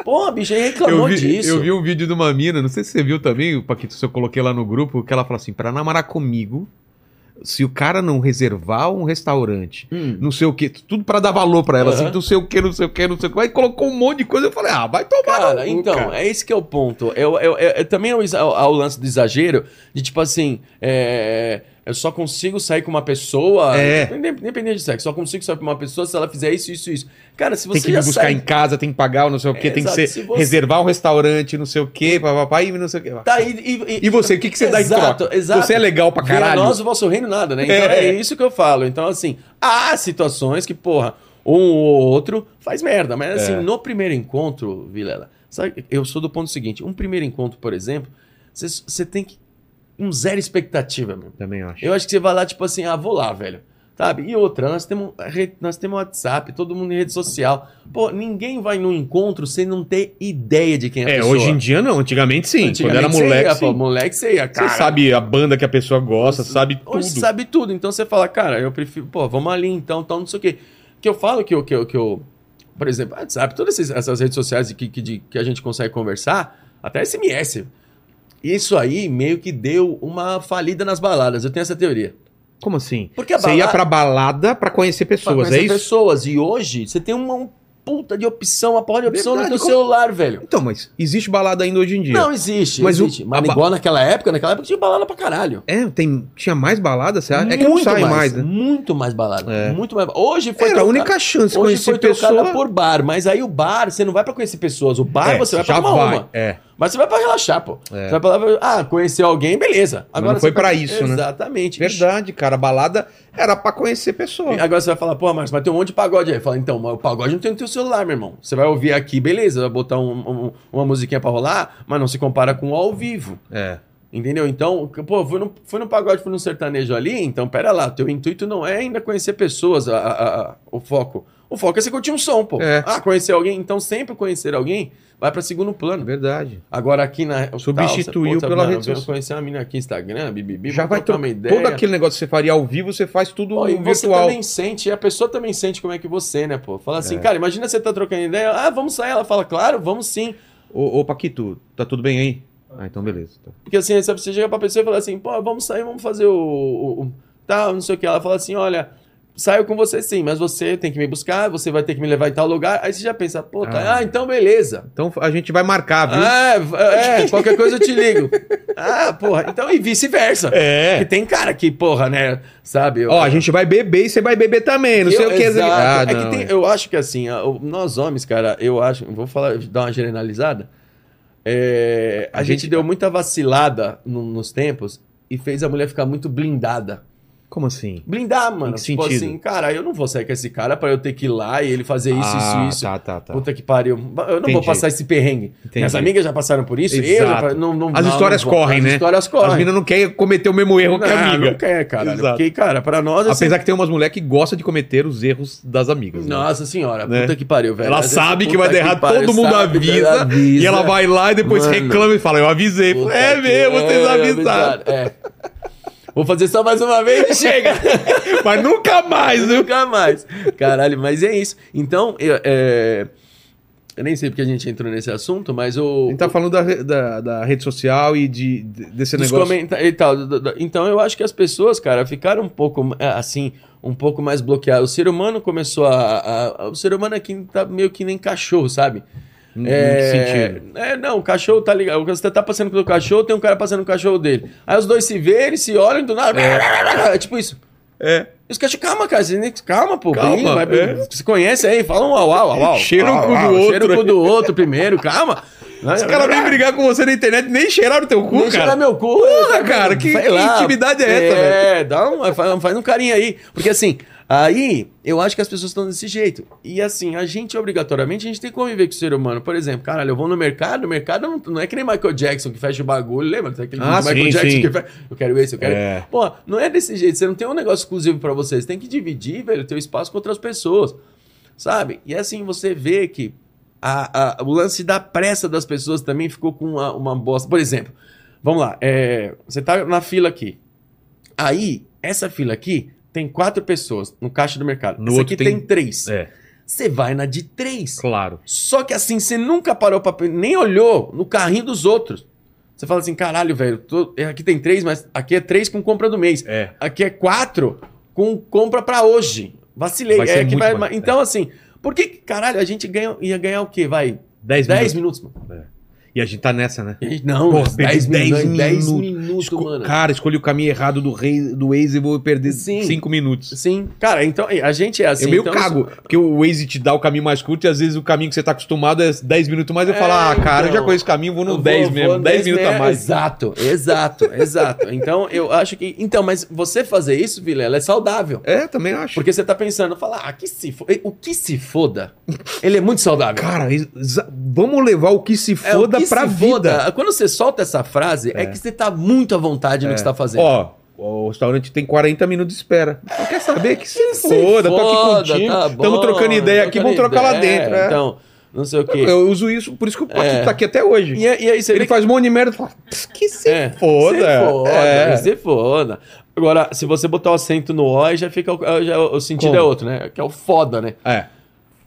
[SPEAKER 3] Porra, bicho, aí reclamou
[SPEAKER 1] Eu vi,
[SPEAKER 3] disso.
[SPEAKER 1] eu vi um vídeo de uma mina, não sei se você viu também, o Paquito, se eu coloquei lá no grupo, que ela fala assim, pra namorar comigo, se o cara não reservar um restaurante,
[SPEAKER 3] Hum.
[SPEAKER 1] não sei o que, tudo pra dar valor pra ela,
[SPEAKER 3] Aham.
[SPEAKER 1] assim, não sei o que, não sei o que, não sei o que, aí colocou um monte de coisa, eu falei, ah, vai tomar. no
[SPEAKER 3] Cara,
[SPEAKER 1] cu,
[SPEAKER 3] então,
[SPEAKER 1] cara.
[SPEAKER 3] é esse que é o ponto. É, o- é o- é- é- também é o, exa- é o lance do exagero, de tipo assim, é, eu só consigo sair com uma pessoa,
[SPEAKER 1] É.
[SPEAKER 3] independente independente de sexo, só consigo sair com uma pessoa se ela fizer isso, isso, isso. Cara, se você
[SPEAKER 1] tem que
[SPEAKER 3] já
[SPEAKER 1] me buscar
[SPEAKER 3] sai-
[SPEAKER 1] em casa, tem que pagar, o não sei o que,
[SPEAKER 3] É,
[SPEAKER 1] tem que
[SPEAKER 3] exato,
[SPEAKER 1] ser,
[SPEAKER 3] se você-
[SPEAKER 1] reservar um restaurante, não sei o que, papapá, e não sei o que.
[SPEAKER 3] Tá, e, e,
[SPEAKER 1] E você, o que, que você dá em
[SPEAKER 3] Exato,
[SPEAKER 1] troca?
[SPEAKER 3] exato.
[SPEAKER 1] Você é legal pra
[SPEAKER 3] Venha
[SPEAKER 1] caralho?
[SPEAKER 3] nós o vosso reino nada, né? Então
[SPEAKER 1] É.
[SPEAKER 3] é. isso que eu falo. Então, assim, há situações que, porra, um ou outro faz merda. Mas, assim,
[SPEAKER 1] É.
[SPEAKER 3] no primeiro encontro, Vilela, sabe, eu sou do ponto seguinte. Um primeiro encontro, por exemplo, você tem que... Um zero expectativa, meu.
[SPEAKER 1] Também acho.
[SPEAKER 3] Eu acho que você vai lá, tipo assim, ah, vou lá, velho. Sabe? E outra, nós temos, re- nós temos WhatsApp, todo mundo em rede social. Pô, ninguém vai num encontro sem não ter ideia de quem é a
[SPEAKER 1] É,
[SPEAKER 3] pessoa.
[SPEAKER 1] hoje em dia não, antigamente sim. Quando era
[SPEAKER 3] Antigamente você
[SPEAKER 1] moleque,
[SPEAKER 3] ia,
[SPEAKER 1] sim.
[SPEAKER 3] pô, moleque você ia,
[SPEAKER 1] você
[SPEAKER 3] cara.
[SPEAKER 1] sabe a banda que a pessoa gosta, sabe tudo.
[SPEAKER 3] Hoje você sabe tudo. Então você fala, cara, eu prefiro, pô, vamos ali então, tal, não sei o quê. Que eu falo que eu, que eu, que eu por exemplo, WhatsApp, todas essas, essas redes sociais que, que, de- que a gente consegue conversar, até SMS. Isso aí meio que deu uma falida nas baladas, eu tenho essa teoria.
[SPEAKER 1] Como assim?
[SPEAKER 3] Porque a
[SPEAKER 1] você ia pra balada pra conhecer
[SPEAKER 3] pra
[SPEAKER 1] pessoas,
[SPEAKER 3] conhecer
[SPEAKER 1] é isso?
[SPEAKER 3] pessoas, e hoje você tem uma, um puta de opção, uma porra de opção
[SPEAKER 1] Verdade,
[SPEAKER 3] no teu
[SPEAKER 1] como-
[SPEAKER 3] celular, velho.
[SPEAKER 1] Então, mas existe balada ainda hoje em dia?
[SPEAKER 3] Não existe,
[SPEAKER 1] Mas o-
[SPEAKER 3] existe. Mas
[SPEAKER 1] a ba-
[SPEAKER 3] igual naquela época, naquela época tinha balada pra caralho.
[SPEAKER 1] É, tem, tinha mais balada, você acha? É que não
[SPEAKER 3] Muito
[SPEAKER 1] sai mais, né?
[SPEAKER 3] Muito mais balada.
[SPEAKER 1] É.
[SPEAKER 3] Muito mais. Hoje foi
[SPEAKER 1] Era a
[SPEAKER 3] trocado-
[SPEAKER 1] única chance de
[SPEAKER 3] Hoje foi
[SPEAKER 1] conhecer
[SPEAKER 3] trocada
[SPEAKER 1] pessoa.
[SPEAKER 3] por bar, mas aí o bar, você não vai pra conhecer pessoas. O bar
[SPEAKER 1] É,
[SPEAKER 3] você vai pra
[SPEAKER 1] já
[SPEAKER 3] tomar
[SPEAKER 1] vai.
[SPEAKER 3] uma.
[SPEAKER 1] É.
[SPEAKER 3] Mas você vai pra relaxar, pô.
[SPEAKER 1] É.
[SPEAKER 3] Você vai pra lá, pra- ah, conhecer alguém, beleza.
[SPEAKER 1] não foi
[SPEAKER 3] você vai-
[SPEAKER 1] pra isso, né?
[SPEAKER 3] Exatamente.
[SPEAKER 1] Verdade, cara. A balada era pra conhecer pessoa.
[SPEAKER 3] E Agora você vai falar, pô, Marcos, mas tem um monte de pagode aí. Fala, então, mas o pagode não tem no teu celular, meu irmão. Você vai ouvir aqui, beleza, vai botar um- um- uma musiquinha pra rolar, mas não se compara com o ao vivo.
[SPEAKER 1] É.
[SPEAKER 3] Entendeu? Então, pô, fui num, fui num pagode, fui num sertanejo ali, então pera lá, teu intuito não é ainda conhecer pessoas, a- a- a- o foco. O foco é você curtir um som, pô.
[SPEAKER 1] É.
[SPEAKER 3] Ah, conhecer alguém, então sempre conhecer alguém vai pra segundo plano.
[SPEAKER 1] É, Verdade.
[SPEAKER 3] Agora aqui na.
[SPEAKER 1] Substituiu pela rede
[SPEAKER 3] Eu
[SPEAKER 1] social.
[SPEAKER 3] conhecer uma menina aqui no Instagram, bibibi,
[SPEAKER 1] Já
[SPEAKER 3] vou
[SPEAKER 1] vai
[SPEAKER 3] trocar
[SPEAKER 1] trocar
[SPEAKER 3] uma ideia.
[SPEAKER 1] Todo aquele negócio que você faria ao vivo, você faz tudo
[SPEAKER 3] Pô, e você
[SPEAKER 1] virtual.
[SPEAKER 3] também sente, e a pessoa também sente como é que você, né, pô? Fala assim,
[SPEAKER 1] É.
[SPEAKER 3] cara, imagina você tá trocando ideia, ah, vamos sair. Ela fala, claro, vamos sim.
[SPEAKER 1] Ô, ô, Paquito, tá tudo bem aí? Ah, então beleza. tá.
[SPEAKER 3] Porque assim, você você chega pra pessoa e fala assim, pô, vamos sair, vamos fazer o. o- o- tal, não sei o que. Ela fala assim, olha, saio com você sim, mas você tem que me buscar, você vai ter que me levar em tal lugar. Aí você já pensa, pô, tá,
[SPEAKER 1] Ah.
[SPEAKER 3] ah, então beleza.
[SPEAKER 1] Então a gente vai marcar, viu?
[SPEAKER 3] Ah, é, qualquer coisa eu te ligo. ah, porra, então e vice-versa.
[SPEAKER 1] é.
[SPEAKER 3] Porque tem cara que, porra, né, sabe? eu-
[SPEAKER 1] Ó, a gente vai beber e você vai beber também, não sei
[SPEAKER 3] Eu-
[SPEAKER 1] o que.
[SPEAKER 3] exato.
[SPEAKER 1] Ah,
[SPEAKER 3] é
[SPEAKER 1] não,
[SPEAKER 3] que tem-
[SPEAKER 1] é.
[SPEAKER 3] eu acho que assim, a- o- nós homens, cara, eu acho, vou falar, dar uma generalizada. É, a,
[SPEAKER 1] A
[SPEAKER 3] gente,
[SPEAKER 1] gente-
[SPEAKER 3] deu muita vacilada no- nos tempos e fez a mulher ficar muito blindada.
[SPEAKER 1] Como assim?
[SPEAKER 3] Blindar, mano.
[SPEAKER 1] que
[SPEAKER 3] tipo
[SPEAKER 1] sentido?
[SPEAKER 3] assim, cara, eu não vou sair com esse cara pra eu ter que ir lá e ele fazer isso,
[SPEAKER 1] Ah,
[SPEAKER 3] isso, isso.
[SPEAKER 1] Tá, tá, tá.
[SPEAKER 3] Puta que pariu. Eu não vou
[SPEAKER 1] Entendi.
[SPEAKER 3] passar esse perrengue.
[SPEAKER 1] Entendi.
[SPEAKER 3] Minhas amigas já passaram por isso. Eu já,
[SPEAKER 1] Exato.
[SPEAKER 3] pa- não, não,
[SPEAKER 1] As
[SPEAKER 3] não,
[SPEAKER 1] histórias
[SPEAKER 3] não vou.
[SPEAKER 1] correm,
[SPEAKER 3] As
[SPEAKER 1] né?
[SPEAKER 3] histórias
[SPEAKER 1] As
[SPEAKER 3] correm.
[SPEAKER 1] meninas não querem cometer o mesmo erro que a
[SPEAKER 3] não,
[SPEAKER 1] amiga.
[SPEAKER 3] não quer, cara.
[SPEAKER 1] Exato.
[SPEAKER 3] Porque, cara, pra nós... assim,
[SPEAKER 1] Apesar que tem umas mulheres que gostam de cometer os erros das amigas. né?
[SPEAKER 3] Nossa senhora,
[SPEAKER 1] Né?
[SPEAKER 3] puta que pariu, velho.
[SPEAKER 1] Ela
[SPEAKER 3] Às vezes,
[SPEAKER 1] sabe que
[SPEAKER 3] é,
[SPEAKER 1] vai
[SPEAKER 3] puta
[SPEAKER 1] dar errado,
[SPEAKER 3] pariu,
[SPEAKER 1] todo mundo
[SPEAKER 3] sabe,
[SPEAKER 1] avisa, E ela vai lá e depois
[SPEAKER 3] Mano.
[SPEAKER 1] reclama e fala: Eu avisei.
[SPEAKER 3] Puta
[SPEAKER 1] é
[SPEAKER 3] que-
[SPEAKER 1] mesmo, vocês
[SPEAKER 3] é,
[SPEAKER 1] avisaram.
[SPEAKER 3] É. Vou fazer só mais uma vez e chega.
[SPEAKER 1] Mas nunca mais, viu?
[SPEAKER 3] Nunca mais. Caralho, mas é isso. Então, eu, é, eu nem sei porque a gente entrou nesse assunto, mas o...
[SPEAKER 1] A gente tá falando da, re- da, da rede social e de, de- desse
[SPEAKER 3] dos
[SPEAKER 1] negócio.
[SPEAKER 3] comenta- e tal, do- do- do- Então eu acho que as pessoas, cara, ficaram um pouco é, assim, um pouco mais bloqueadas. O ser humano começou a, a- a- O ser humano aqui tá meio que nem cachorro, sabe?
[SPEAKER 1] Em- em
[SPEAKER 3] é,
[SPEAKER 1] que sentido?
[SPEAKER 3] é, não, o cachorro tá ligado. Você tá passando pelo cachorro, tem um cara passando o cachorro dele. Aí os dois se vêem, eles se olham do nada. É, tipo isso.
[SPEAKER 1] É.
[SPEAKER 3] Os cachorros, calma, cara, você nem- calma, pô.
[SPEAKER 1] Calma,
[SPEAKER 3] brinca, vai,
[SPEAKER 1] é.
[SPEAKER 3] Se conhece aí, fala um au, au, au, au.
[SPEAKER 1] Cheira o
[SPEAKER 3] Au,
[SPEAKER 1] cu do
[SPEAKER 3] au, Cheira
[SPEAKER 1] outro. né?
[SPEAKER 3] o cu do outro primeiro, calma.
[SPEAKER 1] Os caras vêm brigar com você na internet nem cheiraram teu cu,
[SPEAKER 3] Deixa
[SPEAKER 1] cara.
[SPEAKER 3] cara. meu cu.
[SPEAKER 1] Porra, cara, que-
[SPEAKER 3] Sei
[SPEAKER 1] que intimidade é essa,
[SPEAKER 3] É, dá um, faz, faz um carinho aí. Porque assim, aí eu acho que as pessoas estão desse jeito. E assim, a gente obrigatoriamente, a gente tem que conviver com o ser humano. Por exemplo, caralho, eu vou no mercado, o mercado não, não é que nem Michael Jackson que fecha o bagulho, lembra? Tem Aquele
[SPEAKER 1] Ah,
[SPEAKER 3] vídeo do Michael
[SPEAKER 1] sim,
[SPEAKER 3] Jackson
[SPEAKER 1] sim.
[SPEAKER 3] que fecha, eu quero esse, eu quero
[SPEAKER 1] É.
[SPEAKER 3] Pô, não é desse jeito, você não tem um negócio exclusivo pra vocês, tem que dividir, velho, teu espaço com outras pessoas, sabe? E assim, você vê que a- a- o lance da pressa das pessoas também ficou com uma, uma bosta. Por exemplo, vamos lá, é, você tá na fila aqui, aí, essa fila aqui tem quatro pessoas no caixa do mercado,
[SPEAKER 1] No
[SPEAKER 3] essa
[SPEAKER 1] outro
[SPEAKER 3] aqui tem,
[SPEAKER 1] tem-
[SPEAKER 3] três,
[SPEAKER 1] É,
[SPEAKER 3] você vai na de três.
[SPEAKER 1] claro.
[SPEAKER 3] Só que assim, você nunca parou pra. pe- nem olhou no carrinho dos outros. Você fala assim, caralho, velho, tô- aqui tem três, mas aqui é três com compra do mês.
[SPEAKER 1] É.
[SPEAKER 3] Aqui é quatro com compra pra hoje. Vacilei.
[SPEAKER 1] Vai ser
[SPEAKER 3] É, aqui
[SPEAKER 1] muito
[SPEAKER 3] vai-
[SPEAKER 1] mais-
[SPEAKER 3] Então, assim, por que, que, caralho, a gente ganha, ia ganhar o quê? Vai,
[SPEAKER 1] 10
[SPEAKER 3] 10
[SPEAKER 1] minutos.
[SPEAKER 3] minutos, mano.
[SPEAKER 1] E a gente tá nessa, né?
[SPEAKER 3] E a gente- Não,
[SPEAKER 1] Pô,
[SPEAKER 3] mas
[SPEAKER 1] perdi
[SPEAKER 3] 10
[SPEAKER 1] 10
[SPEAKER 3] minutos, 10
[SPEAKER 1] minutos.
[SPEAKER 3] minutos,
[SPEAKER 1] Esco-
[SPEAKER 3] mano.
[SPEAKER 1] Cara, escolhi o caminho errado do rei do Waze e vou perder
[SPEAKER 3] Sim.
[SPEAKER 1] 5 minutos.
[SPEAKER 3] Sim. Cara, então a gente é assim.
[SPEAKER 1] eu meio
[SPEAKER 3] então,
[SPEAKER 1] cago, porque o Waze te dá o caminho mais curto e às vezes o caminho que você tá acostumado é 10 minutos mais. Eu
[SPEAKER 3] É,
[SPEAKER 1] falo, ah, cara, eu já
[SPEAKER 3] então.
[SPEAKER 1] conheço esse caminho, vou
[SPEAKER 3] Eu
[SPEAKER 1] no
[SPEAKER 3] vou-
[SPEAKER 1] 10
[SPEAKER 3] vou
[SPEAKER 1] mesmo,
[SPEAKER 3] no
[SPEAKER 1] 10 minutos a
[SPEAKER 3] mesmo.
[SPEAKER 1] mais.
[SPEAKER 3] Exato, exato, exato. Então, eu acho que. Então, mas você fazer isso, Vilela, é saudável.
[SPEAKER 1] É, também acho.
[SPEAKER 3] Porque você tá pensando, falar, ah, que se fo- o que se foda, ele é muito saudável.
[SPEAKER 1] Cara, exa- vamos levar o que se
[SPEAKER 3] É, o
[SPEAKER 1] foda
[SPEAKER 3] que
[SPEAKER 1] pra
[SPEAKER 3] se
[SPEAKER 1] vida.
[SPEAKER 3] foda- Quando você solta essa frase, é,
[SPEAKER 1] É.
[SPEAKER 3] que você tá muito à vontade no que você tá fazendo.
[SPEAKER 1] Ó, o restaurante tem 40 minutos de espera. Não quer saber que se
[SPEAKER 3] Se
[SPEAKER 1] foda, tô aqui contigo.
[SPEAKER 3] tá
[SPEAKER 1] Tamo
[SPEAKER 3] bom,
[SPEAKER 1] trocando ideia aqui,
[SPEAKER 3] trocando
[SPEAKER 1] vamos trocar lá
[SPEAKER 3] ideia,
[SPEAKER 1] dentro. é.
[SPEAKER 3] Então, não sei o quê.
[SPEAKER 1] Eu uso isso, por isso que o Paquito
[SPEAKER 3] É.
[SPEAKER 1] tá aqui até hoje.
[SPEAKER 3] E, aí- e aí você
[SPEAKER 1] ele
[SPEAKER 3] vê que-
[SPEAKER 1] faz um monte de merda e fala, "Pss, que se
[SPEAKER 3] É,
[SPEAKER 1] foda.
[SPEAKER 3] Se foda,
[SPEAKER 1] É.
[SPEAKER 3] se foda. Agora, se você botar o acento no O, aí já fica. o- já o sentido
[SPEAKER 1] Como?
[SPEAKER 3] é outro, né? Que é o foda, né?
[SPEAKER 1] É.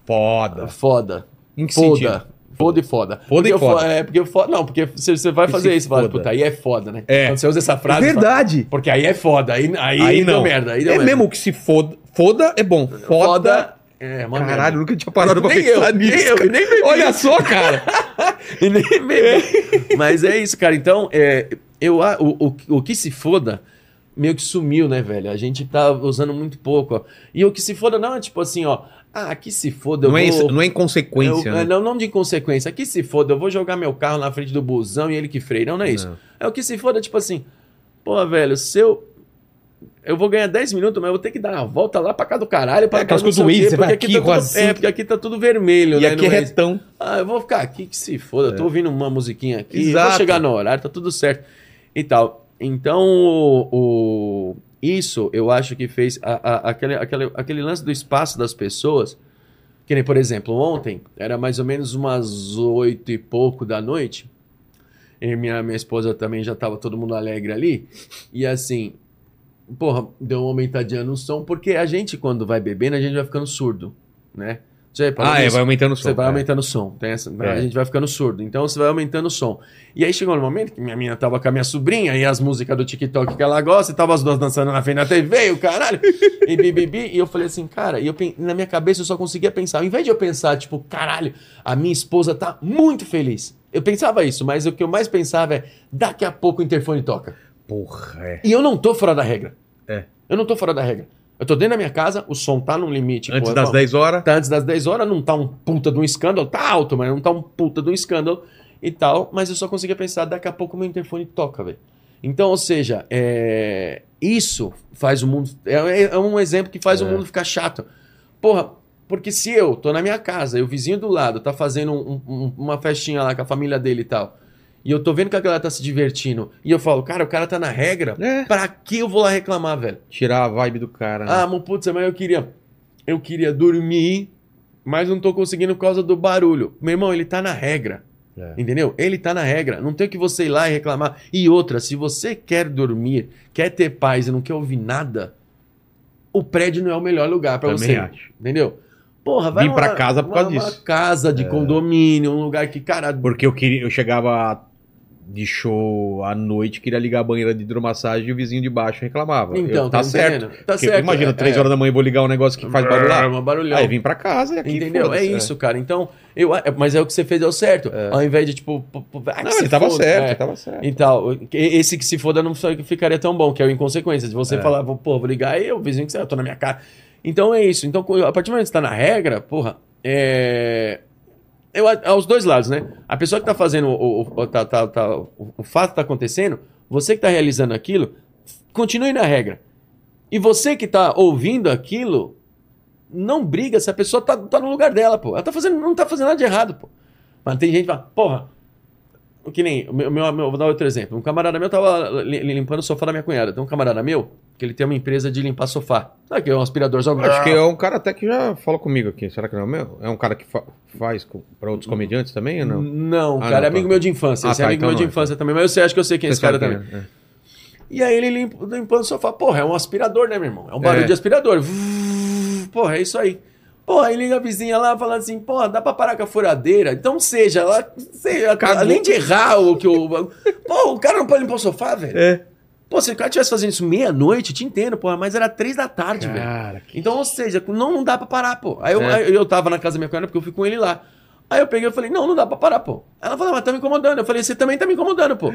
[SPEAKER 1] Foda.
[SPEAKER 3] Foda.
[SPEAKER 1] Em que sentido?
[SPEAKER 3] Foda. Foda e foda. Porque
[SPEAKER 1] e
[SPEAKER 3] o fo-
[SPEAKER 1] foda.
[SPEAKER 3] É, porque o foda. Não, porque você, você vai
[SPEAKER 1] Que
[SPEAKER 3] fazer
[SPEAKER 1] se
[SPEAKER 3] isso, fala,
[SPEAKER 1] foda.
[SPEAKER 3] puta, aí é foda, né?
[SPEAKER 1] É.
[SPEAKER 3] Quando você usa essa
[SPEAKER 1] É
[SPEAKER 3] frase. fala,
[SPEAKER 1] verdade.
[SPEAKER 3] porque aí é foda. Aí, aí,
[SPEAKER 1] Aí
[SPEAKER 3] deu
[SPEAKER 1] não.
[SPEAKER 3] merda. Aí deu
[SPEAKER 1] é
[SPEAKER 3] merda.
[SPEAKER 1] mesmo que se foda. Foda é bom. Foda.
[SPEAKER 3] Foda. É, uma
[SPEAKER 1] Caralho, nunca tinha
[SPEAKER 3] merda.
[SPEAKER 1] parado pra
[SPEAKER 3] nem eu,
[SPEAKER 1] pensar nisso.
[SPEAKER 3] nem eu,
[SPEAKER 1] cara.
[SPEAKER 3] nem bebi.
[SPEAKER 1] Olha só, cara.
[SPEAKER 3] E nem bebi. Mas é isso, cara. Então, é, eu, a- o, o, o que se foda meio que sumiu, né, velho? A gente tá usando muito pouco. Ó. E o que se foda não é tipo assim, ó. Ah, que se foda, eu
[SPEAKER 1] Não é,
[SPEAKER 3] vou...
[SPEAKER 1] isso, não é
[SPEAKER 3] eu,
[SPEAKER 1] inconsequência,
[SPEAKER 3] é,
[SPEAKER 1] né?
[SPEAKER 3] não, não de inconsequência. Que se foda, eu vou jogar meu carro na frente do busão e ele que freia. Não, não é isso.
[SPEAKER 1] Não.
[SPEAKER 3] É o que se foda, tipo assim, pô, velho, se eu. Eu vou ganhar 10 minutos, mas eu vou ter que dar uma volta lá pra cá do caralho.
[SPEAKER 1] É,
[SPEAKER 3] Pra cá
[SPEAKER 1] aquelas
[SPEAKER 3] do
[SPEAKER 1] coisas do
[SPEAKER 3] não sei o
[SPEAKER 1] Waze,
[SPEAKER 3] quê,
[SPEAKER 1] você
[SPEAKER 3] porque
[SPEAKER 1] vai aqui,
[SPEAKER 3] tá tudo-
[SPEAKER 1] rosinha.
[SPEAKER 3] É, porque aqui tá tudo vermelho,
[SPEAKER 1] E
[SPEAKER 3] né?
[SPEAKER 1] aqui é
[SPEAKER 3] no Waze.
[SPEAKER 1] retão.
[SPEAKER 3] Ah, eu vou ficar aqui que se foda. Eu tô ouvindo uma musiquinha aqui,
[SPEAKER 1] É. Exato.
[SPEAKER 3] vou chegar no horário, tá tudo certo. E tal. Então, o, o- isso eu acho que fez a- a- aquele, aquele, aquele lance do espaço das pessoas. Que nem, por exemplo, ontem era mais ou menos umas oito e pouco da noite. E minha, minha esposa também já tava todo mundo alegre ali. E assim, porra, deu uma aumentadinha no som, porque a gente, quando vai bebendo, a gente vai ficando surdo, né? Você reparou
[SPEAKER 1] Ah, é,
[SPEAKER 3] nisso?
[SPEAKER 1] vai aumentando o som.
[SPEAKER 3] Você vai
[SPEAKER 1] é.
[SPEAKER 3] aumentando o som. Tem essa-
[SPEAKER 1] É.
[SPEAKER 3] A gente vai ficando surdo. Então você vai aumentando o som. E aí chegou no momento que minha menina tava com a minha sobrinha e as músicas do TikTok que ela gosta, e tava as duas dançando na frente da TV, e o caralho. E bibibi. E eu falei assim, cara, e eu, pen- na minha cabeça eu só conseguia pensar. Ao invés de eu pensar, tipo, caralho, a minha esposa tá muito feliz. Eu pensava isso, mas o que eu mais pensava é: daqui a pouco o interfone toca.
[SPEAKER 1] Porra, é.
[SPEAKER 3] E eu não tô fora da regra.
[SPEAKER 1] É.
[SPEAKER 3] Eu não tô fora da regra. Eu tô dentro da minha casa, o som tá num limite.
[SPEAKER 1] Antes
[SPEAKER 3] pô,
[SPEAKER 1] das
[SPEAKER 3] eu-
[SPEAKER 1] 10 horas.
[SPEAKER 3] tá antes das 10 horas, não tá um puta de um escândalo, tá alto, mas não tá um puta de um escândalo e tal, mas eu só conseguia pensar, daqui a pouco meu interfone toca, velho. Então, ou seja, é, isso faz o mundo, é, é um exemplo que faz
[SPEAKER 1] É.
[SPEAKER 3] o mundo ficar chato. Porra, porque se eu tô na minha casa e o vizinho do lado tá fazendo um- um- uma festinha lá com a família dele e tal, e eu tô vendo que a galera tá se divertindo, e eu falo, cara, o cara tá na regra,
[SPEAKER 1] É.
[SPEAKER 3] pra que eu vou lá reclamar, velho?
[SPEAKER 1] Tirar a vibe do cara. né?
[SPEAKER 3] Ah, mas putz, mas eu queria. Eu queria dormir, mas não tô conseguindo por causa do barulho. Meu irmão, ele tá na regra.
[SPEAKER 1] É.
[SPEAKER 3] Entendeu? Ele tá na regra. Não tem que você ir lá e reclamar. E outra, se você quer dormir, quer ter paz e não quer ouvir nada, o prédio não é o melhor lugar pra
[SPEAKER 1] Também
[SPEAKER 3] você.
[SPEAKER 1] acho.
[SPEAKER 3] Entendeu? Porra, vai
[SPEAKER 1] Vim pra
[SPEAKER 3] numa-
[SPEAKER 1] casa por causa
[SPEAKER 3] uma-
[SPEAKER 1] disso. É.
[SPEAKER 3] Uma casa de condomínio, um lugar que, cara,
[SPEAKER 1] Porque eu queria, eu chegava de show à noite, queria ligar a banheira de hidromassagem e o vizinho de baixo reclamava.
[SPEAKER 3] então,
[SPEAKER 1] Eu, tá certo.
[SPEAKER 3] entendendo? Tá
[SPEAKER 1] Porque
[SPEAKER 3] certo.
[SPEAKER 1] Imagina,
[SPEAKER 3] é,
[SPEAKER 1] 3
[SPEAKER 3] é.
[SPEAKER 1] horas da manhã eu vou ligar um negócio que faz barulho lá.
[SPEAKER 3] Uma barulhão.
[SPEAKER 1] Aí vim pra casa e aqui.
[SPEAKER 3] Entendeu? É
[SPEAKER 1] foda-se,
[SPEAKER 3] isso, cara. Então, eu, é, mas é o que você fez, é o certo. Ao invés de, tipo, p- p- ah, que
[SPEAKER 1] Não,
[SPEAKER 3] se
[SPEAKER 1] ele tava
[SPEAKER 3] foda,
[SPEAKER 1] certo,
[SPEAKER 3] é.
[SPEAKER 1] ele tava certo.
[SPEAKER 3] Então, e- esse que se foda não fi- ficaria tão bom, que é o inconsequência. De você falar, vou- pô, vou ligar aí, o vizinho que você, eu tô na minha casa. Então é isso. Então, a partir do momento que você tá na regra, porra, é. Eu, a- aos dois lados, né? A pessoa que tá fazendo o, o, o- tá, tá, tá- o, o fato tá acontecendo, você que tá realizando aquilo, continue na regra. E você que tá ouvindo aquilo, não briga se a pessoa tá, tá no lugar dela, pô. Ela tá fazendo, não tá fazendo nada de errado, pô. Mas tem gente que fala, porra, que nem, o meu, meu, meu- vou dar outro exemplo. Um camarada meu tava li- limpando o sofá da minha cunhada. Tem um camarada meu que ele tem uma empresa de limpar sofá. Sabe que é um aspirador só...
[SPEAKER 1] Acho que é um cara até que já fala comigo aqui. Será que não é o meu? É um cara que fa- faz com, pra outros comediantes também ou não?
[SPEAKER 3] Não,
[SPEAKER 1] Ah,
[SPEAKER 3] cara,
[SPEAKER 1] não,
[SPEAKER 3] é amigo
[SPEAKER 1] tá.
[SPEAKER 3] meu de infância.
[SPEAKER 1] Ah,
[SPEAKER 3] esse
[SPEAKER 1] tá,
[SPEAKER 3] é amigo
[SPEAKER 1] então
[SPEAKER 3] meu de
[SPEAKER 1] não é.
[SPEAKER 3] infância também. Mas eu sei, acho que eu sei quem é esse
[SPEAKER 1] Você sabe
[SPEAKER 3] cara
[SPEAKER 1] quem
[SPEAKER 3] também.
[SPEAKER 1] é, é.
[SPEAKER 3] E aí ele limpa, limpando o sofá. Porra, é um aspirador, né, meu irmão? É um barulho
[SPEAKER 1] É.
[SPEAKER 3] de aspirador. Vuv, Porra, é isso aí. Porra, aí liga a vizinha lá falando assim, porra, dá pra parar com a furadeira? Então seja, lá, seja
[SPEAKER 1] Cagou.
[SPEAKER 3] além de errar o que o. Pô, o cara não pode limpar o sofá, velho.
[SPEAKER 1] É.
[SPEAKER 3] Pô, se o cara estivesse fazendo isso meia-noite, eu te entendo, porra, mas era três da tarde, velho. Então, ou seja, não, não dá pra parar, pô. Aí eu,
[SPEAKER 1] É.
[SPEAKER 3] aí eu tava na casa da minha cunhada, porque eu fui com ele lá. Aí eu peguei e falei, não, não dá pra parar, pô. Ela falou, mas tá me incomodando. Eu falei, você também tá me incomodando, pô.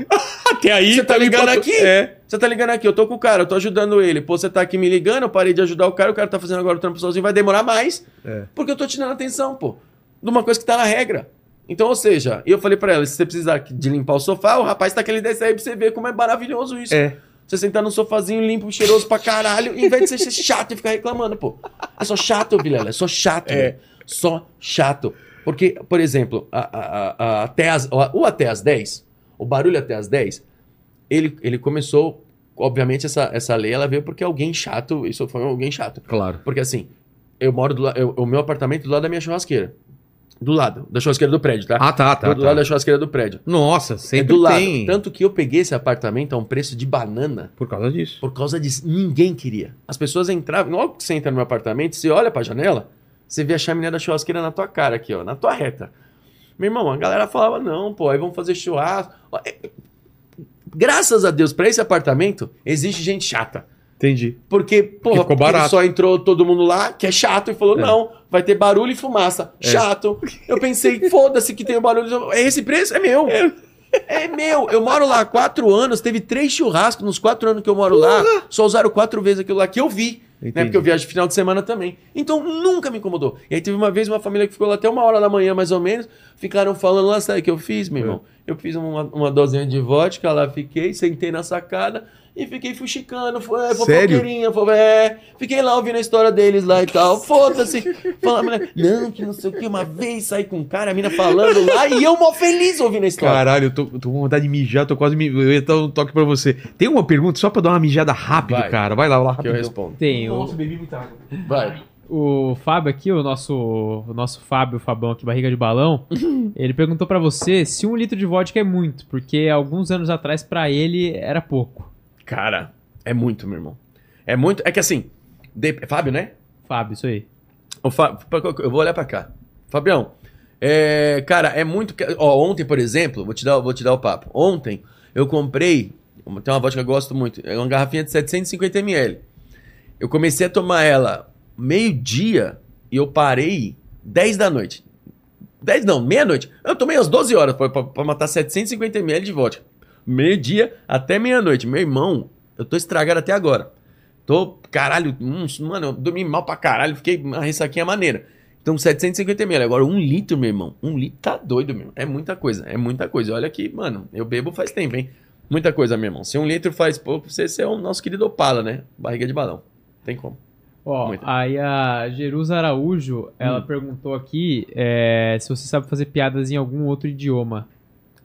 [SPEAKER 1] Até aí,
[SPEAKER 3] Você tá ligando
[SPEAKER 1] limpando-
[SPEAKER 3] aqui?
[SPEAKER 1] É.
[SPEAKER 3] Você tá ligando aqui, eu tô com o cara, eu tô ajudando ele. Pô, você tá aqui me ligando, eu parei de ajudar o cara, o cara tá fazendo agora o trampo sozinho, vai demorar mais.
[SPEAKER 1] É.
[SPEAKER 3] Porque eu tô te dando atenção, pô. De uma coisa que tá na regra. Então, ou seja, eu falei pra ela, se você precisar de limpar o sofá, o rapaz tá aquele desse aí pra você ver como é maravilhoso isso.
[SPEAKER 1] É.
[SPEAKER 3] Você sentar num sofazinho limpo, cheiroso pra caralho, em vez de você ser chato e ficar reclamando, pô. É só chato, Vilela, é só chato.
[SPEAKER 1] É.
[SPEAKER 3] né? Só chato. Porque, por exemplo, a- a- a- a- até as, o até as 10, o barulho até as 10, ele, ele começou, obviamente, essa, essa lei, ela veio porque alguém chato, isso foi alguém chato.
[SPEAKER 1] Claro.
[SPEAKER 3] Porque assim, eu moro do lado, o meu apartamento é do lado da minha churrasqueira. Do lado, da churrasqueira do prédio, tá?
[SPEAKER 1] Ah, tá, tá.
[SPEAKER 3] do
[SPEAKER 1] tá.
[SPEAKER 3] lado da churrasqueira do prédio.
[SPEAKER 1] Nossa,
[SPEAKER 3] É
[SPEAKER 1] sempre
[SPEAKER 3] do lado.
[SPEAKER 1] tem.
[SPEAKER 3] Tanto que eu peguei esse apartamento a um preço de banana.
[SPEAKER 1] Por causa disso.
[SPEAKER 3] Por causa disso, ninguém queria. As pessoas entravam. Logo que você entra no meu apartamento, você olha pra janela, você vê a chaminé da churrasqueira na tua cara aqui, ó, na tua reta. Meu irmão, a galera falava, não, pô, aí vamos fazer churrasco. Ó, é- Graças a Deus, pra esse apartamento, existe gente chata.
[SPEAKER 1] Entendi.
[SPEAKER 3] Porque, porra,
[SPEAKER 1] ficou
[SPEAKER 3] porque
[SPEAKER 1] barato.
[SPEAKER 3] só entrou todo mundo lá, que é chato, e falou:
[SPEAKER 1] É.
[SPEAKER 3] não, vai ter barulho e fumaça.
[SPEAKER 1] É.
[SPEAKER 3] Chato. Eu pensei, foda-se que tem barulho. É esse preço? É meu. É. meu. Eu moro lá há quatro anos, teve três churrascos nos quatro anos que eu moro lá. Só usaram quatro vezes aquilo lá que eu vi. Né, porque eu viajo final de semana também. Então nunca me incomodou. E aí teve uma vez uma família que ficou lá até uma hora da manhã, mais ou menos. Ficaram falando lá, sabe o que eu fiz, meu irmão? Eu fiz uma, uma dozinha de vodka lá, fiquei, sentei na sacada e fiquei fuxicando. Foi, é,
[SPEAKER 1] Sério?
[SPEAKER 3] fofoqueirinha, fofo- é. Fiquei lá ouvindo a história deles lá e tal. Foda-se. Fala, a mulher, não, que não sei o que. Uma vez saí com um cara, a mina falando lá e eu mó feliz ouvindo a história.
[SPEAKER 1] Caralho, eu tô, tô com vontade de mijar, tô quase me. Eu ia dar um toque pra você. Tem uma pergunta só pra dar uma mijada rápido,
[SPEAKER 3] Vai.
[SPEAKER 1] cara. Vai lá, vai lá
[SPEAKER 3] que eu
[SPEAKER 1] rapidão.
[SPEAKER 3] respondo.
[SPEAKER 2] Tem o,
[SPEAKER 1] bebi muita água.
[SPEAKER 3] Vai.
[SPEAKER 2] o Fábio aqui, o nosso, o nosso Fábio, o Fabão aqui, barriga de balão, ele perguntou pra você se um litro de vodka é muito, porque alguns anos atrás pra ele era pouco.
[SPEAKER 3] Cara, é muito, meu irmão. É muito. É que assim, de- Fábio, né?
[SPEAKER 2] Fábio, isso aí.
[SPEAKER 3] Ô, Fá- pra- eu vou olhar pra cá. Fabião, é, cara, é muito. que- Ó, ontem, por exemplo, vou te, dar, vou te dar o papo. Ontem eu comprei. uma- Tem uma vodka que eu gosto muito. É uma garrafinha de 750ml. Eu comecei a tomar ela meio-dia e eu parei 10 da noite. 10 não, meia-noite. Eu tomei às 12 horas pra, pra- pra matar 750ml de vodka. Meio-dia até meia-noite. Meu irmão, eu tô estragado até agora. Tô, caralho, hum, mano, eu dormi mal pra caralho, fiquei uma ressaquinha maneira. Então, 750 ml. Agora, um litro, meu irmão. Um litro tá doido, meu. É muita coisa, é muita coisa. Olha que, mano, eu bebo faz tempo, hein? Muita coisa, meu irmão. Se um litro faz pouco, você, você é o nosso querido Opala, né? Barriga de balão. Tem como.
[SPEAKER 2] Ó,
[SPEAKER 3] Muito.
[SPEAKER 2] aí a Jerusa Araújo, ela perguntou aqui é, se você sabe fazer piadas em algum outro idioma.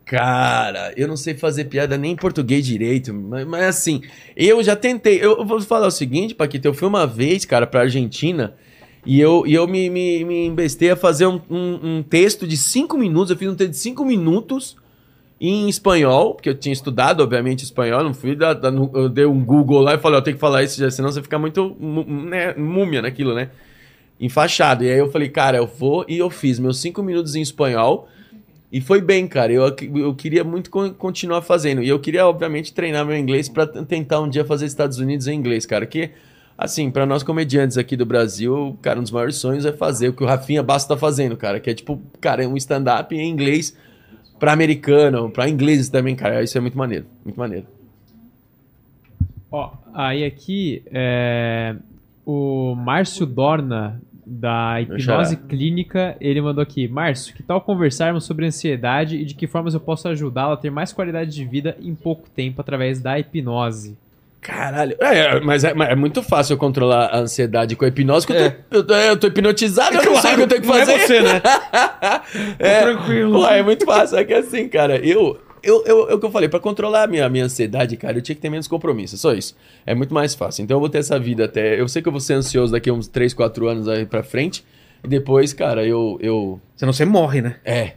[SPEAKER 3] Cara, eu não sei fazer piada nem em português direito, mas, mas assim, eu já tentei. Eu eu vou falar o seguinte, Paquito, eu fui uma vez, cara, pra Argentina e eu, e eu me, me, me embestei a fazer um, um- um texto de cinco minutos. Eu fiz um texto de cinco minutos em espanhol, porque eu tinha estudado, obviamente, espanhol. Não fui, da, da- no- eu dei um Google lá e falei, ó, tem que falar isso, já, senão você fica muito mu- né, múmia naquilo, né? Enfaixado. E aí eu falei, cara, eu vou e eu fiz meus cinco minutos em espanhol. E foi bem, cara. Eu, eu queria muito con- continuar fazendo. E eu queria, obviamente, treinar meu inglês pra t- tentar um dia fazer Estados Unidos em inglês, cara. Que, assim, pra nós comediantes aqui do Brasil, cara, um dos maiores sonhos é fazer o que o Rafinha Basso tá fazendo, cara. Que é tipo, cara, é um stand-up em inglês pra americano, pra ingleses também, cara. Isso é muito maneiro, muito maneiro.
[SPEAKER 2] Ó, aí aqui é, o Márcio Dorna, da Hipnose Clínica, ele mandou aqui: Márcio, que tal conversarmos sobre ansiedade e de que formas eu posso ajudá-la a ter mais qualidade de vida em pouco tempo através da hipnose?
[SPEAKER 3] Caralho. É, é, mas, é, mas é muito fácil eu controlar a ansiedade com a hipnose, que eu,
[SPEAKER 1] É.
[SPEAKER 3] tô, eu, tô, eu tô hipnotizado, eu não sei o que eu tenho que
[SPEAKER 1] Não é
[SPEAKER 3] fazer.
[SPEAKER 1] você, né?
[SPEAKER 3] é,
[SPEAKER 1] Tranquilo.
[SPEAKER 3] Pô, é muito fácil. É que assim, cara, eu. Eu, eu, é o que eu falei, pra controlar a minha, minha ansiedade, cara, eu tinha que ter menos compromisso, só isso. É muito mais fácil. Então eu vou ter essa vida até. Eu sei que eu vou ser ansioso daqui a uns 3, 4 anos aí pra frente. E depois, cara, eu. eu
[SPEAKER 1] Senão você morre, né?
[SPEAKER 3] é.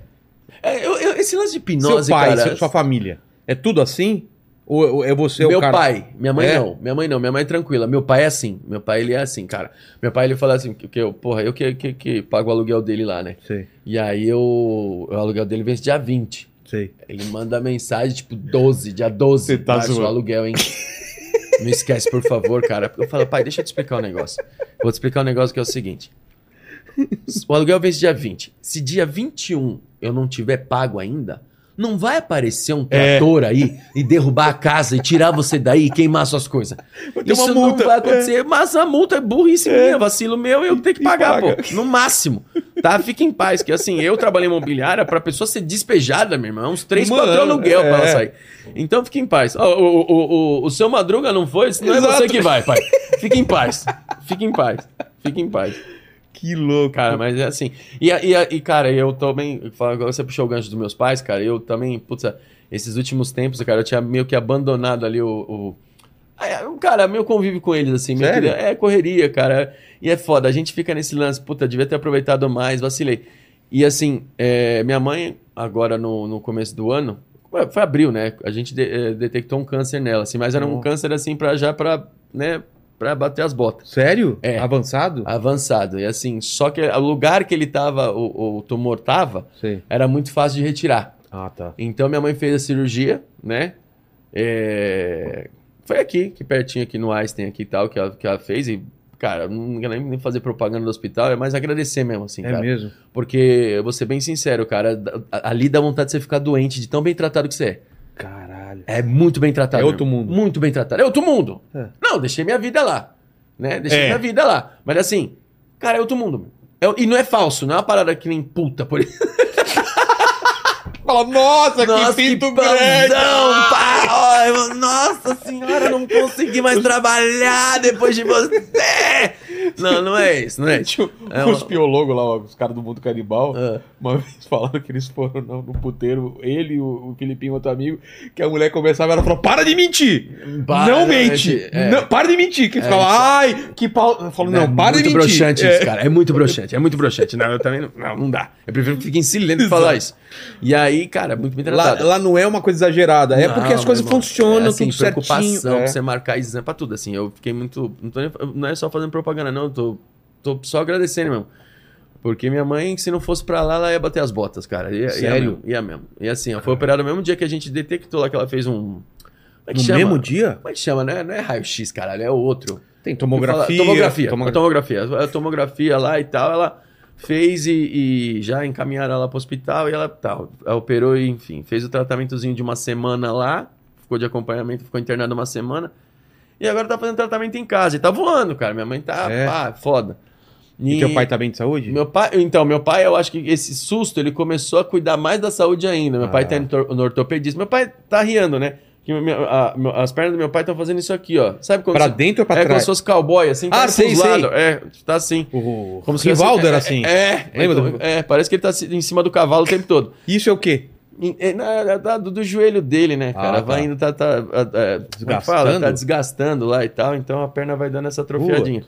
[SPEAKER 3] É, eu- eu- esse lance de
[SPEAKER 1] Seu
[SPEAKER 3] hipnose,
[SPEAKER 1] pai,
[SPEAKER 3] cara.
[SPEAKER 1] seu- sua família. É tudo assim? Ou, ou é você
[SPEAKER 3] meu
[SPEAKER 1] o cara...
[SPEAKER 3] pai, minha mãe
[SPEAKER 1] É?
[SPEAKER 3] não, minha mãe não, minha mãe é tranquila. Meu pai é assim, meu pai ele é assim, cara. Meu pai ele fala assim, que que eu, porra, eu que, que, que pago o aluguel dele lá, né?
[SPEAKER 1] Sei,
[SPEAKER 3] E aí eu, o aluguel dele vence dia 20.
[SPEAKER 1] sei.
[SPEAKER 3] Ele manda mensagem tipo 12, dia 12,
[SPEAKER 1] Você tá
[SPEAKER 3] baixa o
[SPEAKER 1] zoando.
[SPEAKER 3] aluguel, hein? Não esquece, por favor, cara. Eu falo, pai, deixa eu te explicar um negócio. Vou te explicar um negócio que é o seguinte. O aluguel vence dia 20. Se dia 21 eu não tiver pago ainda, não vai aparecer um
[SPEAKER 1] É.
[SPEAKER 3] trator aí e derrubar a casa e tirar você daí e queimar suas coisas.
[SPEAKER 1] Tem
[SPEAKER 3] Isso não vai acontecer, mas a multa é burrice minha, vacilo meu, eu tenho que
[SPEAKER 1] E
[SPEAKER 3] pagar,
[SPEAKER 1] paga.
[SPEAKER 3] pô. No máximo. Tá? Fica em paz, que assim, eu trabalhei em imobiliária pra pessoa ser despejada, meu irmão. Uns três,
[SPEAKER 1] Mano,
[SPEAKER 3] quatro aluguel pra ela
[SPEAKER 1] é.
[SPEAKER 3] sair. Então fica em paz. Ó, o, o, o, o- o seu Madruga não foi, não é
[SPEAKER 1] Exato.
[SPEAKER 3] você que vai, pai. Fica em paz. Fica em paz. Fica em paz.
[SPEAKER 1] Que louco.
[SPEAKER 3] Cara, mas é assim. E, a- e, a- e cara, eu também. Agora você puxou o gancho dos meus pais, cara. Eu também, puta, esses últimos tempos, cara, eu tinha meio que abandonado ali o. o Ah, é, cara, meu convívio com eles, assim, meio que-
[SPEAKER 1] Sério?
[SPEAKER 3] é correria, cara. E é foda. A gente fica nesse lance, puta, devia ter aproveitado mais, vacilei. E assim, é, minha mãe, agora no, no começo do ano, ué, foi abril, né? A gente de- eh, detectou um câncer nela, assim, mas era um
[SPEAKER 1] Nossa.
[SPEAKER 3] câncer assim pra já pra, né, pra bater as botas.
[SPEAKER 1] Sério?
[SPEAKER 3] É.
[SPEAKER 1] Avançado?
[SPEAKER 3] Avançado. E assim, só que o lugar que ele tava, o, o tumor tava,
[SPEAKER 1] Sei.
[SPEAKER 3] era muito fácil de retirar.
[SPEAKER 1] Ah, tá.
[SPEAKER 3] Então minha mãe fez a cirurgia, né? É, Foi aqui, que pertinho aqui no Einstein aqui e tal, que ela, que ela fez. E, cara, não quero nem nem fazer propaganda do hospital, é mais agradecer mesmo, assim,
[SPEAKER 1] É
[SPEAKER 3] cara.
[SPEAKER 1] mesmo.
[SPEAKER 3] Porque, eu vou ser bem sincero, cara, da- a- ali dá vontade de você ficar doente de tão bem tratado que você é.
[SPEAKER 1] Caralho.
[SPEAKER 3] É muito bem tratado.
[SPEAKER 1] É outro
[SPEAKER 3] meu.
[SPEAKER 1] mundo.
[SPEAKER 3] Muito bem tratado. É outro mundo.
[SPEAKER 1] É.
[SPEAKER 3] Não, deixei minha vida lá. Né? Deixei
[SPEAKER 1] É.
[SPEAKER 3] minha vida lá. Mas assim, cara, é outro mundo. meu. É- e não é falso, não é uma parada que nem puta, por isso.
[SPEAKER 1] Hum, Fala, nossa,
[SPEAKER 3] Nossa,
[SPEAKER 1] que
[SPEAKER 3] que
[SPEAKER 1] pinto grande!
[SPEAKER 3] pãozão, pá! Ó, eu- Nossa senhora, eu não consegui mais trabalhar depois de você! Não, não é isso,
[SPEAKER 1] Né?
[SPEAKER 3] não é isso. É
[SPEAKER 1] Tipo, os
[SPEAKER 3] uma-
[SPEAKER 1] piologos lá, ó, os caras do mundo canibal,
[SPEAKER 3] Ah.
[SPEAKER 1] uma vez falaram que eles foram no, no puteiro, ele, o, o Filipinho, outro amigo, que a mulher começava, ela falou, para de mentir!
[SPEAKER 3] Para,
[SPEAKER 1] não
[SPEAKER 3] não,
[SPEAKER 1] mente!
[SPEAKER 3] esse- é.
[SPEAKER 1] Não, para de mentir! Que eles falavam, ai, que pau... Eu falo, não, para
[SPEAKER 3] é
[SPEAKER 1] de
[SPEAKER 3] muito
[SPEAKER 1] mentir!
[SPEAKER 3] broxante
[SPEAKER 1] É.
[SPEAKER 3] isso, cara. É muito broxante, é muito broxante. Não, eu também não. Não, não dá. Eu prefiro que fique em silêncio e falar isso. E aí, cara, muito bem
[SPEAKER 1] Lá,
[SPEAKER 3] tratado.
[SPEAKER 1] lá não é uma coisa exagerada, é
[SPEAKER 3] Não,
[SPEAKER 1] porque as
[SPEAKER 3] meu
[SPEAKER 1] coisas
[SPEAKER 3] irmão,
[SPEAKER 1] funcionam,
[SPEAKER 3] é assim,
[SPEAKER 1] tudo certinho.
[SPEAKER 3] preocupação
[SPEAKER 1] É.
[SPEAKER 3] pra você marcar exame pra tudo, assim. Eu fiquei muito. Não, tô nem- não é só fazendo propaganda, não. Eu tô, tô só agradecendo mesmo. Porque minha mãe, se não fosse pra lá, ela ia bater as botas, cara. Ia, ia
[SPEAKER 1] Sério?
[SPEAKER 3] mesmo, Ia mesmo. E assim, ela foi operada no mesmo dia que a gente detectou lá que ela fez um. Como é que
[SPEAKER 1] No
[SPEAKER 3] chama?
[SPEAKER 1] mesmo dia?
[SPEAKER 3] Como é que chama? Não é, não é raio-x, caralho, é o outro.
[SPEAKER 1] Tem tomografia.
[SPEAKER 3] Fala- tomografia.
[SPEAKER 1] tomogra-
[SPEAKER 3] A tomografia. A tomografia lá e tal, ela fez e, e já encaminharam ela pro hospital e ela tal. Ela operou e, enfim, fez o tratamentozinho de uma semana lá, ficou de acompanhamento, ficou internada uma semana. E agora tá fazendo tratamento em casa. E tá voando, cara. Minha mãe tá,
[SPEAKER 1] É.
[SPEAKER 3] pá, foda.
[SPEAKER 1] E teu pai tá bem de saúde?
[SPEAKER 3] Meu pai, então, meu pai, eu acho que esse susto ele começou a cuidar mais da saúde ainda. Meu
[SPEAKER 1] Ah.
[SPEAKER 3] pai tá indo tor- no ortopedista. Meu pai tá riando, né? Que minha- a- meu- as pernas do meu pai estão fazendo isso aqui, ó. Sabe quando
[SPEAKER 1] Pra
[SPEAKER 3] você-
[SPEAKER 1] dentro ou pra
[SPEAKER 3] é como
[SPEAKER 1] trás?
[SPEAKER 3] se fosse cowboy, assim,
[SPEAKER 1] Ah,
[SPEAKER 3] tá
[SPEAKER 1] sei,
[SPEAKER 3] pros
[SPEAKER 1] sei.
[SPEAKER 3] lados. É, tá assim.
[SPEAKER 1] O
[SPEAKER 3] Como se
[SPEAKER 1] Rivaldo
[SPEAKER 3] fosse-
[SPEAKER 1] era assim.
[SPEAKER 3] É, é,
[SPEAKER 1] Lembra do-
[SPEAKER 3] então, é, parece que ele tá se- em cima do cavalo o tempo todo.
[SPEAKER 1] Isso é o quê?
[SPEAKER 3] Em- é, na- na- da- do, do joelho dele, né, cara?
[SPEAKER 1] Ah, tá.
[SPEAKER 3] Vai indo, tá, tá, ah, ah, como é que
[SPEAKER 1] Desgastando?
[SPEAKER 3] fala? Tá desgastando lá e tal, então a perna vai dando essa atrofiadinha.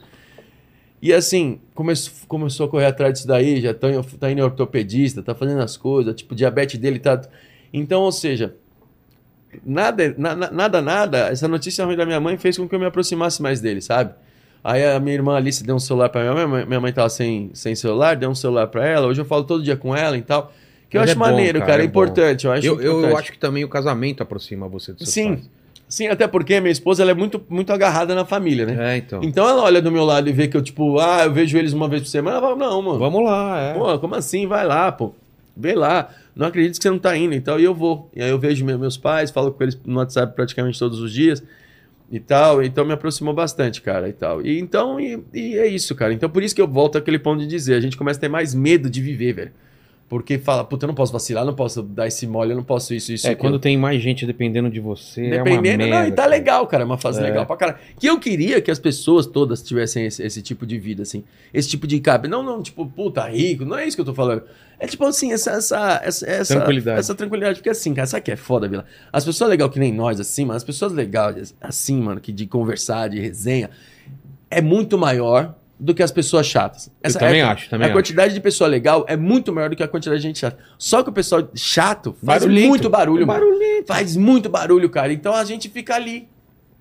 [SPEAKER 3] E assim, começou, começou a correr atrás disso daí, já tá, em- tá indo em ortopedista, tá fazendo as coisas, tipo, o diabetes dele tá. Então, ou seja, nada, na- na- nada, nada, essa notícia ruim da minha mãe fez com que eu me aproximasse mais dele, sabe? Aí a minha irmã Alice deu um celular pra minha mãe, minha mãe- minha mãe tava sem, sem celular, deu um celular pra ela, hoje eu falo todo dia com ela e tal. Que eu
[SPEAKER 1] Mas é
[SPEAKER 3] acho
[SPEAKER 1] bom,
[SPEAKER 3] maneiro, cara,
[SPEAKER 1] cara,
[SPEAKER 3] é,
[SPEAKER 1] é bom.
[SPEAKER 3] importante, eu acho
[SPEAKER 1] Eu, eu
[SPEAKER 3] importante.
[SPEAKER 1] acho que também o casamento aproxima você dos seus
[SPEAKER 3] Sim,
[SPEAKER 1] pais.
[SPEAKER 3] Sim, até porque minha esposa ela é muito, muito agarrada na família, né?
[SPEAKER 1] É, então.
[SPEAKER 3] Então ela olha do meu lado e vê que eu, tipo, ah, eu vejo eles uma vez por semana. Ela fala, não, mano.
[SPEAKER 1] Vamos lá, é.
[SPEAKER 3] Pô, como assim? Vai lá, pô. Vê lá. Não acredito que você não tá indo e tal. E eu vou. E aí eu vejo me- meus pais, falo com eles no WhatsApp praticamente todos os dias e tal. Então me aproximou bastante, cara, e tal. E então, e, e é isso, cara. Então por isso que eu volto àquele ponto de dizer. A gente começa a ter mais medo de viver, velho. Porque fala, puta, eu não posso vacilar, eu não posso dar esse mole, eu não posso isso, isso,
[SPEAKER 1] é,
[SPEAKER 3] aquilo.
[SPEAKER 1] quando tem mais gente dependendo de você, é uma
[SPEAKER 3] Dependendo,
[SPEAKER 1] merda.
[SPEAKER 3] não, e tá
[SPEAKER 1] cara.
[SPEAKER 3] legal, cara. É uma fase
[SPEAKER 1] É.
[SPEAKER 3] legal pra caralho. Que eu queria que as pessoas todas tivessem esse, esse tipo de vida, assim. Esse tipo de cabe. Não, não, tipo, puta, rico. Não é isso que eu tô falando. É tipo assim, essa. essa, essa, essa
[SPEAKER 1] Tranquilidade.
[SPEAKER 3] Essa tranquilidade. Porque assim, cara, sabe que é foda, Vila? As pessoas legais que nem nós, assim, mano. As pessoas legais, assim, mano, que de conversar, de resenha, é muito maior do que as pessoas chatas.
[SPEAKER 1] eu também
[SPEAKER 3] é,
[SPEAKER 1] acho, também
[SPEAKER 3] a
[SPEAKER 1] acho.
[SPEAKER 3] quantidade de pessoa legal é muito maior do que a quantidade de gente chata. Só que o pessoal chato faz
[SPEAKER 1] Barulhento. É
[SPEAKER 3] muito barulho, mano.
[SPEAKER 1] Barulhento.
[SPEAKER 3] Faz muito barulho, cara. Então a gente fica ali,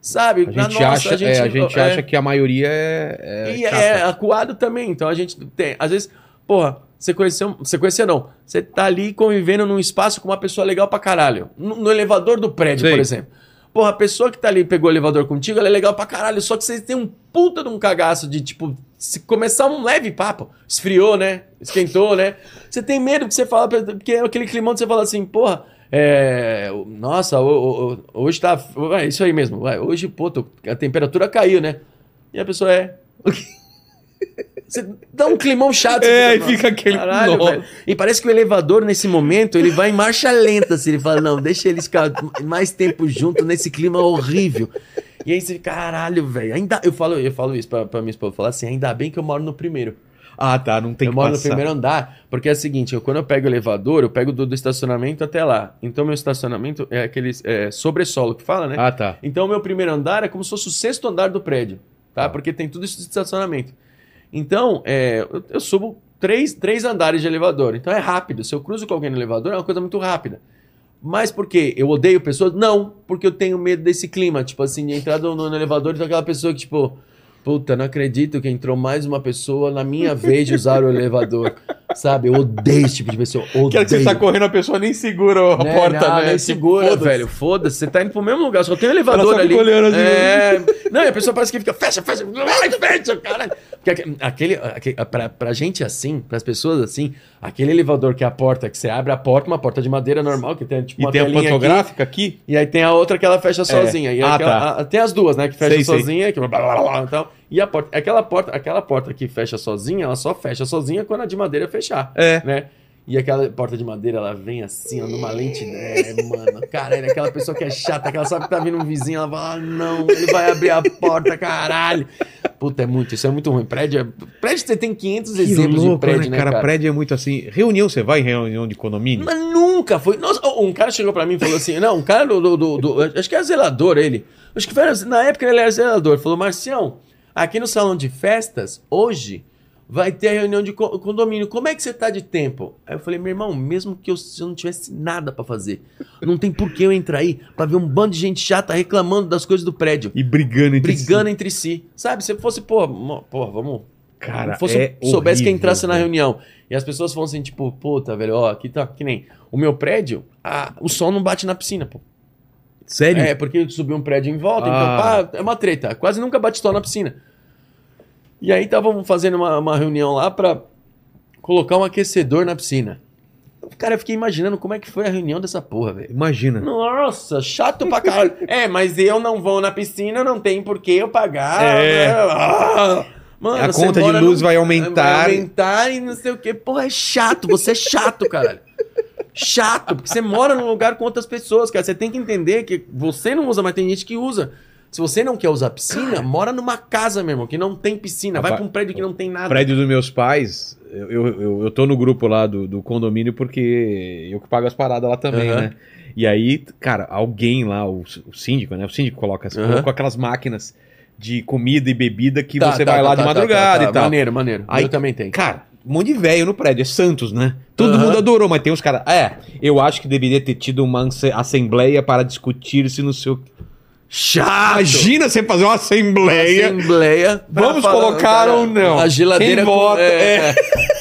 [SPEAKER 3] sabe?
[SPEAKER 1] A gente, acha, é, a gente acha que a maioria é. é
[SPEAKER 3] E
[SPEAKER 1] chata.
[SPEAKER 3] é acuado também. Então a gente tem. Às vezes, porra, você conheceu. Você conheceu não. Você tá ali convivendo num espaço com uma pessoa legal pra caralho. No, no elevador do prédio,
[SPEAKER 1] Sei.
[SPEAKER 3] por exemplo. Porra, a pessoa que tá ali e pegou o elevador contigo, ela é legal pra caralho. Só que vocês têm um puta de um cagaço de, tipo, se começar um leve papo. Esfriou, né? Esquentou, né? Você tem medo que você fala. pra- Porque é aquele climão que você fala assim, porra. É, o- nossa, o- o- o- hoje tá. É isso aí mesmo. vai, hoje, pô, tô- a temperatura caiu, né? E a pessoa é. Você dá um climão chato. você
[SPEAKER 1] É, aí
[SPEAKER 3] "Nossa,
[SPEAKER 1] fica aquele-
[SPEAKER 3] Caralho,
[SPEAKER 1] Nossa."
[SPEAKER 3] velho. E parece que o elevador, nesse momento, ele vai em marcha lenta. Assim, ele fala, não, deixa eles ficar mais tempo junto nesse clima horrível. E aí você fica, caralho, velho. Ainda... Eu, falo, eu falo isso pra, pra minha esposa. Eu falo assim, ainda bem que eu moro no primeiro.
[SPEAKER 1] Ah, tá, não tem
[SPEAKER 3] eu
[SPEAKER 1] que
[SPEAKER 3] moro no
[SPEAKER 1] passar.
[SPEAKER 3] primeiro andar. Porque é o seguinte, eu, quando eu pego o elevador, eu pego do, do estacionamento até lá. Então, meu estacionamento é aquele é, sobressolo que fala, né?
[SPEAKER 1] Ah, tá.
[SPEAKER 3] Então, o meu primeiro andar é como se fosse o sexto andar do prédio, tá? Porque tem tudo isso de estacionamento. Então, é, eu, eu subo três, três andares de elevador. Então, é rápido. Se eu cruzo com alguém no elevador, é uma coisa muito rápida. Mas por quê? Eu odeio pessoas? Não, porque eu tenho medo desse clima. Tipo assim, de entrar no, no elevador e tem aquela pessoa que, tipo... Puta, não acredito que entrou mais uma pessoa na minha vez de usar o elevador. Sabe? Eu odeio esse tipo de pessoa. Odeio.
[SPEAKER 1] Quero que você tá correndo, a pessoa nem segura a
[SPEAKER 3] Né?
[SPEAKER 1] porta,
[SPEAKER 3] não,
[SPEAKER 1] né?
[SPEAKER 3] nem
[SPEAKER 1] Tipo,
[SPEAKER 3] segura,
[SPEAKER 1] foda-se.
[SPEAKER 3] velho. Foda-se, você tá indo pro mesmo lugar, só tem um
[SPEAKER 1] Ela só
[SPEAKER 3] elevador
[SPEAKER 1] fica
[SPEAKER 3] ali.
[SPEAKER 1] olhando assim.
[SPEAKER 3] É. Não, e a pessoa parece que fica, fecha, fecha, vai, fecha, caralho. Porque aque- aquele, aquele, pra, pra gente assim, pras pessoas assim, aquele elevador que é a porta, que você abre a porta, uma porta de madeira normal, que tem tipo
[SPEAKER 1] E
[SPEAKER 3] uma
[SPEAKER 1] tem um a
[SPEAKER 3] telinha aqui,
[SPEAKER 1] pantográfica aqui?
[SPEAKER 3] e aí tem a outra que ela fecha sozinha. E
[SPEAKER 1] Ah,
[SPEAKER 3] aquela-
[SPEAKER 1] tá.
[SPEAKER 3] a- tem as duas, né? Que fecha
[SPEAKER 1] Sei, sei.
[SPEAKER 3] sozinha, que blá, blá, blá, blá, e tal. E a porta, aquela porta, aquela porta que fecha sozinha, ela só fecha sozinha quando a de madeira fechar
[SPEAKER 1] É.
[SPEAKER 3] né? E aquela porta de madeira, ela vem assim, ó, numa lente. É, mano, caralho, aquela pessoa que é chata, que ela sabe que tá vindo um vizinho, ela fala, ah, não, ele vai abrir a porta, caralho. Puta, é muito, isso é muito ruim. Prédio, é- prédio você tem 500 exemplos de prédio, né, cara?
[SPEAKER 1] Prédio é muito assim. Reunião, você vai em reunião de condomínio?
[SPEAKER 3] Mas nunca foi. Nossa, um cara chegou pra mim e falou assim: não, um cara do. do- do- do- acho que era zelador ele. Acho que era, na época ele era zelador. Falou: Marcião, aqui no salão de festas, hoje, vai ter a reunião de co- condomínio. Como é que você tá de tempo? Aí eu falei: meu irmão, mesmo que eu, se eu não tivesse nada pra fazer, não tem por que eu entrar aí pra ver um bando de gente chata reclamando das coisas do prédio.
[SPEAKER 1] E brigando entre si.
[SPEAKER 3] Brigando entre si. Sabe, se eu fosse, pô, mo- pô, vamos
[SPEAKER 1] Cara,
[SPEAKER 3] se fosse,
[SPEAKER 1] é
[SPEAKER 3] soubesse que
[SPEAKER 1] horrível,
[SPEAKER 3] entrasse na
[SPEAKER 1] velho.
[SPEAKER 3] reunião. E as pessoas falam assim, tipo, puta, velho, ó, aqui tá que nem o meu prédio, ah, o sol não bate na piscina, pô.
[SPEAKER 1] Sério?
[SPEAKER 3] É, porque subiu um prédio em
[SPEAKER 1] Ah.
[SPEAKER 3] volta, então pá, é uma treta. Quase nunca bate sol na piscina. E aí estavam fazendo uma, uma reunião lá pra colocar um aquecedor na piscina. Cara, eu fiquei imaginando como é que foi a reunião dessa porra, velho.
[SPEAKER 1] Imagina.
[SPEAKER 3] Nossa, chato pra caralho. é, mas eu não vou na piscina, não tem por que eu pagar.
[SPEAKER 1] É.
[SPEAKER 3] Ah, mano,
[SPEAKER 1] A
[SPEAKER 3] você
[SPEAKER 1] conta de
[SPEAKER 3] mora
[SPEAKER 1] luz
[SPEAKER 3] num-
[SPEAKER 1] vai aumentar.
[SPEAKER 3] Vai aumentar e não sei o quê. Porra, é chato, você é chato, caralho. Chato, porque você mora num lugar com outras pessoas, cara. Você tem que entender que você não usa, mas tem gente que usa. Se você não quer usar piscina, mora numa casa, meu irmão, que não tem piscina. Vai
[SPEAKER 1] Rapaz,
[SPEAKER 3] pra um prédio que não tem nada.
[SPEAKER 1] prédio dos meus pais, eu, eu, eu- eu tô no grupo lá do, do condomínio porque eu que pago as paradas lá também,
[SPEAKER 3] Aham.
[SPEAKER 1] né? E aí, cara, alguém lá, o, o síndico, né? O síndico coloca,
[SPEAKER 3] Aham.
[SPEAKER 1] colocou aquelas máquinas de comida e bebida que
[SPEAKER 3] Tá,
[SPEAKER 1] você
[SPEAKER 3] tá,
[SPEAKER 1] vai
[SPEAKER 3] tá,
[SPEAKER 1] lá
[SPEAKER 3] tá,
[SPEAKER 1] de
[SPEAKER 3] tá,
[SPEAKER 1] madrugada
[SPEAKER 3] tá, tá.
[SPEAKER 1] e tal.
[SPEAKER 3] Maneiro, maneiro.
[SPEAKER 1] Aí-
[SPEAKER 3] eu também tenho.
[SPEAKER 1] Cara, um monte de velho no prédio, é Santos, né? Todo
[SPEAKER 3] Aham.
[SPEAKER 1] mundo adorou, mas tem uns caras. É, eu acho que deveria ter tido uma anse- assembleia para discutir se não sei o que.
[SPEAKER 3] Chato!
[SPEAKER 1] Imagina você fazer uma assembleia.
[SPEAKER 3] Assembleia.
[SPEAKER 1] Vamos
[SPEAKER 3] pra
[SPEAKER 1] colocar
[SPEAKER 3] cara,
[SPEAKER 1] ou não?
[SPEAKER 3] A geladeira.
[SPEAKER 1] Quem vota, é.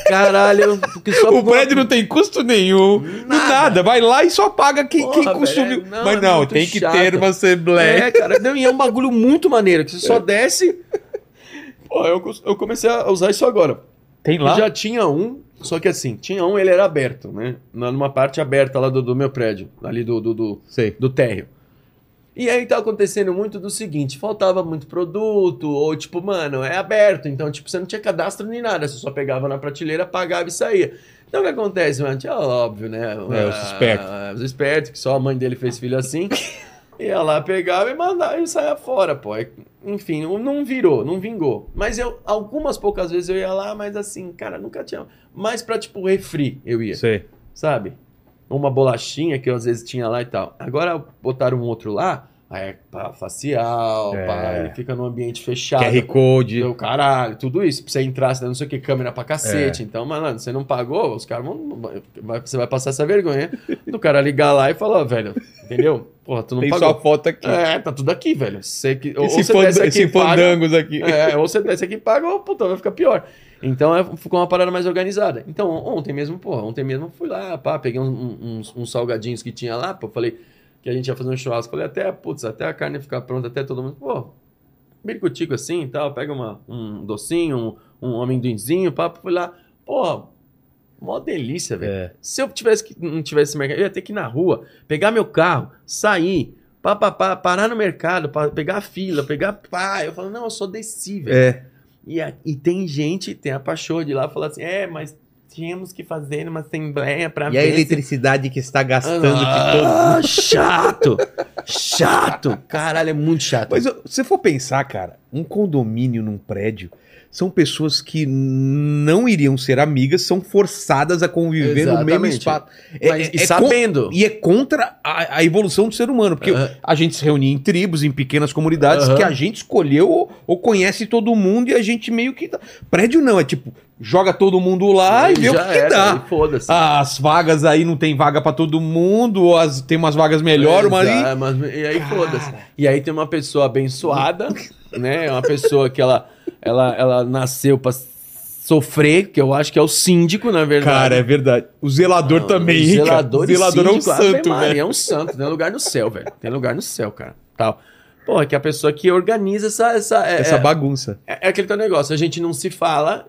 [SPEAKER 3] Caralho, porque só
[SPEAKER 1] O prédio não tem custo nenhum, nada. nada. Vai lá e só paga quem,
[SPEAKER 3] Porra,
[SPEAKER 1] quem
[SPEAKER 3] velho,
[SPEAKER 1] consumiu.
[SPEAKER 3] é- não,
[SPEAKER 1] Mas
[SPEAKER 3] é
[SPEAKER 1] não,
[SPEAKER 3] muito
[SPEAKER 1] tem que
[SPEAKER 3] chato.
[SPEAKER 1] ter uma assembleia.
[SPEAKER 3] É, cara. Não, e é um bagulho muito maneiro, que você só desce. É. Pô, eu, cons- eu comecei a usar isso agora.
[SPEAKER 1] Tem
[SPEAKER 3] Eu Já tinha um, só que assim, tinha um, ele era aberto, né? Na- Numa parte aberta lá do, do meu prédio, ali do- do- do,
[SPEAKER 1] Sei.
[SPEAKER 3] do térreo. E aí tá acontecendo muito do seguinte, faltava muito produto, ou tipo, mano, é aberto, então tipo, você não tinha cadastro nem nada, você só pegava na prateleira, pagava e saía. Então o que acontece, mano? É óbvio, né?
[SPEAKER 1] É, os espertos.
[SPEAKER 3] Ah, Os espertos, que só a mãe dele fez filho assim. Ia lá, pegava e mandava e saia fora, pô. Aí, Enfim, não- não virou, não vingou. Mas eu, algumas poucas vezes eu ia lá, mas assim, cara, nunca tinha. Mas pra, tipo, refri eu ia
[SPEAKER 1] Sei.
[SPEAKER 3] sabe? Uma bolachinha que eu às vezes tinha lá e tal. Agora botaram um outro lá Aí é pra facial,
[SPEAKER 1] É.
[SPEAKER 3] pra- ele fica num ambiente fechado.
[SPEAKER 1] QR Code.
[SPEAKER 3] Meu caralho, tudo isso. Pra você entrar, você tá não sei o que, câmera pra cacete.
[SPEAKER 1] É.
[SPEAKER 3] Então, mano, você não pagou, os caras vão. vai- Você vai passar essa vergonha do cara ligar lá e falar, ó, velho, entendeu? Porra, tu não
[SPEAKER 1] Tem
[SPEAKER 3] pagou.
[SPEAKER 1] sua foto aqui.
[SPEAKER 3] É, tá tudo aqui, velho. Você que, ou, ou
[SPEAKER 1] Esse,
[SPEAKER 3] você
[SPEAKER 1] fand...
[SPEAKER 3] desce aqui
[SPEAKER 1] Esse
[SPEAKER 3] e paga,
[SPEAKER 1] fandangos aqui.
[SPEAKER 3] é, ou você desce aqui e paga, ou puta, vai ficar pior. Então é, ficou uma parada mais organizada. Então, ontem mesmo, porra, ontem mesmo eu fui lá, pá, peguei um- um- uns, uns salgadinhos que tinha lá, pô, falei que a gente ia fazer um churrasco. Falei, até, putz, até a carne ficar pronta, até todo mundo, pô, biricutico assim e tal, pega uma, um docinho, um, um amendoinzinho, pá, fui lá, pô, mó
[SPEAKER 1] É.
[SPEAKER 3] delícia, velho. Se eu tivesse que, não tivesse esse mercado, eu ia ter que ir na rua, pegar meu carro, sair, pá, pá, pá, parar no mercado, pá, pegar a fila, pegar pá. Eu falo, não, eu só desci, velho.
[SPEAKER 1] É.
[SPEAKER 3] E, a- e tem gente, tem a Pachô de lá, falar assim, é, mas tínhamos que fazer uma assembleia pra
[SPEAKER 1] E a
[SPEAKER 3] ver se-
[SPEAKER 1] eletricidade que está gastando de todo
[SPEAKER 3] ah, chato! Chato! Caralho, é muito chato.
[SPEAKER 1] Mas ó, se for pensar, cara, um condomínio num prédio são pessoas que não iriam ser amigas, são forçadas a conviver no mesmo
[SPEAKER 3] Exatamente.
[SPEAKER 1] espaço. É-
[SPEAKER 3] Mas-
[SPEAKER 1] é-
[SPEAKER 3] e
[SPEAKER 1] é
[SPEAKER 3] sabendo.
[SPEAKER 1] con- e é contra a, a evolução do ser humano, porque
[SPEAKER 3] Ah.
[SPEAKER 1] a gente se reunia em tribos, em pequenas comunidades
[SPEAKER 3] Aham.
[SPEAKER 1] que a gente escolheu ou, ou conhece todo mundo e a gente meio que. dá- Prédio não, é tipo, joga todo mundo lá e, vê o que,
[SPEAKER 3] já
[SPEAKER 1] que
[SPEAKER 3] era,
[SPEAKER 1] dá.
[SPEAKER 3] e Foda-se.
[SPEAKER 1] As vagas aí não tem vaga pra todo mundo, ou as, tem umas vagas melhor, mas. aí-
[SPEAKER 3] Exato, mas- E aí, foda-se. E aí tem uma pessoa abençoada, né? Uma pessoa que ela, ela, ela nasceu pra sofrer, que eu acho que é o síndico, na verdade.
[SPEAKER 1] Cara, é verdade. O zelador
[SPEAKER 3] Não,
[SPEAKER 1] também,
[SPEAKER 3] o
[SPEAKER 1] hein, cara?
[SPEAKER 3] zelador,
[SPEAKER 1] O zelador é um santo, velho.
[SPEAKER 3] É um santo, tem lugar no céu, velho. Tem lugar no céu, cara. Tal. Porra, que é a pessoa que organiza essa. essa, é,
[SPEAKER 1] Essa
[SPEAKER 3] é-
[SPEAKER 1] bagunça.
[SPEAKER 3] é, aquele teu negócio, a gente não se fala,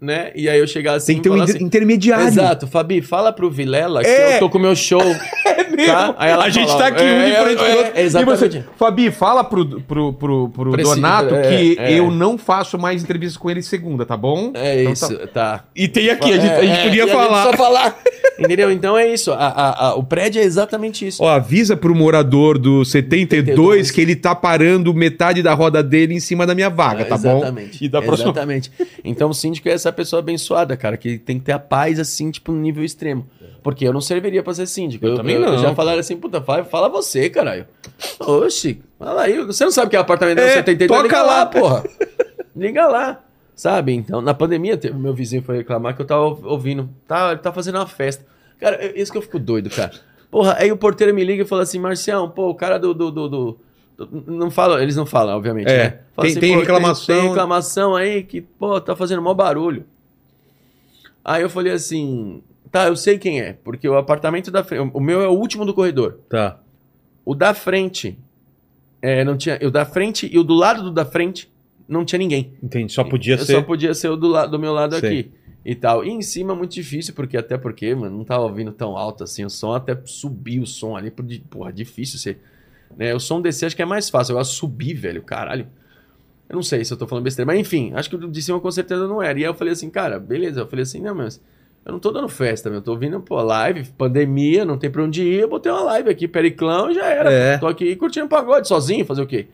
[SPEAKER 3] né? E aí eu chegar assim.
[SPEAKER 1] Tem que ter
[SPEAKER 3] e
[SPEAKER 1] um
[SPEAKER 3] falar
[SPEAKER 1] inter-
[SPEAKER 3] assim,
[SPEAKER 1] intermediário.
[SPEAKER 3] Exato, Fabi, fala pro Vilela que
[SPEAKER 1] É.
[SPEAKER 3] eu tô com o meu show.
[SPEAKER 1] É mesmo.
[SPEAKER 3] Tá? Aí ela
[SPEAKER 1] a gente
[SPEAKER 3] fala,
[SPEAKER 1] tá aqui,
[SPEAKER 3] é,
[SPEAKER 1] um de frente pro
[SPEAKER 3] é,
[SPEAKER 1] outro.
[SPEAKER 3] é, exatamente.
[SPEAKER 1] E você, Fabi, fala pro, pro, pro, pro
[SPEAKER 3] Preciso,
[SPEAKER 1] Donato
[SPEAKER 3] é,
[SPEAKER 1] que
[SPEAKER 3] é.
[SPEAKER 1] eu não faço mais entrevista com ele segunda, tá bom?
[SPEAKER 3] É
[SPEAKER 1] Então
[SPEAKER 3] isso, tá.
[SPEAKER 1] E tem aqui, a gente, a gente
[SPEAKER 3] É,
[SPEAKER 1] podia
[SPEAKER 3] e
[SPEAKER 1] falar.
[SPEAKER 3] só falar. Entendeu? Então é isso. a- a- a- o prédio é exatamente isso.
[SPEAKER 1] Ó, avisa pro morador do 72,
[SPEAKER 3] 72
[SPEAKER 1] que ele tá parando metade da roda dele em cima da minha vaga, tá bom?
[SPEAKER 3] exatamente.
[SPEAKER 1] E da próxima-
[SPEAKER 3] Exatamente. Então o síndico é essa pessoa abençoada, cara, que tem que ter a paz, assim, tipo, no nível extremo. Porque eu não serviria pra ser síndico.
[SPEAKER 1] Eu também não.
[SPEAKER 3] Já falaram assim, puta, fala, fala você, caralho. Oxi, fala aí. Você não sabe que é apartamento
[SPEAKER 1] É,
[SPEAKER 3] é,
[SPEAKER 1] toca
[SPEAKER 3] 72, liga
[SPEAKER 1] lá.
[SPEAKER 3] porra. Liga lá. Sabe? Então, na pandemia, teve- meu vizinho foi reclamar que eu tava ouvindo. Tá, ele tá fazendo uma festa. Cara, eu- isso que eu fico doido, cara. Porra, aí o porteiro me liga e fala assim, Marcião, pô, o cara do. do, do, do- do- não fala, eles não falam, obviamente.
[SPEAKER 1] É,
[SPEAKER 3] né? Fala
[SPEAKER 1] tem- tem
[SPEAKER 3] pô,
[SPEAKER 1] reclamação.
[SPEAKER 3] Tem, reclamação aí que, pô, tá fazendo maior barulho. Aí eu falei assim, tá, eu sei quem é, porque o apartamento da frente. O meu é o último do corredor.
[SPEAKER 1] Tá.
[SPEAKER 3] O da frente. É, não tinha. O da frente e o do lado do da frente não tinha ninguém.
[SPEAKER 1] Entendi, só podia
[SPEAKER 3] Eu
[SPEAKER 1] ser.
[SPEAKER 3] Só podia ser o do, la- do meu lado
[SPEAKER 1] Sei.
[SPEAKER 3] aqui. E tal. E em cima é muito difícil, porque até porque, mano, não tava ouvindo tão alto assim. O som até subir o som ali. por di- Porra, difícil ser. Né? O som descer acho que é mais fácil. Agora subir, velho, caralho. Eu não sei se eu tô falando besteira, mas enfim, acho que o de cima com certeza não era. E aí eu falei assim, cara, beleza. Eu falei assim, não, mas eu não tô dando festa, meu. Eu tô vindo, pô, live, pandemia, não tem pra onde ir. Eu botei uma live aqui, Periclão, e já era.
[SPEAKER 1] É.
[SPEAKER 3] Tô aqui curtindo pagode sozinho, fazer o quê?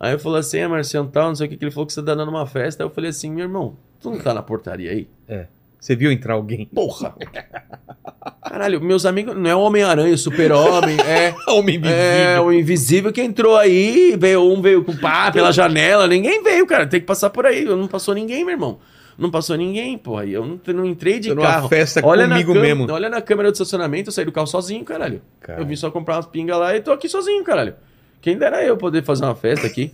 [SPEAKER 3] Aí eu falei assim, é, Marcião, tal, não sei o que, que ele falou que você tá dando uma festa. Aí eu falei assim, meu irmão, tu não tá na portaria aí?
[SPEAKER 1] Você viu entrar alguém?
[SPEAKER 3] Porra! Caralho, meus amigos, não é o Homem-Aranha, o Super-Homem, é,
[SPEAKER 1] Homem invisível.
[SPEAKER 3] é o Invisível que entrou aí, veio um veio com pá pela janela, ninguém veio, cara, tem que passar por aí. Não passou ninguém, meu irmão. Não passou ninguém, porra. E eu não, não entrei de
[SPEAKER 1] Tô numa
[SPEAKER 3] carro.
[SPEAKER 1] festa comigo
[SPEAKER 3] na câmera-
[SPEAKER 1] mesmo.
[SPEAKER 3] Olha na câmera do estacionamento, eu saí do carro sozinho, caralho. Eu vim só comprar umas pingas lá e tô aqui sozinho, caralho. Quem dera eu poder fazer uma festa aqui.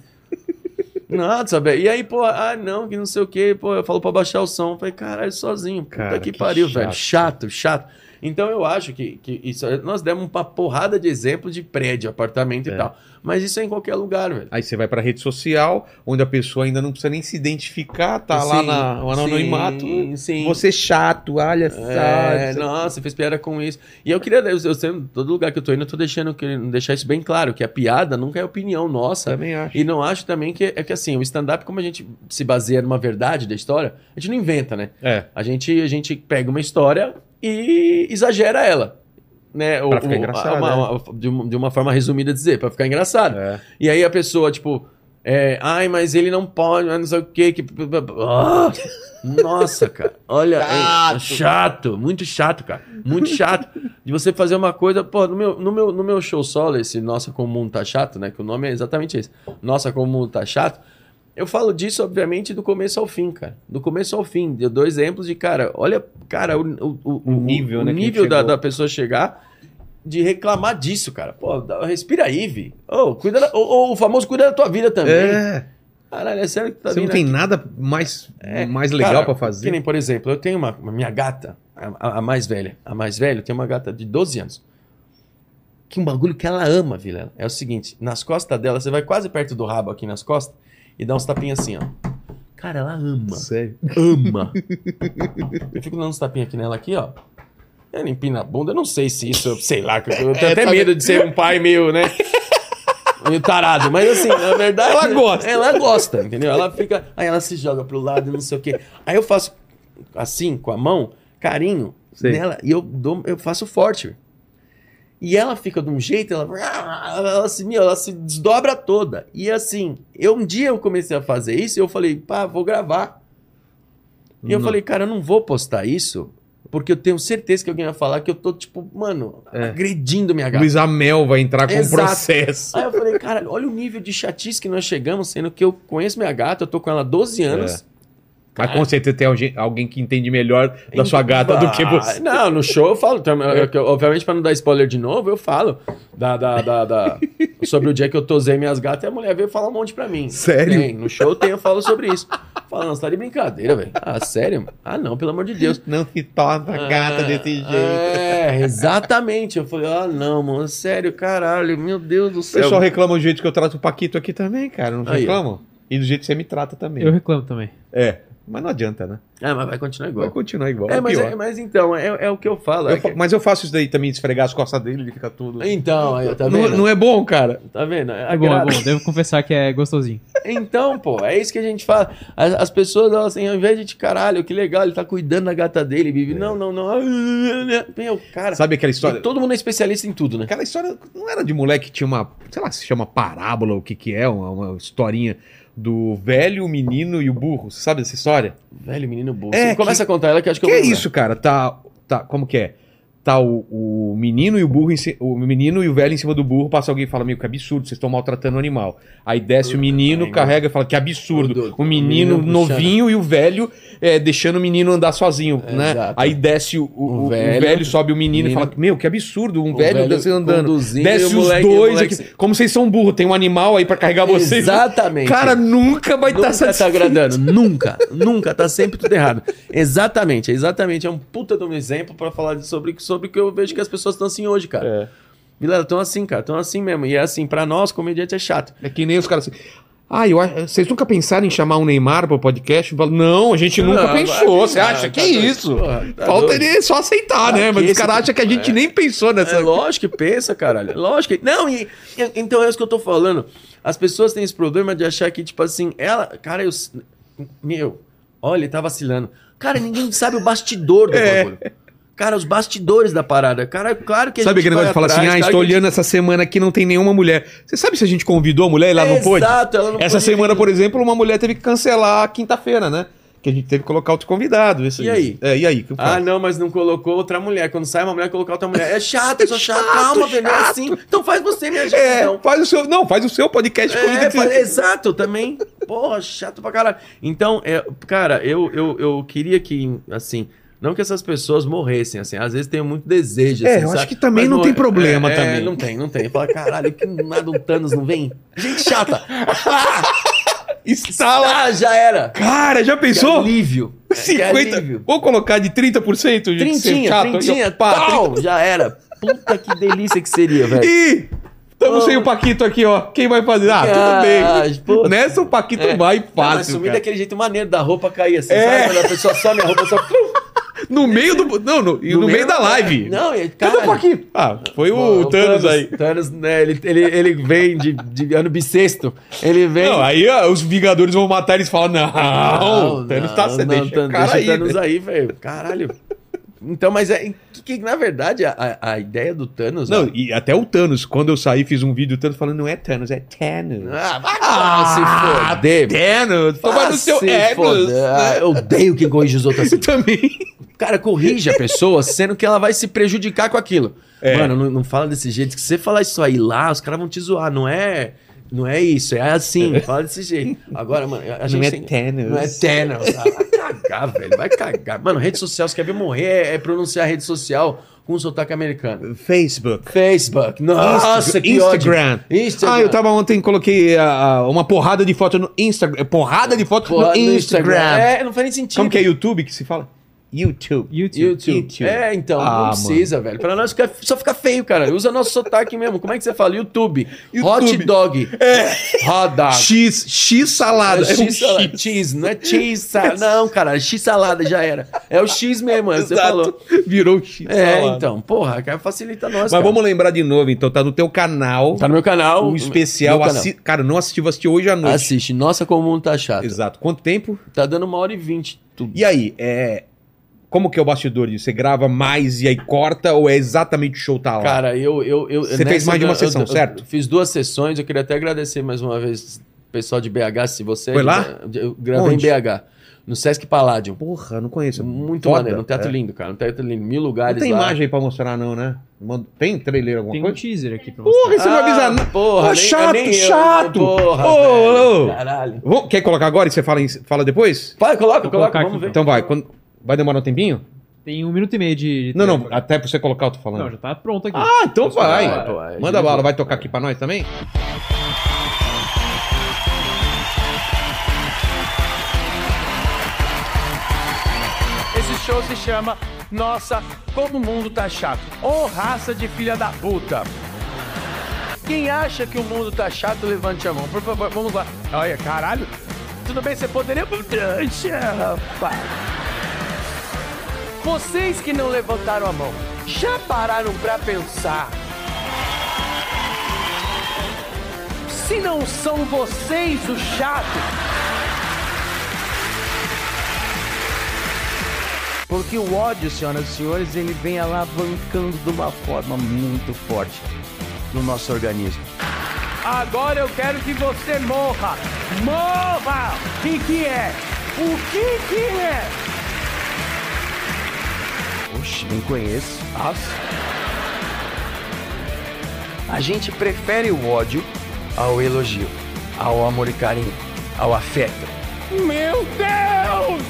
[SPEAKER 3] Nada, sabe? E aí, pô, ah, não, que não sei o quê, pô, eu falo pra baixar o som. Eu falei, caralho, sozinho, puta
[SPEAKER 1] Cara,
[SPEAKER 3] que,
[SPEAKER 1] que
[SPEAKER 3] pariu,
[SPEAKER 1] chato.
[SPEAKER 3] velho. Chato, chato. Então eu acho que, que isso. é, Nós demos uma porrada de exemplos de prédio, apartamento
[SPEAKER 1] É.
[SPEAKER 3] e tal. Mas isso é em qualquer lugar, velho.
[SPEAKER 1] Aí você vai pra rede social, onde a pessoa ainda não precisa nem se identificar, tá lá
[SPEAKER 3] Sim,
[SPEAKER 1] na, no anonimato.
[SPEAKER 3] Sim, sim.
[SPEAKER 1] Você tá, é chato, olha
[SPEAKER 3] É,
[SPEAKER 1] só.
[SPEAKER 3] nossa, fez piada com isso. E eu queria, eu, eu sempre- todo lugar que eu tô indo, eu tô deixando, que- deixar isso bem claro, que a piada nunca é opinião nossa.
[SPEAKER 1] Também acho.
[SPEAKER 3] E não acho também que é que assim, o stand-up, como a gente se baseia numa verdade da história, a gente não inventa, né?
[SPEAKER 1] É.
[SPEAKER 3] A gente, a gente pega uma história e exagera ela. Né? Ou-
[SPEAKER 1] Pra ficar
[SPEAKER 3] ou-
[SPEAKER 1] engraçado,
[SPEAKER 3] uma-
[SPEAKER 1] né?
[SPEAKER 3] é.
[SPEAKER 1] É.
[SPEAKER 3] uma- de, uma, de uma forma resumida dizer, pra ficar engraçado. E aí a pessoa, tipo, É, ai, mas ele não pode, mas não sei o quê, que. Ah, nossa, cara. Olha, é
[SPEAKER 1] Chato.
[SPEAKER 3] chato, muito chato, cara. Muito chato. De você fazer uma coisa, pô, no meu, no meu, no meu show solo, esse Nossa Comum Tá Chato, né? Que o nome é exatamente esse. Nossa Comum Tá Chato. Eu falo disso, obviamente, do começo ao fim, cara. Do começo ao fim. Deu dois exemplos de, cara, olha, cara, o, o, o,
[SPEAKER 1] O nível,
[SPEAKER 3] o
[SPEAKER 1] né, que
[SPEAKER 3] nível da,
[SPEAKER 1] chegou.
[SPEAKER 3] da pessoa chegar de reclamar disso, cara. Pô, dá- respira aí, vi. Ô, cuida da- ô, ô, o famoso cuida da tua vida também.
[SPEAKER 1] É,
[SPEAKER 3] Caralho, é sério que tu tá
[SPEAKER 1] você não
[SPEAKER 3] vindo
[SPEAKER 1] tem nada mais,
[SPEAKER 3] É,
[SPEAKER 1] mais
[SPEAKER 3] aqui?
[SPEAKER 1] legal
[SPEAKER 3] Cara,
[SPEAKER 1] pra
[SPEAKER 3] Que
[SPEAKER 1] fazer.
[SPEAKER 3] nem, por exemplo, eu tenho uma, uma minha gata, a, a- a mais velha. A mais velha, eu tenho uma gata de 12 anos. Que um bagulho que ela ama, Vilela. É o seguinte, nas costas dela, você vai quase perto do rabo aqui nas costas e dá uns tapinhas assim, ó. Cara, ela ama
[SPEAKER 1] Sério.
[SPEAKER 3] ama. eu fico dando uns tapinhas aqui nela aqui, ó. Ela empina a bunda, eu não sei se isso, sei lá, que eu tenho até medo de ser um pai meio, né? Meio tarado, mas assim, na verdade. Ela gosta. Ela gosta, entendeu? Ela fica. Aí ela se joga pro lado, não sei o quê. Aí eu faço assim, com a mão, carinho
[SPEAKER 1] Sei.
[SPEAKER 3] nela, e eu, dou, eu faço forte. E ela fica de um jeito, ela, ela, se, meu, ela se desdobra toda. E assim, eu um dia eu comecei a fazer isso e eu falei, pá, vou gravar. E eu
[SPEAKER 1] Não.
[SPEAKER 3] falei, cara, eu não vou postar isso, porque eu tenho certeza que alguém vai falar que eu tô, tipo, mano,
[SPEAKER 1] É.
[SPEAKER 3] agredindo minha gata.
[SPEAKER 1] Luiz Amel vai entrar com um
[SPEAKER 3] Exato.
[SPEAKER 1] processo.
[SPEAKER 3] Aí eu falei, cara, olha o nível de chatice que nós chegamos, sendo que eu conheço minha gata, eu tô com ela há 12
[SPEAKER 1] É.
[SPEAKER 3] anos.
[SPEAKER 1] Mas com certeza tem alguém- alguém que entende melhor da sua gata do que você.
[SPEAKER 3] Ah, Não, no show eu falo, tam- eu- eu- obviamente pra não dar spoiler de novo, eu falo da, da, da, da- sobre o dia que eu tosei minhas gatas e a mulher veio falar um monte pra mim.
[SPEAKER 1] Sério?
[SPEAKER 3] Tem, no show tem, eu falo sobre isso. Falo, não, você tá de brincadeira, velho. Ah, sério? mano? Ah, não, pelo amor de Deus.
[SPEAKER 1] Não se torna gata
[SPEAKER 3] Ah,
[SPEAKER 1] desse jeito.
[SPEAKER 3] É, exatamente. Eu falei, ah, não, mano, sério, caralho, meu Deus do
[SPEAKER 1] O
[SPEAKER 3] céu.
[SPEAKER 1] pessoal reclama do jeito que eu trato o Paquito aqui também, cara. Não
[SPEAKER 3] Aí, ó.
[SPEAKER 1] reclamam? E do jeito que você me trata também.
[SPEAKER 2] Eu reclamo também.
[SPEAKER 1] É. Mas não adianta, né?
[SPEAKER 3] Ah, mas vai continuar
[SPEAKER 1] Vai
[SPEAKER 3] igual.
[SPEAKER 1] continuar igual.
[SPEAKER 3] É,
[SPEAKER 1] É,
[SPEAKER 3] mas,
[SPEAKER 1] pior.
[SPEAKER 3] é, mas então, é, é o que eu falo. é
[SPEAKER 1] Eu fa-
[SPEAKER 3] que-
[SPEAKER 1] mas eu faço isso daí também, de esfregar as costas dele, ele fica todo.
[SPEAKER 3] Então, aí, tá
[SPEAKER 1] não,
[SPEAKER 3] vendo?
[SPEAKER 1] não é bom, cara.
[SPEAKER 3] Tá vendo? É
[SPEAKER 2] É bom, é
[SPEAKER 3] agrado.
[SPEAKER 2] bom. Devo confessar que é gostosinho.
[SPEAKER 3] Então, pô, é isso que a gente fala. As, as pessoas, elas, assim, ao invés de, te caralho, que legal, ele tá cuidando da gata dele, Bibi. Não, não, não. Meu, cara.
[SPEAKER 1] É. Sabe aquela
[SPEAKER 3] e
[SPEAKER 1] história?
[SPEAKER 3] todo mundo é especialista em tudo, né?
[SPEAKER 1] Aquela história não era de moleque que tinha uma, sei lá, se chama parábola, o que que é, uma, uma historinha do velho, o menino e o burro. Você sabe dessa história?
[SPEAKER 3] Velho, menino burro.
[SPEAKER 1] É,
[SPEAKER 3] Você começa a contar ela que eu acho que,
[SPEAKER 1] Que
[SPEAKER 3] eu né?
[SPEAKER 1] é
[SPEAKER 3] vou lembrar.
[SPEAKER 1] isso, cara? Tá, tá, como que é? Tá o, o menino e o burro, em ci- o menino e o velho em cima do burro, passa alguém e fala, meu, que absurdo, vocês estão maltratando o animal. Aí desce o menino,
[SPEAKER 3] Ai,
[SPEAKER 1] carrega e fala, que absurdo,
[SPEAKER 3] Tudo.
[SPEAKER 1] o menino
[SPEAKER 3] O menino
[SPEAKER 1] novinho e o velho é, deixando o menino andar sozinho,
[SPEAKER 3] É,
[SPEAKER 1] né?
[SPEAKER 3] exato.
[SPEAKER 1] Aí desce o, o-
[SPEAKER 3] O
[SPEAKER 1] o- o
[SPEAKER 3] velho,
[SPEAKER 1] velho, sobe o menino,
[SPEAKER 3] menino-
[SPEAKER 1] e fala, meu, que absurdo, um velho,
[SPEAKER 3] O
[SPEAKER 1] velho andando.
[SPEAKER 3] conduzindo, e
[SPEAKER 1] Desce
[SPEAKER 3] o
[SPEAKER 1] os
[SPEAKER 3] moleque-
[SPEAKER 1] dois
[SPEAKER 3] o moleque-
[SPEAKER 1] aqui. Como vocês são burros, tem um animal aí pra carregar vocês.
[SPEAKER 3] Exatamente.
[SPEAKER 1] Cara, nunca vai estar
[SPEAKER 3] nunca
[SPEAKER 1] tá
[SPEAKER 3] tá
[SPEAKER 1] satisfeito.
[SPEAKER 3] agradando. Nunca. Nunca. Tá sempre tudo errado. Exatamente. Exatamente. É um puta de um exemplo pra falar de- sobre sobre o que eu vejo que as pessoas estão assim hoje, cara.
[SPEAKER 1] É.
[SPEAKER 3] Vilela, estão assim, cara. Estão assim mesmo. E é assim, pra nós, comediante é chato.
[SPEAKER 1] É que nem os caras assim. Ah, eu acho- vocês nunca pensaram em chamar o Neymar pro podcast? Eu falo, Não, a gente nunca
[SPEAKER 3] Não,
[SPEAKER 1] pensou.
[SPEAKER 3] vai-
[SPEAKER 1] Você acha
[SPEAKER 3] Ah,
[SPEAKER 1] que
[SPEAKER 3] tá
[SPEAKER 1] é
[SPEAKER 3] doido.
[SPEAKER 1] isso?
[SPEAKER 3] Porra, tá
[SPEAKER 1] Falta
[SPEAKER 3] doido.
[SPEAKER 1] ele só aceitar,
[SPEAKER 3] Ah,
[SPEAKER 1] né? Mas
[SPEAKER 3] que
[SPEAKER 1] os caras
[SPEAKER 3] esse-
[SPEAKER 1] acham que a gente nem pensou nessa.
[SPEAKER 3] É lógico que pensa, caralho. é Lógico que. Não, e, e- então é isso que eu tô falando. As pessoas têm esse problema de achar que, tipo assim, ela. Cara, eu. s- Meu, olha, ele tá vacilando. Cara, ninguém sabe o bastidor do
[SPEAKER 1] É.
[SPEAKER 3] bagulho. Cara, os bastidores da parada. Cara, claro que a
[SPEAKER 1] Sabe
[SPEAKER 3] gente
[SPEAKER 1] aquele
[SPEAKER 3] vai
[SPEAKER 1] negócio de falar assim,
[SPEAKER 3] atrás,
[SPEAKER 1] ah,
[SPEAKER 3] claro
[SPEAKER 1] estou
[SPEAKER 3] que a gente-
[SPEAKER 1] olhando essa semana que não tem nenhuma mulher. Você sabe se a gente convidou a mulher e lá não pôde?
[SPEAKER 3] Exato, ela não
[SPEAKER 1] Essa
[SPEAKER 3] pôde
[SPEAKER 1] semana,
[SPEAKER 3] vir.
[SPEAKER 1] por exemplo, uma mulher teve que cancelar a quinta-feira, né? Que a gente teve que colocar outro convidado. Isso,
[SPEAKER 3] E aí?
[SPEAKER 1] É, e aí? Que eu
[SPEAKER 3] Ah,
[SPEAKER 1] faço?
[SPEAKER 3] não, mas não colocou outra mulher. Quando sai uma mulher, colocar outra mulher. É chato, eu sou chato. Calma, velho, não é assim. Então faz você, minha gente.
[SPEAKER 1] É,
[SPEAKER 3] então.
[SPEAKER 1] faz o seu. Não, faz o seu podcast comigo.
[SPEAKER 3] É, fa- exato, também. Porra, chato pra caralho. Então, é, cara, eu, eu, eu queria que, assim, não que essas pessoas morressem, assim, às vezes tenho muito desejo.
[SPEAKER 1] É,
[SPEAKER 3] assim,
[SPEAKER 1] eu acho
[SPEAKER 3] sabe?
[SPEAKER 1] que também não tem problema
[SPEAKER 3] é,
[SPEAKER 1] também.
[SPEAKER 3] não tem, não tem. Fala, caralho, que nada o Thanos não vem. Gente chata.
[SPEAKER 1] Instala.
[SPEAKER 3] Ah, já era.
[SPEAKER 1] Cara, já
[SPEAKER 3] Que
[SPEAKER 1] pensou?
[SPEAKER 3] alívio. É, que
[SPEAKER 1] 50.
[SPEAKER 3] alívio.
[SPEAKER 1] Vou colocar de 30% de ser
[SPEAKER 3] Trintinha,
[SPEAKER 1] chato.
[SPEAKER 3] trintinha,
[SPEAKER 1] Pá,
[SPEAKER 3] pau, já era. Puta que delícia que seria, velho.
[SPEAKER 1] Ih! Tamo
[SPEAKER 3] Oh.
[SPEAKER 1] sem o Paquito aqui, ó. Quem vai fazer? Ah, tudo bem.
[SPEAKER 3] Ah, puta.
[SPEAKER 1] Nessa o Paquito
[SPEAKER 3] É.
[SPEAKER 1] vai
[SPEAKER 3] Não, mas
[SPEAKER 1] fácil.
[SPEAKER 3] sumir
[SPEAKER 1] cara.
[SPEAKER 3] daquele jeito maneiro da roupa cair assim,
[SPEAKER 1] É.
[SPEAKER 3] sabe? Quando a pessoa some a roupa só.
[SPEAKER 1] No meio do. Não, no, e no, meio, da live.
[SPEAKER 3] é- Não, e-
[SPEAKER 1] Cadê o
[SPEAKER 3] caralho.
[SPEAKER 1] Paquito? Ah, foi o,
[SPEAKER 3] Pô,
[SPEAKER 1] Thanos, aí.
[SPEAKER 3] Thanos, né, ele, ele, ele vem de, de ano bissexto. Ele vem.
[SPEAKER 1] Não, aí ó, os Vingadores vão matar eles e falam: não, o Thanos tá. Você
[SPEAKER 3] não,
[SPEAKER 1] deixa, o
[SPEAKER 3] Thanos,
[SPEAKER 1] cara
[SPEAKER 3] deixa o
[SPEAKER 1] aí,
[SPEAKER 3] Thanos
[SPEAKER 1] né?
[SPEAKER 3] aí, velho. Caralho. Então, mas é que, que, na verdade a, a ideia do Thanos.
[SPEAKER 1] Não, e até o Thanos, quando eu saí, fiz um vídeo do Thanos falando, não é Thanos, é Thanos.
[SPEAKER 3] Ah, vai ah, se foder.
[SPEAKER 1] Thanos, toma no seu né? Thanos.
[SPEAKER 3] Ah, eu odeio quem corrige os outros assim.
[SPEAKER 1] Eu também.
[SPEAKER 3] Cara, corrija a pessoa, sendo que ela vai se prejudicar com aquilo.
[SPEAKER 1] É.
[SPEAKER 3] Mano, não, não fala desse jeito. que Se você falar isso aí lá, os caras vão te zoar. Não é. Não é isso, é assim, fala desse jeito. Agora, mano, a gente.
[SPEAKER 1] Não é
[SPEAKER 3] tem-
[SPEAKER 1] Thanos.
[SPEAKER 3] Não é Thanos. Ah, vai cagar, velho. Vai cagar. Mano, rede social, se quer ver morrer, é, é pronunciar rede social com o sotaque americano.
[SPEAKER 1] Facebook.
[SPEAKER 3] Facebook. Nossa,
[SPEAKER 1] Insta-
[SPEAKER 3] que
[SPEAKER 1] Instagram.
[SPEAKER 3] ódio. Instagram.
[SPEAKER 1] Ah, eu tava ontem, coloquei ah, ah, uma porrada de foto no Instagram. Porrada de foto
[SPEAKER 3] Porra,
[SPEAKER 1] no Instagram.
[SPEAKER 3] É, não faz nem sentido.
[SPEAKER 1] Como que é YouTube que se fala? YouTube.
[SPEAKER 2] YouTube.
[SPEAKER 3] YouTube.
[SPEAKER 1] YouTube.
[SPEAKER 3] É, então,
[SPEAKER 1] Ah,
[SPEAKER 3] não precisa, velho. Pra nós fica- só fica feio, cara. Usa nosso sotaque mesmo. Como é que você fala? YouTube. Hot
[SPEAKER 1] YouTube.
[SPEAKER 3] dog. É. Hot dog.
[SPEAKER 1] X, X salada.
[SPEAKER 3] É
[SPEAKER 1] É um
[SPEAKER 3] X salada. X, não é X salada. Não, cara, X salada já era. É o X mesmo, é o que você
[SPEAKER 1] Exato.
[SPEAKER 3] falou.
[SPEAKER 1] Virou X
[SPEAKER 3] É,
[SPEAKER 1] salada.
[SPEAKER 3] então, porra, cara, facilita nós.
[SPEAKER 1] Mas
[SPEAKER 3] cara.
[SPEAKER 1] vamos lembrar de novo, então, tá no teu canal.
[SPEAKER 3] Tá no meu canal.
[SPEAKER 1] Um especial.
[SPEAKER 3] Meu canal.
[SPEAKER 1] assi- Cara, não assisti, vou assistir hoje à noite.
[SPEAKER 3] Assiste. Nossa, como o mundo tá chato.
[SPEAKER 1] Exato. Quanto tempo?
[SPEAKER 3] Tá dando uma hora e vinte. Tudo.
[SPEAKER 1] E aí, é. Como que é o bastidor disso? Você grava mais e aí corta ou é exatamente o show tá lá?
[SPEAKER 3] Cara, eu. eu, eu
[SPEAKER 1] Você fez mais de uma
[SPEAKER 3] eu-
[SPEAKER 1] sessão,
[SPEAKER 3] eu- eu
[SPEAKER 1] certo?
[SPEAKER 3] Fiz duas sessões. Eu queria até agradecer mais uma vez o pessoal de BH. Se você.
[SPEAKER 1] Foi
[SPEAKER 3] é de-
[SPEAKER 1] lá?
[SPEAKER 3] Eu gravei
[SPEAKER 1] Onde?
[SPEAKER 3] em BH. No Sesc Palladium.
[SPEAKER 1] Porra, não conheço.
[SPEAKER 3] Muito
[SPEAKER 1] Foda.
[SPEAKER 3] maneiro. Um teatro
[SPEAKER 1] É.
[SPEAKER 3] lindo, cara. Um teatro lindo. Mil
[SPEAKER 1] Não
[SPEAKER 3] lugares
[SPEAKER 1] tem
[SPEAKER 3] lá.
[SPEAKER 1] imagem pra mostrar, não, né? Manda- Tem trailer alguma
[SPEAKER 2] Tem um
[SPEAKER 1] coisa?
[SPEAKER 2] teaser aqui pra mostrar.
[SPEAKER 1] Porra, você não avisa nada.
[SPEAKER 3] Ah, Porra,
[SPEAKER 1] Ô,
[SPEAKER 3] nem-
[SPEAKER 1] né? chato,
[SPEAKER 3] nem eu,
[SPEAKER 1] chato.
[SPEAKER 3] Porra,
[SPEAKER 1] Ô,
[SPEAKER 3] velho.
[SPEAKER 1] ô.
[SPEAKER 3] Caralho.
[SPEAKER 1] Vamos- Quer colocar agora e você fala, em- fala depois?
[SPEAKER 3] Vai, coloca,
[SPEAKER 2] Vou
[SPEAKER 3] coloca.
[SPEAKER 2] colocar
[SPEAKER 3] Vamos
[SPEAKER 2] aqui,
[SPEAKER 3] ver.
[SPEAKER 1] Então vai. quando- Vai demorar um tempinho?
[SPEAKER 2] Tem um minuto e meio de. de
[SPEAKER 1] Não, não.
[SPEAKER 2] tempo.
[SPEAKER 1] Até pra você colocar, eu tô falando.
[SPEAKER 2] Não, já tá pronto aqui. é
[SPEAKER 1] Ah, então vai.
[SPEAKER 3] Vai, vai.
[SPEAKER 1] Manda bala, vai tocar aqui pra nós também?
[SPEAKER 4] Esse show se chama Nossa, como o mundo tá chato. Ô raça de filha da puta. Quem acha que o mundo tá chato, levante a mão. Por favor, vamos lá. Olha, caralho. Tudo bem, você poderia. Deixa, é rapaz. Vocês que não levantaram a mão, já pararam pra pensar? Se não são vocês o chato, Porque o ódio, senhoras e senhores, ele vem alavancando de uma forma muito forte no nosso organismo. Agora eu quero que você morra! Morra! O que, que é? O que, que é? Oxe, nem conheço. Nossa. A gente prefere o ódio ao elogio, ao amor e carinho, ao afeto. Meu Deus!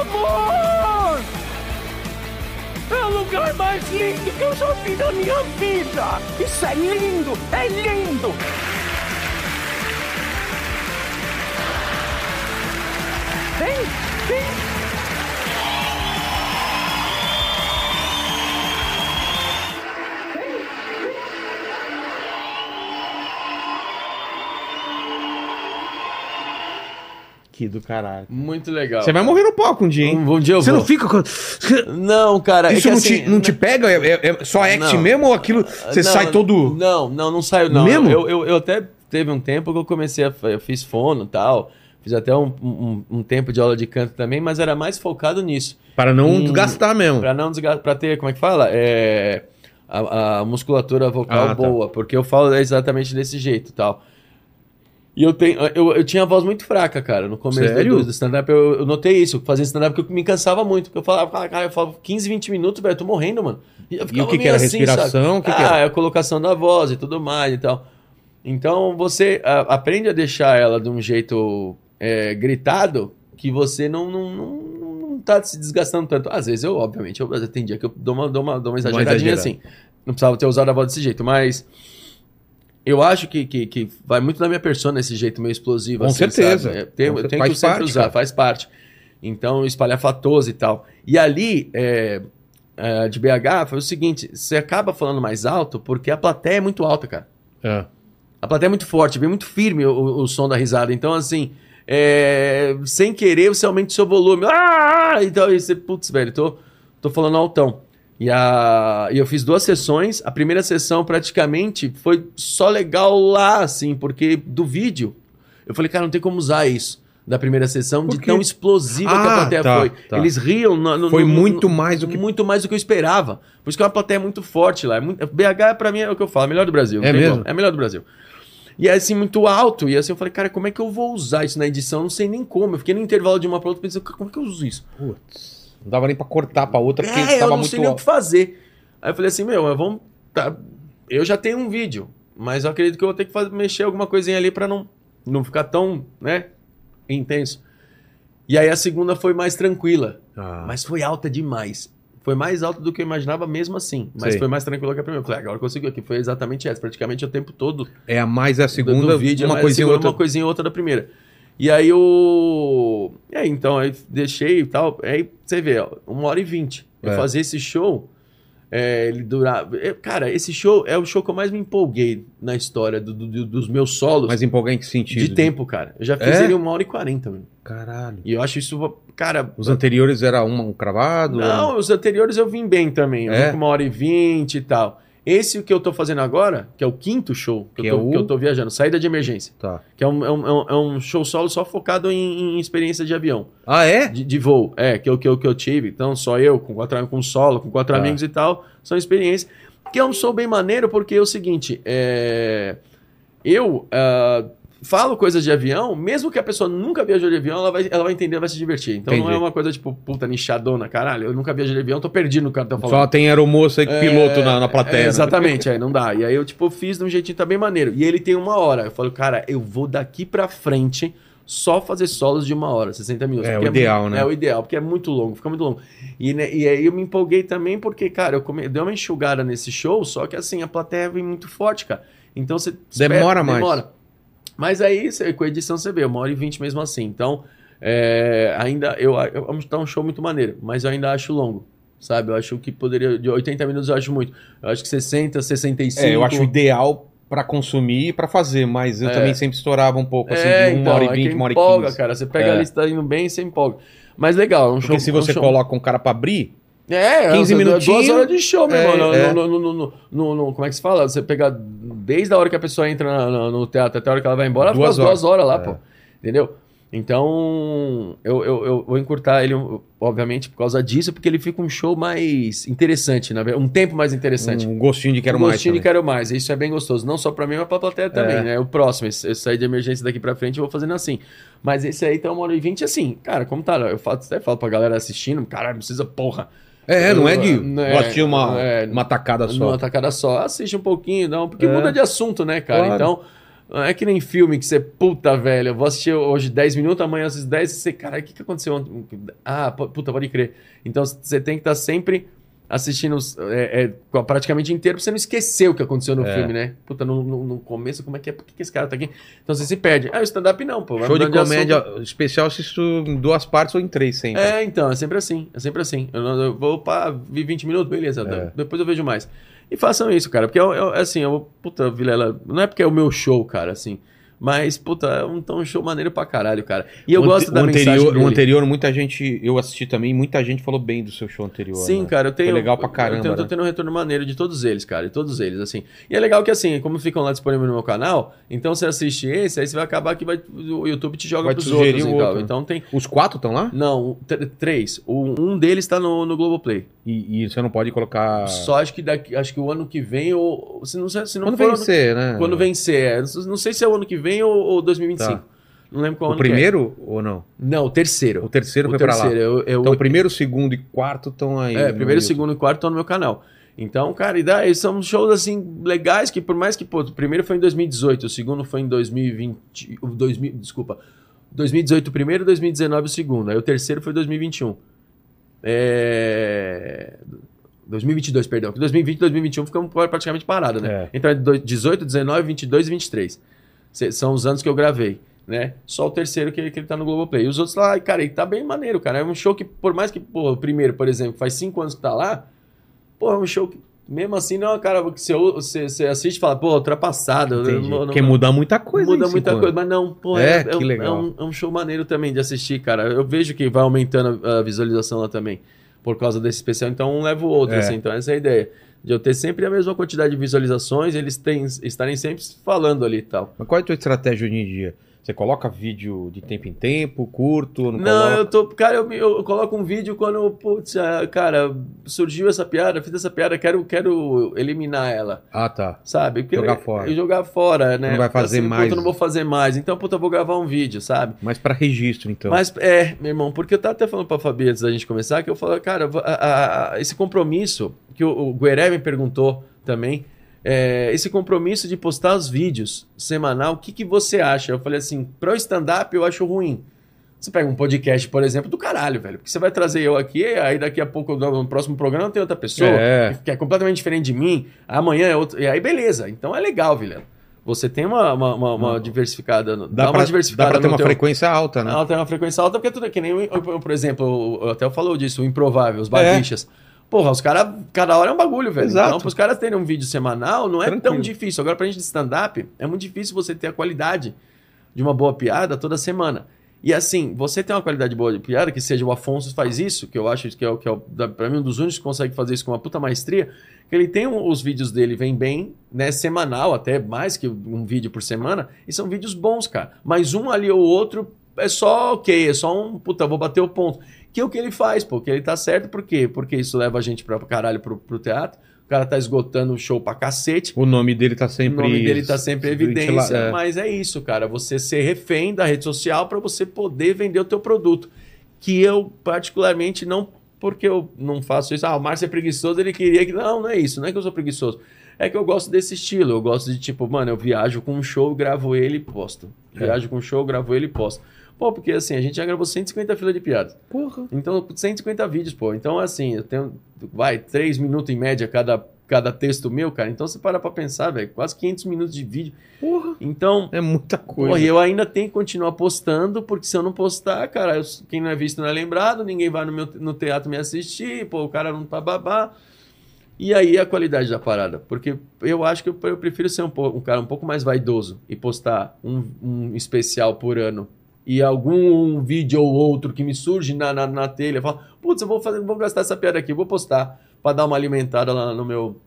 [SPEAKER 4] Amor! É o lugar mais lindo que eu já vi na minha vida! Isso é lindo! É lindo! Vem! Vem!
[SPEAKER 1] Que do caralho.
[SPEAKER 3] Muito legal.
[SPEAKER 1] Você vai morrer no palco um dia, hein?
[SPEAKER 3] Um, um dia eu
[SPEAKER 1] Você
[SPEAKER 3] vou.
[SPEAKER 1] não fica com.
[SPEAKER 3] Não, cara. é
[SPEAKER 1] Isso
[SPEAKER 3] que
[SPEAKER 1] não,
[SPEAKER 3] assim,
[SPEAKER 1] te, não te pega? É, é- é só act
[SPEAKER 3] Não.
[SPEAKER 1] mesmo ou aquilo? Você
[SPEAKER 3] Não,
[SPEAKER 1] sai todo.
[SPEAKER 3] Não, não, não saio não.
[SPEAKER 1] Mesmo?
[SPEAKER 3] Eu, eu, eu até teve um tempo que eu comecei a... fa- Eu fiz fono e tal. Fiz até um, um, um tempo de aula de canto também, mas era mais focado nisso.
[SPEAKER 1] Para não
[SPEAKER 3] Hum.
[SPEAKER 1] gastar mesmo.
[SPEAKER 3] Pra não desgastar... Pra ter, como é que fala? É... A, a musculatura vocal
[SPEAKER 1] Ah, tá.
[SPEAKER 3] boa. Porque eu falo exatamente desse jeito e tal. E eu, tenho, eu, eu tinha a voz muito fraca, cara, no começo
[SPEAKER 1] Sério?
[SPEAKER 3] do, do stand-up. Eu, eu notei isso, fazia stand-up porque eu me cansava muito. Porque eu falava, "Ah, cara, eu falava 15, 20 minutos, velho, eu tô morrendo, mano. eu
[SPEAKER 1] E o
[SPEAKER 3] ficava
[SPEAKER 1] que, que
[SPEAKER 3] meio
[SPEAKER 1] era?
[SPEAKER 3] assim, sabe?
[SPEAKER 1] respiração? O que, que
[SPEAKER 3] ah,
[SPEAKER 1] era?
[SPEAKER 3] é a colocação da voz e tudo mais e tal. Então você a- aprende a deixar ela de um jeito é, gritado que você não, não, não, não tá se desgastando tanto. Às vezes eu, obviamente, eu, tem dia que eu dou uma, dou uma, dou uma exageradinha
[SPEAKER 1] exagerada.
[SPEAKER 3] assim. Não precisava ter usado a voz desse jeito, mas eu acho que, que, que vai muito na minha persona esse jeito meio explosivo.
[SPEAKER 1] Com
[SPEAKER 3] assim,
[SPEAKER 1] certeza.
[SPEAKER 3] sabe? É, tem-
[SPEAKER 1] Com
[SPEAKER 3] eu
[SPEAKER 1] cer-
[SPEAKER 3] tenho
[SPEAKER 1] faz
[SPEAKER 3] que sempre
[SPEAKER 1] parte,
[SPEAKER 3] usar,
[SPEAKER 1] cara.
[SPEAKER 3] faz parte. Então, espalhafatoso e tal. E ali, é, é, de BH foi o seguinte: você acaba falando mais alto porque a plateia é muito alta, cara.
[SPEAKER 1] Ah.
[SPEAKER 3] A plateia é muito forte, vem muito firme o, o- o som da risada. Então, assim, é, sem querer, você aumenta o seu volume. Ah! Então, aí você, putz, velho, tô, tô falando altão. E, a, e eu fiz duas sessões. A primeira sessão, praticamente, foi só legal lá, assim, porque do vídeo. Eu falei, cara, não tem como usar isso. da primeira sessão, de
[SPEAKER 1] quê?
[SPEAKER 3] tão explosiva que
[SPEAKER 1] Ah,
[SPEAKER 3] a plateia
[SPEAKER 1] tá,
[SPEAKER 3] foi.
[SPEAKER 1] tá.
[SPEAKER 3] Eles riam. No, no-
[SPEAKER 1] Foi
[SPEAKER 3] no-
[SPEAKER 1] muito
[SPEAKER 3] no-
[SPEAKER 1] mais do que.
[SPEAKER 3] muito mais do que eu esperava. Por isso que é uma plateia muito forte lá. É muito- BH, pra mim, é o que eu falo, é a melhor do Brasil. não
[SPEAKER 1] É
[SPEAKER 3] tem
[SPEAKER 1] mesmo?
[SPEAKER 3] como. É a melhor do Brasil. E aí, assim, muito alto. E assim, eu falei, cara, como é que eu vou usar isso na edição? Eu Não sei nem como. Eu fiquei no intervalo de uma pra outra pensando, cara, como é que eu uso isso?
[SPEAKER 1] Putz, não dava nem pra cortar pra outra porque
[SPEAKER 3] É, eu
[SPEAKER 1] tava
[SPEAKER 3] não sei
[SPEAKER 1] muito
[SPEAKER 3] nem o que
[SPEAKER 1] alto.
[SPEAKER 3] fazer. Aí eu falei assim, meu, mas vamos. tá, eu já tenho um vídeo, mas eu acredito que eu vou ter que fazer- mexer alguma coisinha ali pra não, não ficar tão, né, intenso. E aí a segunda foi mais tranquila.
[SPEAKER 1] Ah,
[SPEAKER 3] Mas foi alta demais. Foi mais alta do que eu imaginava mesmo assim. Mas
[SPEAKER 1] Sei.
[SPEAKER 3] foi mais tranquilo que a primeira. Eu Falei, "Ah, agora conseguiu aqui. Foi exatamente essa. Praticamente o tempo todo do-
[SPEAKER 1] É a mais a
[SPEAKER 3] do,
[SPEAKER 1] segunda,
[SPEAKER 3] vídeo.
[SPEAKER 1] uma
[SPEAKER 3] mas
[SPEAKER 1] coisinha
[SPEAKER 3] segurou
[SPEAKER 1] outra.
[SPEAKER 3] uma coisinha ou outra da primeira. E aí eu... E aí, então, aí deixei e tal. Aí você vê, ó, uma hora e vinte. Eu
[SPEAKER 1] É.
[SPEAKER 3] fazia esse show... é, ele durava... é, cara, esse show é o show que eu mais me empolguei na história do- do- do- dos meus solos.
[SPEAKER 1] Mas empolgante sentido. né?
[SPEAKER 3] de tempo, cara. Eu já fiz
[SPEAKER 1] É?
[SPEAKER 3] ele uma hora e quarenta. mano.
[SPEAKER 1] Caralho.
[SPEAKER 3] E eu acho isso... Cara...
[SPEAKER 1] Os anteriores era um, um cravado?
[SPEAKER 3] Não, os anteriores eu vim bem também. Eu
[SPEAKER 1] É?
[SPEAKER 3] vim com uma hora e vinte e tal. Esse que eu tô fazendo agora, que é o quinto show que,
[SPEAKER 1] Que é
[SPEAKER 3] eu, tô,
[SPEAKER 1] o-
[SPEAKER 3] que eu tô viajando, Saída de Emergência.
[SPEAKER 1] Tá.
[SPEAKER 3] Que é um, é um- é um- é um show solo só focado em, em experiência de avião,
[SPEAKER 1] Ah, é?
[SPEAKER 3] de, de voo. É, que eu, que, eu, que eu tive. Então, só eu, com quatro, am- com solo, com quatro
[SPEAKER 1] Tá.
[SPEAKER 3] amigos e tal, são experiências. Que é um show bem maneiro, porque é o seguinte, é, eu ah, falo coisas de avião, mesmo que a pessoa nunca viajou de avião, ela vai, ela vai entender, vai se divertir. Então não
[SPEAKER 1] Entendi.
[SPEAKER 3] é uma coisa tipo, puta, nichadona, caralho, eu nunca viajei de avião, tô perdido no cara que tá falando.
[SPEAKER 1] Só tem aeromoça e
[SPEAKER 3] É,
[SPEAKER 1] piloto na, na plateia.
[SPEAKER 3] É,
[SPEAKER 1] né?
[SPEAKER 3] exatamente, aí não dá. E aí eu, tipo, fiz de um jeitinho também maneiro. E ele tem uma hora. Eu falo, cara, eu vou daqui pra frente só fazer solos de uma hora, 60 minutos.
[SPEAKER 1] É,
[SPEAKER 3] Porque
[SPEAKER 1] o ideal,
[SPEAKER 3] muito-
[SPEAKER 1] né?
[SPEAKER 3] É o ideal, porque é muito longo, fica muito longo. E, né, e aí eu me empolguei também porque, cara, eu come... dei uma enxugada nesse show, só que assim, a plateia vem muito forte, cara. Então você...
[SPEAKER 1] Demora mais.
[SPEAKER 3] Mas aí, cê- com a edição, você vê, uma hora e vinte mesmo assim. Então, é, ainda, eu, a- eu, tá um show muito maneiro, mas eu ainda acho longo, sabe? Eu acho que poderia, de 80 minutos eu acho muito. Eu acho que 60, 65...
[SPEAKER 1] É, eu acho ideal pra consumir e pra fazer, mas eu
[SPEAKER 3] É.
[SPEAKER 1] também sempre estourava um pouco, assim,
[SPEAKER 3] É,
[SPEAKER 1] de uma
[SPEAKER 3] então,
[SPEAKER 1] hora e
[SPEAKER 3] é que
[SPEAKER 1] vinte, uma hora e
[SPEAKER 3] empolga,
[SPEAKER 1] quinze.
[SPEAKER 3] cara. Você pega
[SPEAKER 1] É.
[SPEAKER 3] a lista tá indo bem, você empolga. Mas legal, é um show.
[SPEAKER 1] Porque se você
[SPEAKER 3] é um show-
[SPEAKER 1] coloca um cara pra abrir,
[SPEAKER 3] É,
[SPEAKER 1] 15
[SPEAKER 3] é
[SPEAKER 1] minutinhos.
[SPEAKER 3] Duas horas de show, meu
[SPEAKER 1] É,
[SPEAKER 3] irmão. No-
[SPEAKER 1] é.
[SPEAKER 3] no- no- no- no- no- no- Como é que se fala? Você pega desde a hora que a pessoa entra na- na- no teatro até a hora que ela vai embora,
[SPEAKER 1] Duas
[SPEAKER 3] duas fica horas. duas horas lá,
[SPEAKER 1] É.
[SPEAKER 3] pô. Entendeu? Então, eu, eu, eu vou encurtar ele, obviamente, por causa disso, porque ele fica um show mais interessante, na verdade, um tempo mais interessante.
[SPEAKER 1] um gostinho de quero
[SPEAKER 3] Um gostinho
[SPEAKER 1] mais.
[SPEAKER 3] de
[SPEAKER 1] também.
[SPEAKER 3] quero mais. Isso é bem gostoso. Não só pra mim, mas pra plateia também,
[SPEAKER 1] É.
[SPEAKER 3] né? O próximo, esse- eu sair de emergência daqui pra frente, eu vou fazendo assim. Mas esse aí tá uma hora e vinte, assim. Cara, como tá? Eu falo, até falo pra galera assistindo, caralho, precisa, porra.
[SPEAKER 1] É, não é
[SPEAKER 3] Eu-
[SPEAKER 1] de
[SPEAKER 3] não é-
[SPEAKER 1] gostinho uma,
[SPEAKER 3] é,
[SPEAKER 1] uma tacada só.
[SPEAKER 3] Numa tacada só. Assiste um pouquinho, não, porque
[SPEAKER 1] É.
[SPEAKER 3] muda de assunto, né, cara?
[SPEAKER 1] Claro.
[SPEAKER 3] Então, não é que nem filme que você, puta, velho, eu vou assistir hoje 10 minutos, amanhã eu assisto 10 e você, cara, o que, que aconteceu ontem? Ah, pu- puta, pode crer. Então, você tem que estar sempre assistindo é, é, com- praticamente inteiro pra você não esquecer o que aconteceu no
[SPEAKER 1] É.
[SPEAKER 3] filme, né? Puta, no, no- no começo, como é que é? Por que, que esse cara tá aqui? Então, você se perde. Ah, o stand-up não, pô. vai
[SPEAKER 1] Show de
[SPEAKER 3] mudando
[SPEAKER 1] comédia
[SPEAKER 3] assunto.
[SPEAKER 1] especial, assisto em duas partes ou em três sempre.
[SPEAKER 3] É, então, é sempre assim, é sempre assim. Eu, não- eu vou, pá, vi 20 minutos, beleza, tá.
[SPEAKER 1] É.
[SPEAKER 3] depois eu vejo mais. E façam isso, cara, porque eu, eu- assim, eu, puta, Vilela, não é porque é o meu show, cara, assim, mas, puta, é um, tá um show maneiro pra caralho, cara. E eu
[SPEAKER 1] O
[SPEAKER 3] gosto
[SPEAKER 1] ante-
[SPEAKER 3] da
[SPEAKER 1] o
[SPEAKER 3] mensagem
[SPEAKER 1] anterior,
[SPEAKER 3] dele.
[SPEAKER 1] O anterior, muita gente, eu assisti também, muita gente falou bem do seu show anterior.
[SPEAKER 3] Sim,
[SPEAKER 1] né?
[SPEAKER 3] cara, eu tenho.
[SPEAKER 1] Foi legal pra
[SPEAKER 3] eu
[SPEAKER 1] caramba,
[SPEAKER 3] tenho- tô
[SPEAKER 1] né?
[SPEAKER 3] tendo um retorno maneiro de todos eles, cara. De todos eles, assim. E é legal que, assim, como ficam lá disponíveis no meu canal, então você assiste esse, aí você vai acabar que vai, o YouTube te joga
[SPEAKER 1] Vai te
[SPEAKER 3] pros
[SPEAKER 1] sugerir um
[SPEAKER 3] outros e tal.
[SPEAKER 1] outro, né?
[SPEAKER 3] Então tem.
[SPEAKER 1] Os quatro estão lá?
[SPEAKER 3] Não, tr- três. O- Um deles tá no, no Globoplay.
[SPEAKER 1] E, e você não pode colocar.
[SPEAKER 3] Só acho que daqui, acho que o ano que vem ou se não se não
[SPEAKER 1] Quando
[SPEAKER 3] for ano-
[SPEAKER 1] vencer, né?
[SPEAKER 3] quando vencer, é. não não sei se é o ano que vem ou, ou 2025.
[SPEAKER 1] Tá.
[SPEAKER 3] Não lembro qual
[SPEAKER 1] O
[SPEAKER 3] ano que é.
[SPEAKER 1] primeiro ou não?
[SPEAKER 3] Não, o terceiro.
[SPEAKER 1] O terceiro foi pra lá.
[SPEAKER 3] eu, eu,
[SPEAKER 1] Então, o primeiro, segundo e quarto estão aí. né,
[SPEAKER 3] é,
[SPEAKER 1] no
[SPEAKER 3] primeiro,
[SPEAKER 1] YouTube.
[SPEAKER 3] segundo e quarto estão no meu canal. Então, cara, e daí são shows assim legais que por mais que, pô, o primeiro foi em 2018, o segundo foi em 2020, o 2000, desculpa. 2018 o primeiro, 2019 o segundo. Aí o terceiro foi 2021. É 2022, perdão. Que 2020 e 2021 ficamos praticamente parados, né? Então é do- 18, 19, 22 e 23. Cê- são os anos que eu gravei, né? Só o terceiro que, que ele tá no Globoplay. E os outros lá, cara, ele tá bem maneiro, cara. É um show que, por mais que, pô, o primeiro, por exemplo, faz cinco anos que tá lá, pô, é um show que, mesmo assim, não é uma cara que você, ou- você, você assiste e fala, pô, ultrapassado. eu
[SPEAKER 1] Entendi.
[SPEAKER 3] não- não-
[SPEAKER 1] Porque muda muita coisa.
[SPEAKER 3] Muda
[SPEAKER 1] em
[SPEAKER 3] muita
[SPEAKER 1] cinco
[SPEAKER 3] coisa,
[SPEAKER 1] anos.
[SPEAKER 3] mas não, pô,
[SPEAKER 1] É,
[SPEAKER 3] é,
[SPEAKER 1] que
[SPEAKER 3] é um-
[SPEAKER 1] legal.
[SPEAKER 3] é um, é um show maneiro também de assistir, cara. Eu vejo que vai aumentando a a visualização lá também, por causa desse especial, então um leva o outro,
[SPEAKER 1] É.
[SPEAKER 3] assim, então essa é a ideia. De eu ter sempre a mesma quantidade de visualizações, eles têm, estarem sempre falando ali e tal.
[SPEAKER 1] Mas qual é a tua estratégia hoje em dia? Você coloca vídeo de tempo em tempo, curto, não,
[SPEAKER 3] Não,
[SPEAKER 1] coloca?
[SPEAKER 3] eu tô. Cara, eu, me- eu coloco um vídeo quando. Putz, ah, cara, surgiu essa piada, fiz essa piada, quero, quero eliminar ela.
[SPEAKER 1] Ah, tá.
[SPEAKER 3] Sabe? Porque
[SPEAKER 1] Jogar
[SPEAKER 3] eu-
[SPEAKER 1] fora.
[SPEAKER 3] Eu jogar fora, né?
[SPEAKER 1] Não vai fazer
[SPEAKER 3] Assim, puta,
[SPEAKER 1] mais.
[SPEAKER 3] Eu não vou fazer mais. Então, puta, eu vou gravar um vídeo, sabe?
[SPEAKER 1] Mas pra registro, então.
[SPEAKER 3] Mas é, meu irmão, porque eu tava até falando pra Fabi antes da gente começar, que eu falo, cara, va- a- a- esse compromisso, que o, o Gueré me perguntou também, é, esse compromisso de postar os vídeos semanal, o que, que você acha? Eu falei assim, pro stand-up eu acho ruim. Você pega um podcast, por exemplo, do caralho, velho. Porque você vai trazer eu aqui, aí daqui a pouco, no no próximo programa, tem outra pessoa
[SPEAKER 1] É.
[SPEAKER 3] que é completamente diferente de mim. Amanhã é outro. E aí, beleza. Então é legal, Vilela. Você tem uma, uma, uma- uma diversificada. no-
[SPEAKER 1] Dá,
[SPEAKER 3] uma
[SPEAKER 1] pra,
[SPEAKER 3] diversificada
[SPEAKER 1] dá pra ter
[SPEAKER 3] no
[SPEAKER 1] uma
[SPEAKER 3] teu-
[SPEAKER 1] frequência alta, né?
[SPEAKER 3] ela tem uma frequência alta porque tudo é que nem, o- o- por exemplo, o- o- até falou disso, o improvável, os barbichas. Porra, os caras, cada hora é um bagulho, velho.
[SPEAKER 1] É. Exato.
[SPEAKER 3] Então, pros caras terem um vídeo semanal, não é
[SPEAKER 1] Tranquilo.
[SPEAKER 3] tão difícil. Agora, pra gente de stand-up, é muito difícil você ter a qualidade de uma boa piada toda semana. E assim, você tem uma qualidade boa de piada, que seja o Afonso faz isso, que eu acho que é o que é, o, da- pra mim, um dos únicos que consegue fazer isso com uma puta maestria, que ele tem um- os vídeos dele, vem bem, né? Semanal, até mais que um vídeo por semana, e são vídeos bons, cara. Mas um ali ou outro é só ok, é só um puta, vou bater o ponto. Que é o que ele faz, pô, que ele tá certo, por quê? Porque isso leva a gente pra caralho pro, pro teatro, o cara tá esgotando o show pra cacete.
[SPEAKER 1] O nome dele tá sempre.
[SPEAKER 3] O nome dele tá sempre em
[SPEAKER 1] Ventila-
[SPEAKER 3] evidência,
[SPEAKER 1] é.
[SPEAKER 3] mas é isso, cara. Você ser refém da rede social para você poder vender o teu produto. Que eu, particularmente, não porque eu não faço isso. Ah, o Márcio é preguiçoso, ele queria que. Não, não é isso, não é que eu sou preguiçoso. É que eu gosto desse estilo. Eu gosto de tipo, mano, eu viajo com um show, gravo ele e posto.
[SPEAKER 1] É.
[SPEAKER 3] Viajo com um show, gravo ele e posto. Pô, porque assim, a gente já gravou 150 filas de piadas.
[SPEAKER 1] Porra.
[SPEAKER 3] Então, 150 vídeos, pô. Então, assim, eu tenho, vai, 3 minutos em média cada, cada texto meu, cara. Então, você para pra pensar, velho, quase 500 minutos de vídeo.
[SPEAKER 1] Porra.
[SPEAKER 3] Então,
[SPEAKER 1] É muita coisa.
[SPEAKER 3] pô, e eu ainda tenho que continuar postando, porque se eu não postar, cara, eu- quem não é visto não é lembrado, ninguém vai no, meu, no teatro me assistir, pô, o cara não tá babá. E aí a qualidade da parada, porque eu acho que eu, eu prefiro ser um, po- um cara um pouco mais vaidoso e postar um, um especial por ano e algum um vídeo ou outro que me surge na, na, na telha, fala, putz, eu vou fazer, vou gastar essa piada aqui, vou postar pra dar uma alimentada lá no meu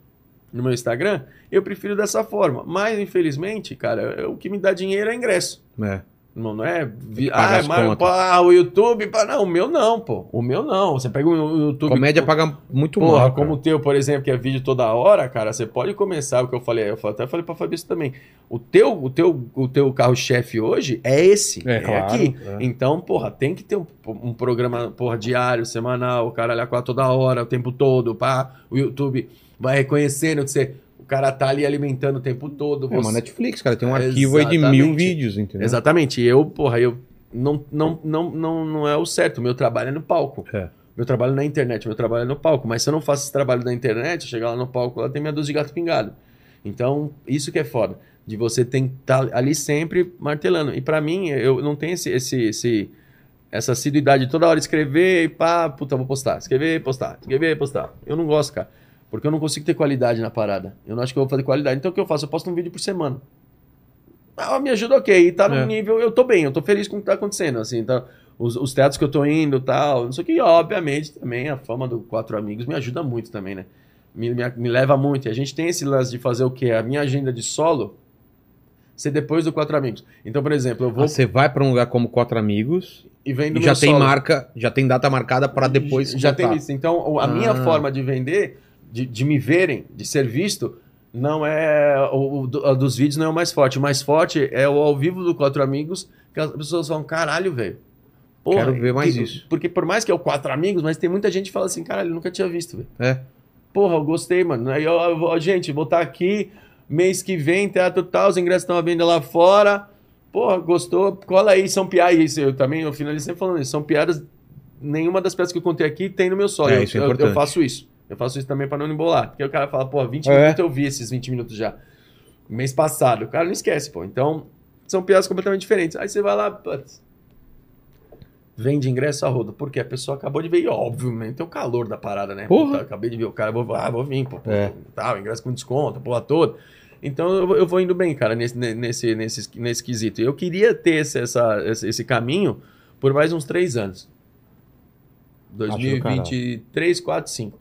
[SPEAKER 3] no meu Instagram, eu prefiro dessa forma. Mas infelizmente, cara, eu- o que me dá dinheiro é ingresso.
[SPEAKER 1] É.
[SPEAKER 3] Não, não é. vi-
[SPEAKER 1] pagar
[SPEAKER 3] Ah,
[SPEAKER 1] as
[SPEAKER 3] mas,
[SPEAKER 1] contas.
[SPEAKER 3] pô, ah, o YouTube. pá, não, o meu não, pô. O meu não. Você pega o YouTube.
[SPEAKER 1] Comédia paga muito
[SPEAKER 3] Porra,
[SPEAKER 1] mal.
[SPEAKER 3] como
[SPEAKER 1] cara.
[SPEAKER 3] o teu, por exemplo, que é vídeo toda hora, cara, você pode começar o que eu falei, eu fa- até falei pra Fabrício também. O teu, o teu, o teu carro-chefe hoje é esse,
[SPEAKER 1] É,
[SPEAKER 3] é,
[SPEAKER 1] claro,
[SPEAKER 3] aqui.
[SPEAKER 1] é.
[SPEAKER 3] Então, porra, tem que ter um, um programa, porra, diário, semanal, o cara lá com a toda hora, o tempo todo, pá, o YouTube vai reconhecendo que você, o cara tá ali alimentando o tempo todo,
[SPEAKER 1] É uma
[SPEAKER 3] você-
[SPEAKER 1] Netflix, né? cara. Tem um arquivo aí de
[SPEAKER 3] Exatamente.
[SPEAKER 1] mil vídeos, entendeu?
[SPEAKER 3] Exatamente. E Eu, porra, eu não, não, não, não, não é o certo. Meu trabalho é no palco.
[SPEAKER 1] É.
[SPEAKER 3] Meu trabalho não é na internet, meu trabalho é no palco. Mas se eu não faço esse trabalho na internet, eu chegar lá no palco, lá tem minha dúzia de gato pingado. Então, isso que é foda. De você tem que estar ali sempre martelando. E pra mim, eu não tenho esse, esse, esse- essa assiduidade de toda hora escrever e pá, puta, vou postar. Escrever e postar. Escrever e postar. Eu não gosto, cara. Porque eu não consigo ter qualidade na parada. Eu não acho que eu vou fazer qualidade. Então o que eu faço? Eu posto um vídeo por semana. Ah, me ajuda ok. E tá num
[SPEAKER 1] É.
[SPEAKER 3] nível, eu tô bem, eu tô feliz com o que tá acontecendo, assim, tá? Os, os teatros que eu tô indo tal, não sei o que, e, obviamente, também a fama do Quatro Amigos me ajuda muito também, né? Me, me, me leva muito. E a gente tem esse lance de fazer o quê? A minha agenda de solo ser depois do Quatro Amigos. Então, por exemplo, eu vou
[SPEAKER 1] Ah, Você vai pra um lugar como quatro amigos
[SPEAKER 3] e vendo
[SPEAKER 1] e
[SPEAKER 3] meu
[SPEAKER 1] já tem
[SPEAKER 3] solo.
[SPEAKER 1] marca, já tem data marcada pra depois.
[SPEAKER 3] Já
[SPEAKER 1] soltar.
[SPEAKER 3] tem isso. Então, o- a minha
[SPEAKER 1] Ah.
[SPEAKER 3] forma de vender, de, de me verem, de ser visto, não é. O, o do- a dos vídeos não é o mais forte. O mais forte é o ao vivo do Quatro Amigos, que as pessoas falam, caralho, velho. porra,
[SPEAKER 1] Quero ver mais
[SPEAKER 3] que-
[SPEAKER 1] isso.
[SPEAKER 3] Porque por mais que é o Quatro Amigos, mas tem muita gente que fala assim, caralho, eu nunca tinha visto, velho.
[SPEAKER 1] É.
[SPEAKER 3] Porra, eu gostei, mano. Aí, eu, eu vou- gente, vou estar aqui mês que vem, teatro tal, os ingressos estão à venda lá fora. Porra, gostou? Cola aí, são piadas. Isso, eu também, eu finalizei sempre falando isso. São piadas. Nenhuma das peças que eu contei aqui tem no meu solo.
[SPEAKER 1] É,
[SPEAKER 3] eu,
[SPEAKER 1] isso é
[SPEAKER 3] eu- eu
[SPEAKER 1] importante.
[SPEAKER 3] faço isso. Eu faço isso também pra não embolar. Porque o cara fala, porra, 20
[SPEAKER 1] É.
[SPEAKER 3] minutos eu vi esses 20 minutos já. Mês passado. O cara não esquece, pô. Então, são piadas completamente diferentes. Aí você vai lá, putz, vende ingresso a rodo. Porque a pessoa acabou de ver, e obviamente, é o calor da parada, né?
[SPEAKER 1] Porra.
[SPEAKER 3] Puta, acabei de ver o cara, vou, ah, vou vir, pô.
[SPEAKER 1] É.
[SPEAKER 3] Tal, ingresso com desconto, porra toda. Então eu, vou- eu vou indo bem, cara, nesse, ne- nesse, nesse, nesse quesito. Eu queria ter esse, essa, esse, esse caminho por mais uns três anos.
[SPEAKER 1] do
[SPEAKER 3] 2023, 4, 5.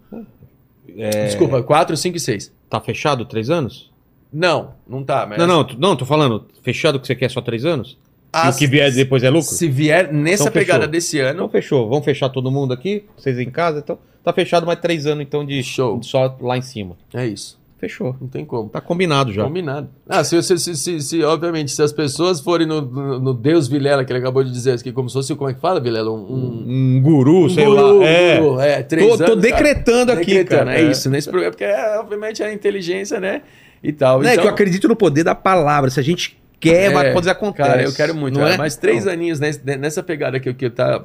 [SPEAKER 1] É,
[SPEAKER 3] Desculpa, 4, 5 e 6.
[SPEAKER 1] Tá fechado três anos?
[SPEAKER 3] Não, não tá, mas.
[SPEAKER 1] Não, não, tu- não, tô falando. Fechado que você quer só três anos? E o que vier depois é lucro?
[SPEAKER 3] Se vier nessa
[SPEAKER 1] Então,
[SPEAKER 3] pegada
[SPEAKER 1] fechou.
[SPEAKER 3] desse
[SPEAKER 1] Então
[SPEAKER 3] ano,
[SPEAKER 1] fechou. Vamos fechar todo mundo aqui? Vocês em casa? Então tá fechado mais três anos então de
[SPEAKER 3] Show.
[SPEAKER 1] Só lá em cima.
[SPEAKER 3] é isso.
[SPEAKER 1] Fechou.
[SPEAKER 3] Não tem como.
[SPEAKER 1] Tá combinado já.
[SPEAKER 3] Combinado. Ah, se, se, se, se- se- obviamente, se as pessoas forem no, no- no Deus Vilela, que ele acabou de dizer, que como se fosse, como é que fala, Vilela? Um, um-
[SPEAKER 1] Um guru, sei
[SPEAKER 3] guru,
[SPEAKER 1] lá. É.
[SPEAKER 3] guru, é, três
[SPEAKER 1] Tô,
[SPEAKER 3] anos,
[SPEAKER 1] tô
[SPEAKER 3] cara.
[SPEAKER 1] decretando aqui,
[SPEAKER 3] Decretando,
[SPEAKER 1] cara.
[SPEAKER 3] É, isso, nesse programa, porque é, obviamente é a inteligência, né? E tal.
[SPEAKER 1] Né,
[SPEAKER 3] Então,
[SPEAKER 1] que eu acredito no poder da palavra. Se a gente quer,
[SPEAKER 3] É,
[SPEAKER 1] vai poder acontecer.
[SPEAKER 3] Cara, eu quero muito.
[SPEAKER 1] Não
[SPEAKER 3] cara.
[SPEAKER 1] é?
[SPEAKER 3] Mais três
[SPEAKER 1] Não.
[SPEAKER 3] aninhos nesse- nessa pegada que, que tá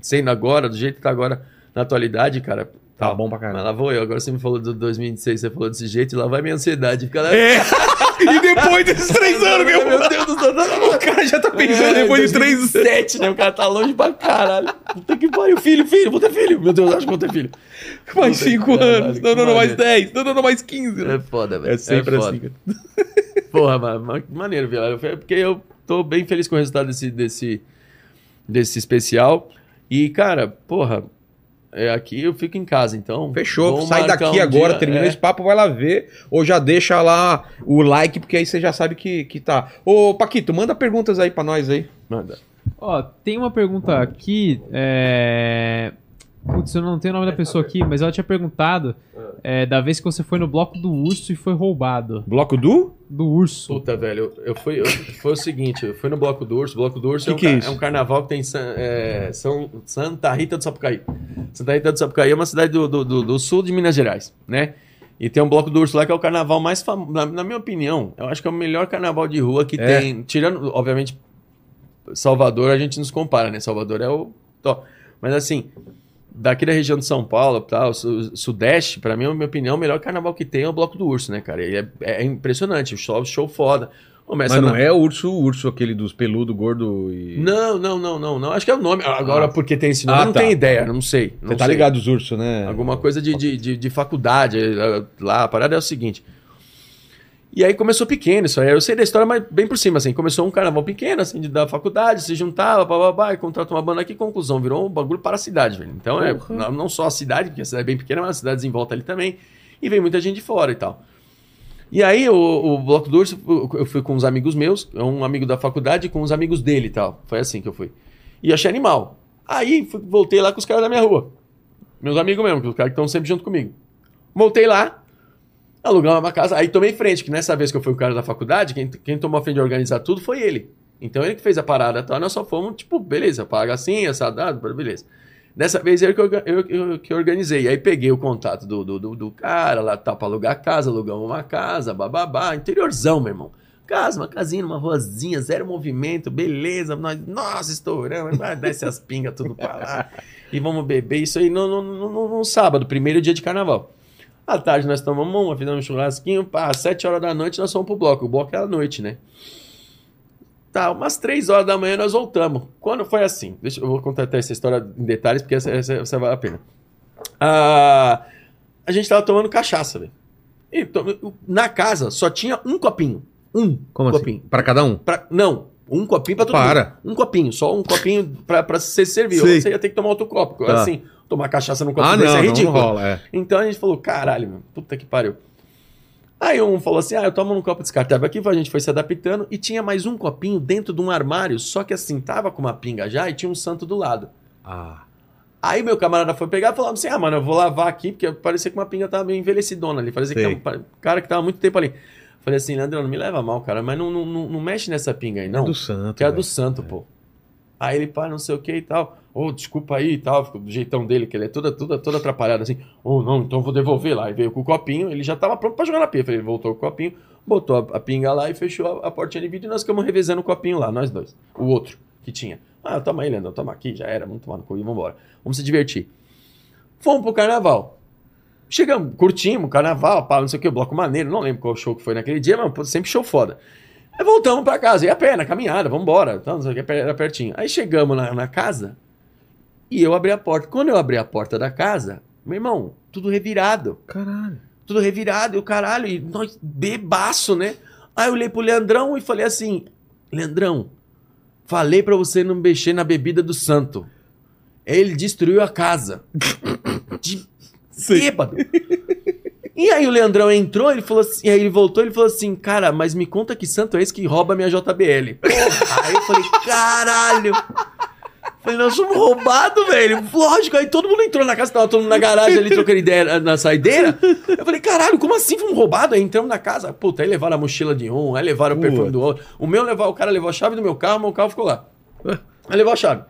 [SPEAKER 3] sendo agora, do jeito que tá agora na atualidade, cara.
[SPEAKER 1] Tá
[SPEAKER 3] tal.
[SPEAKER 1] bom pra caralho.
[SPEAKER 3] Mas lá vou eu. Agora você me falou do 2026, você falou desse jeito, e lá vai minha ansiedade. Fica lá.
[SPEAKER 1] É. e depois desses três anos, meu.
[SPEAKER 3] Meu Deus do céu, tá
[SPEAKER 1] O cara já tá pensando
[SPEAKER 3] É,
[SPEAKER 1] depois de três anos.
[SPEAKER 3] 7, né? O cara tá longe pra caralho. Puta que pariu. Filho, filho, vou ter filho. Meu Deus, acho que vou ter filho.
[SPEAKER 1] Mais
[SPEAKER 3] Puta que
[SPEAKER 1] cinco
[SPEAKER 3] caralho,
[SPEAKER 1] anos.
[SPEAKER 3] que
[SPEAKER 1] Não, não, não, mais
[SPEAKER 3] maneiro.
[SPEAKER 1] dez. Não, não, não, mais quinze.
[SPEAKER 3] É foda, velho.
[SPEAKER 1] É sempre
[SPEAKER 3] foda.
[SPEAKER 1] assim. cara.
[SPEAKER 3] Porra, mas, mas que maneiro, Vilar. Foi Porque eu tô bem feliz com o resultado desse, desse, desse especial. E, cara, porra, é, aqui eu fico em casa, então.
[SPEAKER 1] Fechou,
[SPEAKER 3] vamos
[SPEAKER 1] sai
[SPEAKER 3] marcar
[SPEAKER 1] daqui
[SPEAKER 3] um
[SPEAKER 1] agora,
[SPEAKER 3] dia,
[SPEAKER 1] termina
[SPEAKER 3] é.
[SPEAKER 1] esse papo, vai lá ver. Ou já deixa lá o like, porque aí você já sabe que, que tá. Ô, Paquito, manda perguntas aí pra nós aí.
[SPEAKER 3] Manda.
[SPEAKER 2] Ó, tem uma pergunta aqui. É... Putz, eu não tenho o
[SPEAKER 1] É,
[SPEAKER 2] nome da pessoa aqui, mas ela tinha perguntado
[SPEAKER 1] Ah.
[SPEAKER 2] é, da vez que você foi no bloco do urso e foi roubado.
[SPEAKER 1] Bloco do?
[SPEAKER 2] Do urso.
[SPEAKER 3] Puta, velho, eu, eu fui. eu- foi o seguinte, eu fui no Bloco do Urso. Bloco do Urso
[SPEAKER 1] Que
[SPEAKER 3] é, um,
[SPEAKER 1] que é
[SPEAKER 3] ca-
[SPEAKER 1] isso?
[SPEAKER 3] um carnaval que tem em San- é, São, Santa Rita do Sapucaí. Santa Rita do Sapucaí é uma cidade do, do, do- do sul de Minas Gerais, né? E tem um Bloco do Urso lá que é o carnaval mais famoso. Na, na minha opinião, eu acho que é o melhor carnaval de rua que
[SPEAKER 1] É.
[SPEAKER 3] tem. Tirando, obviamente, Salvador, a gente nos compara, né? Salvador é o top. Mas assim, daqui da região de São Paulo, tal, su- Sudeste, pra mim, na minha opinião, o melhor carnaval que tem é o Bloco do Urso, né, cara? E é, é impressionante, o show, show foda. Começa
[SPEAKER 1] Mas não
[SPEAKER 3] na-
[SPEAKER 1] é o urso, o urso, aquele dos peludo, gordo e.
[SPEAKER 3] Não, não, não, não, não. Acho que é o nome. Agora,
[SPEAKER 1] Ah.
[SPEAKER 3] porque tem esse nome,
[SPEAKER 1] Ah,
[SPEAKER 3] eu não
[SPEAKER 1] tá.
[SPEAKER 3] tenho ideia, não sei. Não
[SPEAKER 1] Você tá
[SPEAKER 3] sei.
[SPEAKER 1] ligado os ursos, né?
[SPEAKER 3] Alguma coisa de, de, de, de faculdade eh, lá, a parada é o seguinte. E aí começou pequeno isso aí. Eu sei da história, mas bem por cima, assim. Começou um carnaval pequeno, assim, de, da faculdade, se juntava, bababá, e contrata uma banda aqui, conclusão, virou um bagulho para a cidade, velho. Então, é,
[SPEAKER 1] Porra.
[SPEAKER 3] não não só a cidade, porque a cidade é bem pequena, mas as cidades em volta ali também. E vem muita gente de fora e tal. E aí, o, o Bloco do Urso, eu fui com uns amigos meus, um amigo da faculdade, com uns amigos dele e tal. Foi assim que eu fui. E achei animal. Aí, fui- voltei lá com os caras da minha rua. Meus amigos mesmo, que os caras que estão sempre junto comigo. Voltei lá, alugamos uma casa. Aí tomei frente, que nessa vez que eu fui o cara da faculdade, quem, quem tomou a frente de organizar tudo foi ele. Então ele que fez a parada e tal. Nós só fomos, tipo, beleza, paga assim, essa data, beleza. Dessa vez eu que, orga- eu, eu que organizei. Aí peguei o contato do, do, do, do cara lá, tá, pra alugar a casa, alugamos uma casa, bababá, interiorzão, meu irmão. Casa, uma casinha, uma ruazinha, zero movimento, beleza. Nós, nossa, estouramos, vai, desce as pingas tudo pra lá. E vamos beber isso aí no, no, no, no- no sábado, primeiro dia de carnaval. À tarde nós tomamos uma, fizemos um churrasquinho, pá, às 7 horas da noite nós fomos pro bloco. O bloco é à noite, né? Tá, umas 3 horas da manhã nós voltamos. Quando foi assim? Deixa eu vou contar até essa história em detalhes, porque essa, essa, essa vale a pena. Ah, a gente tava tomando cachaça, velho. E to- Na casa só tinha um copinho. Um
[SPEAKER 1] Como
[SPEAKER 3] copinho.
[SPEAKER 1] assim? Pra cada um?
[SPEAKER 3] Pra- não, um copinho pra todo
[SPEAKER 1] Para.
[SPEAKER 3] mundo. Um copinho, só um copinho pra, pra se servir.
[SPEAKER 1] Sim.
[SPEAKER 3] Ou você ia ter que tomar outro copo.
[SPEAKER 1] Tá.
[SPEAKER 3] Assim, tomar cachaça num copo
[SPEAKER 1] Ah,
[SPEAKER 3] desse
[SPEAKER 1] não,
[SPEAKER 3] é
[SPEAKER 1] não
[SPEAKER 3] ridículo.
[SPEAKER 1] rola, é.
[SPEAKER 3] Então a gente falou, caralho, meu, puta que pariu. Aí um falou assim, ah, eu tomo num copo descartável aqui, a gente foi se adaptando e tinha mais um copinho dentro de um armário, só que assim, tava com uma pinga já e tinha um santo do lado.
[SPEAKER 1] Ah,
[SPEAKER 3] Aí meu camarada foi pegar e falou assim: Ah, mano, eu vou lavar aqui, porque parecia que uma pinga tava meio envelhecidona ali. Parecia
[SPEAKER 1] Sei.
[SPEAKER 3] que era um pa- cara que tava há muito tempo ali. Falei assim, Leandro, não me leva mal, cara, mas não, não, não, não mexe nessa pinga aí, não.
[SPEAKER 1] é do santo.
[SPEAKER 3] que é a do
[SPEAKER 1] velho.
[SPEAKER 3] santo, pô. Aí ele, pá, não sei o que e tal. Ô, desculpa aí e tal, ficou do jeitão dele, que ele é toda, toda, toda atrapalhado assim. Ô, não, então eu vou devolver lá. Aí veio com o copinho, ele já tava pronto pra jogar na pia. Falei, ele voltou com o copinho, botou a, a pinga lá e fechou a, a portinha de vidro e nós ficamos revezando o copinho lá, nós dois. O outro que tinha. Ah, toma aí, Leandro, toma aqui, já era, vamos tomar no cu e vambora. Vamos se divertir. Fomos pro carnaval. Chegamos, curtimos, carnaval, pá, não sei o que, bloco maneiro, não lembro qual show que foi naquele dia, mas pô, sempre show foda. Aí voltamos pra casa, ia a pé, na caminhada, vambora, tá, não sei o que, era pertinho. Aí chegamos na, na casa e eu abri a porta. Quando eu abri a porta da casa, meu irmão, tudo revirado
[SPEAKER 1] Caralho.
[SPEAKER 3] tudo revirado, e o caralho, e nós bebaço, né? Aí eu olhei pro Leandrão e falei assim: Leandrão, falei pra você não mexer na bebida do santo. Ele destruiu a casa. De bêbado. E aí o Leandrão entrou, ele falou assim, e aí ele voltou, ele falou assim, cara, mas me conta que santo é esse que rouba minha JBL. aí eu falei, caralho. Falei, nós somos roubados, velho. Lógico, aí todo mundo entrou na casa, tava todo mundo na garagem ali trocando ideia na- na saideira. Eu falei, caralho, como assim fomos roubados? Aí entramos na casa, puta, aí levaram a mochila de um, aí levaram o perfume do outro. O meu levar, o cara levou a chave do meu carro, meu carro ficou lá. Aí levou a chave.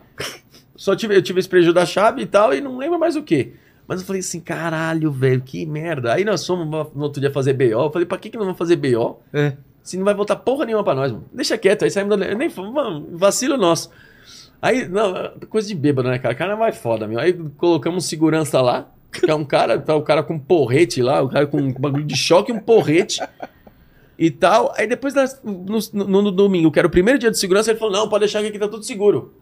[SPEAKER 3] Só tive, eu tive esse prejuízo da chave e tal, e não lembro mais o que Mas eu falei assim, caralho, velho, que merda. Aí nós fomos no outro dia fazer BO. Eu falei, pra que, que nós vamos fazer BO?
[SPEAKER 1] É.
[SPEAKER 3] Se não vai voltar porra nenhuma pra nós, mano. Deixa quieto, aí saímos da. Nem fomos, mano, vacilo nosso. Aí, não, coisa de bêbado, né, cara? Cara vai foda, meu. Aí colocamos um segurança lá, que é um cara, tá o cara com um porrete lá, o cara com um bagulho de choque e um porrete e tal. Aí depois, nós- no, no- no domingo, que era o primeiro dia de segurança, ele falou: não, pode deixar que aqui tá tudo seguro.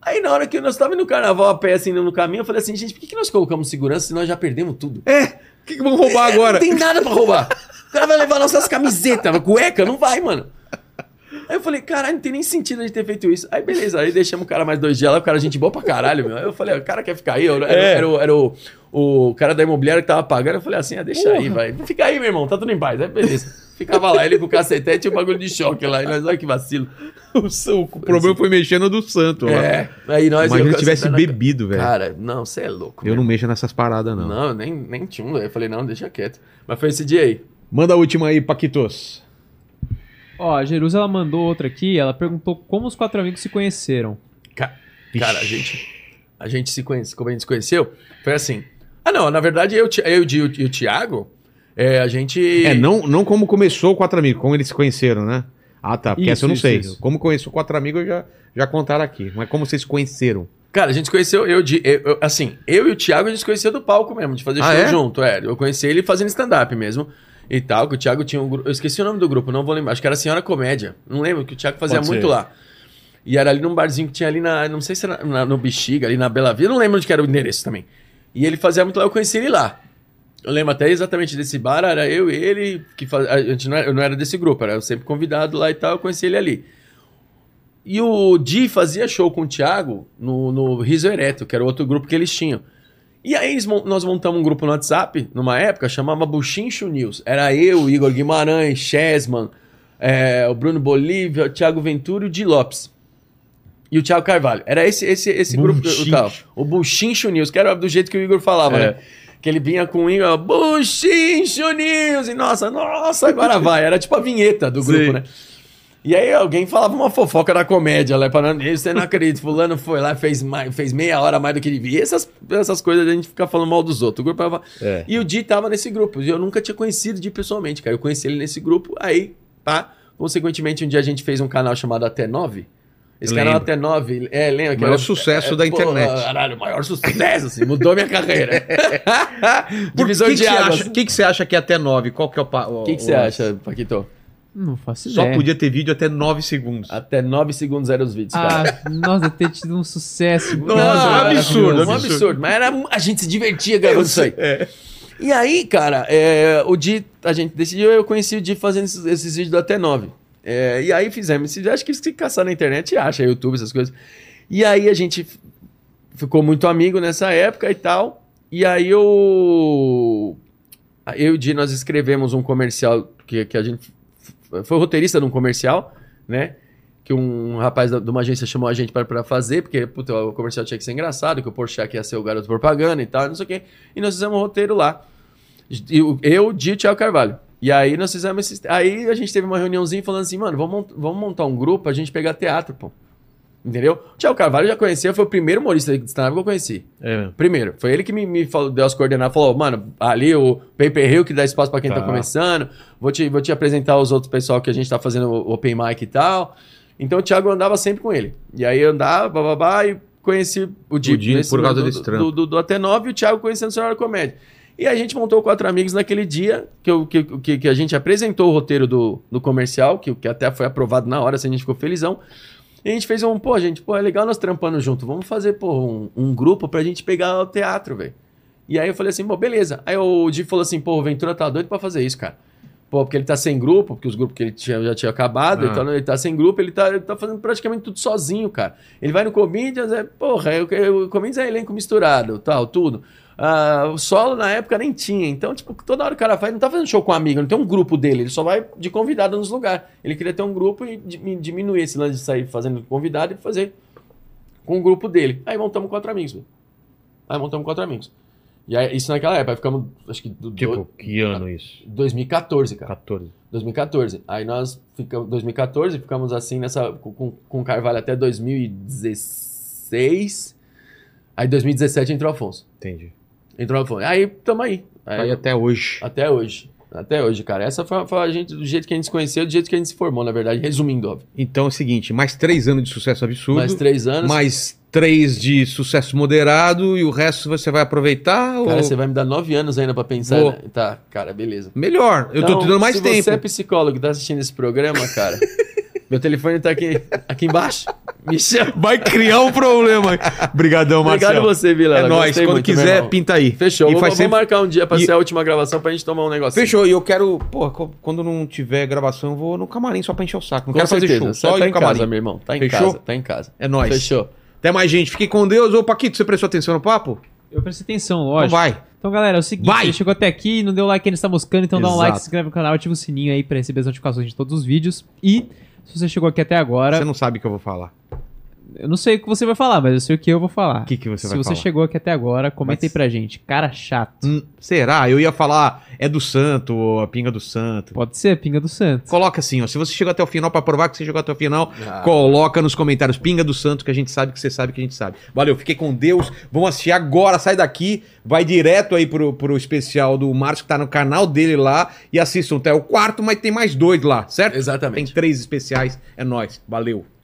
[SPEAKER 3] Aí na hora que nós estávamos no carnaval a pé, assim, no caminho, eu falei assim, gente, por que, que nós colocamos segurança se nós já perdemos tudo?
[SPEAKER 1] É, O que, que vão roubar agora?
[SPEAKER 3] Não tem nada pra roubar. O cara vai levar nossas camisetas, cueca, não vai, mano. Aí eu falei, caralho, não tem nem sentido a gente ter feito isso. Aí beleza, aí deixamos o cara mais dois dias lá, o cara gente boa pra caralho, meu. Aí eu falei, o cara quer ficar aí? Eu- Era,
[SPEAKER 1] É.
[SPEAKER 3] era o- era o, o cara da imobiliária que tava pagando, eu falei assim, ah, deixa aí, vai. Fica aí, meu irmão, tá tudo em paz. Aí beleza. Ficava lá, ele com o cacetete e o bagulho de choque lá. E nós, olha que vacilo.
[SPEAKER 1] O, seu- o problema foi mexendo no do santo. ó.
[SPEAKER 3] É, aí nós...
[SPEAKER 1] Imagina
[SPEAKER 3] eu-
[SPEAKER 1] se tivesse
[SPEAKER 3] cara,
[SPEAKER 1] bebido, velho.
[SPEAKER 3] Cara, não, você é louco.
[SPEAKER 1] Eu não mexo nessas paradas, não.
[SPEAKER 3] Não, nem, nem tinha um. Eu falei, não, deixa quieto. Mas foi esse dia aí.
[SPEAKER 1] Manda a última aí, Paquitos.
[SPEAKER 2] Ó, a Jerusa, ela mandou outra aqui, ela perguntou como os quatro amigos se conheceram.
[SPEAKER 3] Ca- Cara, a gente, a gente se conhece, como a gente se conheceu, foi assim. Ah, não, na verdade, eu, Ti- eu, Di- e o Thiago, é, a gente.
[SPEAKER 1] É, não, não como começou o Quatro Amigos, como eles se conheceram, né? Ah, tá. Porque essa eu não
[SPEAKER 2] Isso,
[SPEAKER 1] sei.
[SPEAKER 2] isso, isso.
[SPEAKER 1] Como conheceu o Quatro Amigos, já, já contaram aqui. Mas como vocês se conheceram?
[SPEAKER 3] Cara, a gente se conheceu, eu, Di- eu- eu- assim, eu e o Thiago a gente se conheceu do palco mesmo, de fazer
[SPEAKER 1] Ah,
[SPEAKER 3] show
[SPEAKER 1] é?
[SPEAKER 3] junto, é. Eu conheci ele fazendo stand-up mesmo e tal, que o Thiago tinha um grupo. Eu esqueci o nome do grupo, não vou lembrar. Acho que era Senhora Comédia. Não lembro, que o Thiago fazia
[SPEAKER 1] Pode ser.
[SPEAKER 3] muito lá. E era ali num barzinho que tinha ali na. Não sei se era na- no Bexiga, ali na Bela Vista. Não lembro onde que era o endereço também. E ele fazia muito lá, eu conheci ele lá. Eu lembro até exatamente desse bar, era eu e ele, que faz... a gente não era- eu não era desse grupo, era eu sempre convidado lá e tal, eu conheci ele ali. E o Di fazia show com o Thiago no, no Riso Ereto, que era outro grupo que eles tinham. E aí eles mon- nós montamos um grupo no WhatsApp, numa época, chamava Buchincho News. Era eu, Igor Guimarães, Chesman, é, o Bruno Bolívia, o Thiago Ventura e o Di Lopes. E o Thiago Carvalho. Era esse, esse, esse grupo que eu tava. O Buchincho News, que era do jeito que o Igor
[SPEAKER 1] É.
[SPEAKER 3] falava, né? Que ele vinha com o Igor, Buchincho News! E nossa, nossa, agora vai. Era tipo a vinheta do grupo,
[SPEAKER 1] Sim.
[SPEAKER 3] né? E aí alguém falava uma fofoca da comédia, lá, falando, "Ih, você não acredita, fulano foi lá, fez, mais, fez meia hora mais do que devia. E essas, essas coisas da gente ficar falando mal dos outros. O grupo tava...
[SPEAKER 1] É.
[SPEAKER 3] E o Di tava nesse grupo, e eu nunca tinha conhecido o Di pessoalmente, cara. Eu conheci ele nesse grupo, aí, pá, consequentemente, um dia a gente fez um canal chamado Até 9. Esse canal
[SPEAKER 1] Lembro.
[SPEAKER 3] Até 9, é, lembra?
[SPEAKER 1] Maior sucesso da internet.
[SPEAKER 3] É, Caralho, maior sucesso, assim, mudou minha carreira. Divisor
[SPEAKER 1] que
[SPEAKER 3] de
[SPEAKER 1] que você
[SPEAKER 3] águas.
[SPEAKER 1] acha- que, que você acha que é até 9? Qual que é o... pa-
[SPEAKER 3] O que, que você acha, Paquito?
[SPEAKER 2] Não faço
[SPEAKER 1] Só
[SPEAKER 2] ideia.
[SPEAKER 1] podia ter vídeo até 9 segundos.
[SPEAKER 3] Até 9 segundos eram os vídeos, cara.
[SPEAKER 2] Ah, nossa, ter tido um sucesso.
[SPEAKER 1] Nossa,
[SPEAKER 2] maravilhoso.
[SPEAKER 1] um absurdo,
[SPEAKER 3] um absurdo. Mas era, a gente se divertia gravando isso aí.
[SPEAKER 1] É.
[SPEAKER 3] E aí, cara, é, o Di, a gente decidiu, eu conheci o Di fazendo esses, esses vídeos do Até 9. É, e aí fizemos, esse- acho que se caçar na internet acha, YouTube, essas coisas. E aí a gente f- ficou muito amigo nessa época e tal. E aí eu. Eu e o Di, nós escrevemos um comercial que, que a gente. f- Foi roteirista de um comercial, né? Que um rapaz da- de uma agência chamou a gente pra- pra fazer, porque puta, o comercial tinha que ser engraçado, que o Porchat ia ser o garoto propaganda e tal, não sei o quê. E nós fizemos um roteiro lá. Eu, eu Di e o Thiago Carvalho. E aí nós fizemos esse, Aí a gente teve uma reuniãozinha falando assim, mano, vamos, mont- vamos montar um grupo, a gente pegar teatro, pô. Entendeu? O Thiago Carvalho eu já conhecia, foi o primeiro humorista de stand-up que eu conheci.
[SPEAKER 1] É.
[SPEAKER 3] Primeiro, foi ele que me, me falou, deu as coordenadas, falou, mano, ali o Paper Hill que dá espaço pra quem tá,
[SPEAKER 1] Tá.
[SPEAKER 3] começando, vou te, vou te apresentar os outros pessoal que a gente tá fazendo o open mic e tal. Então o Thiago andava sempre com ele. E aí eu andava, bababá, e conheci o Di
[SPEAKER 1] Di por causa
[SPEAKER 3] do,
[SPEAKER 1] desse
[SPEAKER 3] do-
[SPEAKER 1] trampo.
[SPEAKER 3] Do, do- do Até Nove e o Thiago conhecendo o Senhora Comédia. E a gente montou quatro amigos naquele dia que, eu- que, que, que a gente apresentou o roteiro do, do comercial, que, que até foi aprovado na hora, assim, a gente ficou felizão. E a gente fez um, pô, gente, pô, é legal nós trampando junto. Vamos fazer, pô, um, um grupo pra gente pegar o teatro, velho. E aí eu falei assim, pô, beleza. Aí o Di falou assim, pô, o Ventura tá doido pra fazer isso, cara. Pô, porque ele tá sem grupo, porque os grupos que ele tinha, já tinha acabado,
[SPEAKER 1] Ah.
[SPEAKER 3] então ele tá sem grupo, ele tá, ele tá fazendo praticamente tudo sozinho, cara. Ele vai no Comedians, é, porra, é, o- é, o Comedians é elenco misturado, tal, tudo. Ah, o solo na época nem tinha. Então, tipo, toda hora o cara faz, não tá fazendo show com um amigo, não tem um grupo dele, ele só vai de convidado nos lugares. Ele queria ter um grupo e di- diminuir esse lance de sair fazendo convidado e fazer com o grupo dele. Aí montamos quatro amigos, velho. Aí montamos quatro amigos. E aí, isso naquela época, aí ficamos, acho que do,
[SPEAKER 1] Tipo, que ano isso?
[SPEAKER 3] 2014, cara.
[SPEAKER 1] 14.
[SPEAKER 3] 2014. Aí nós ficamos 2014, ficamos assim nessa com- com, com o Carvalho até 2016. Aí 2017 entrou o Afonso.
[SPEAKER 1] Entendi.
[SPEAKER 3] Entrou o Afonso. Aí tamo aí. Aí,
[SPEAKER 1] Aí é até hoje.
[SPEAKER 3] até hoje. Até hoje, cara. Essa foi, foi a gente do jeito que a gente se conheceu, do jeito que a gente se formou, na verdade, resumindo, óbvio.
[SPEAKER 1] Então é o seguinte, mais três anos de sucesso absurdo,
[SPEAKER 3] Mais
[SPEAKER 1] mais três,
[SPEAKER 3] três anos.
[SPEAKER 1] de sucesso moderado e o resto você vai aproveitar
[SPEAKER 3] Cara,
[SPEAKER 1] ou...
[SPEAKER 3] você vai me dar nove anos ainda pra pensar,
[SPEAKER 1] Vou.
[SPEAKER 3] né? Tá, cara, beleza.
[SPEAKER 1] Melhor, eu tô te dando mais
[SPEAKER 3] se
[SPEAKER 1] tempo.
[SPEAKER 3] Se você é psicólogo e tá assistindo esse programa, cara, meu telefone tá aqui, aqui embaixo. Me chama.
[SPEAKER 1] Vai criar um problema. Obrigadão,
[SPEAKER 3] Obrigado você, Vila.
[SPEAKER 1] É nóis, quando quiser, pinta aí.
[SPEAKER 3] Fechou.
[SPEAKER 1] E
[SPEAKER 3] vou,
[SPEAKER 1] faz
[SPEAKER 3] vou
[SPEAKER 1] sempre-
[SPEAKER 3] marcar um dia pra
[SPEAKER 1] e-
[SPEAKER 3] ser a última gravação pra gente tomar um negócio.
[SPEAKER 1] Assim. Fechou, e eu quero, pô, co- quando não tiver gravação, eu vou no camarim só pra encher o saco. Não
[SPEAKER 3] Com
[SPEAKER 1] quero
[SPEAKER 3] certeza.
[SPEAKER 1] fazer
[SPEAKER 3] Você
[SPEAKER 1] show, só
[SPEAKER 3] tá
[SPEAKER 1] ir
[SPEAKER 3] em
[SPEAKER 1] no camarim.
[SPEAKER 3] casa, meu irmão. Tá em
[SPEAKER 1] Fechou?
[SPEAKER 3] casa. Tá em casa.
[SPEAKER 1] É nóis.
[SPEAKER 3] Fechou.
[SPEAKER 1] Até mais, gente. Fique com Deus. Ô, Paquito, você prestou atenção no papo?
[SPEAKER 2] Eu prestei atenção,
[SPEAKER 1] Então
[SPEAKER 2] lógico.
[SPEAKER 1] vai.
[SPEAKER 2] Então, galera, é o seguinte,
[SPEAKER 1] Vai!
[SPEAKER 2] você chegou até aqui e não deu like ainda está moscando, então dá um
[SPEAKER 1] Exato.
[SPEAKER 2] like, se inscreve no canal, ativa o sininho aí pra receber as notificações de todos os vídeos. E se você chegou aqui até agora,
[SPEAKER 1] Você não sabe o que eu vou falar.
[SPEAKER 2] eu não sei o que você vai falar, mas eu sei o que eu vou falar.
[SPEAKER 1] O que, que você
[SPEAKER 2] se
[SPEAKER 1] vai
[SPEAKER 2] você
[SPEAKER 1] falar?
[SPEAKER 2] chegou aqui até agora, comenta
[SPEAKER 1] Mas-
[SPEAKER 2] aí pra gente. Cara chato.
[SPEAKER 1] Hum, será? Eu ia falar é do santo, ou a pinga do santo.
[SPEAKER 2] Pode ser, pinga do santo.
[SPEAKER 1] Coloca assim, ó. Se você chegou até o final, pra provar que você chegou até o final,
[SPEAKER 3] Ah.
[SPEAKER 1] coloca nos comentários pinga do santo, que a gente sabe que você sabe que a gente sabe. Valeu, fiquei com Deus. Vamos assistir agora, sai daqui, vai direto aí pro, pro especial do Márcio, que tá no canal dele lá, tá? É e assistam até o quarto, mas tem mais dois lá, certo?
[SPEAKER 3] Exatamente.
[SPEAKER 1] Tem três especiais, é nóis. Valeu.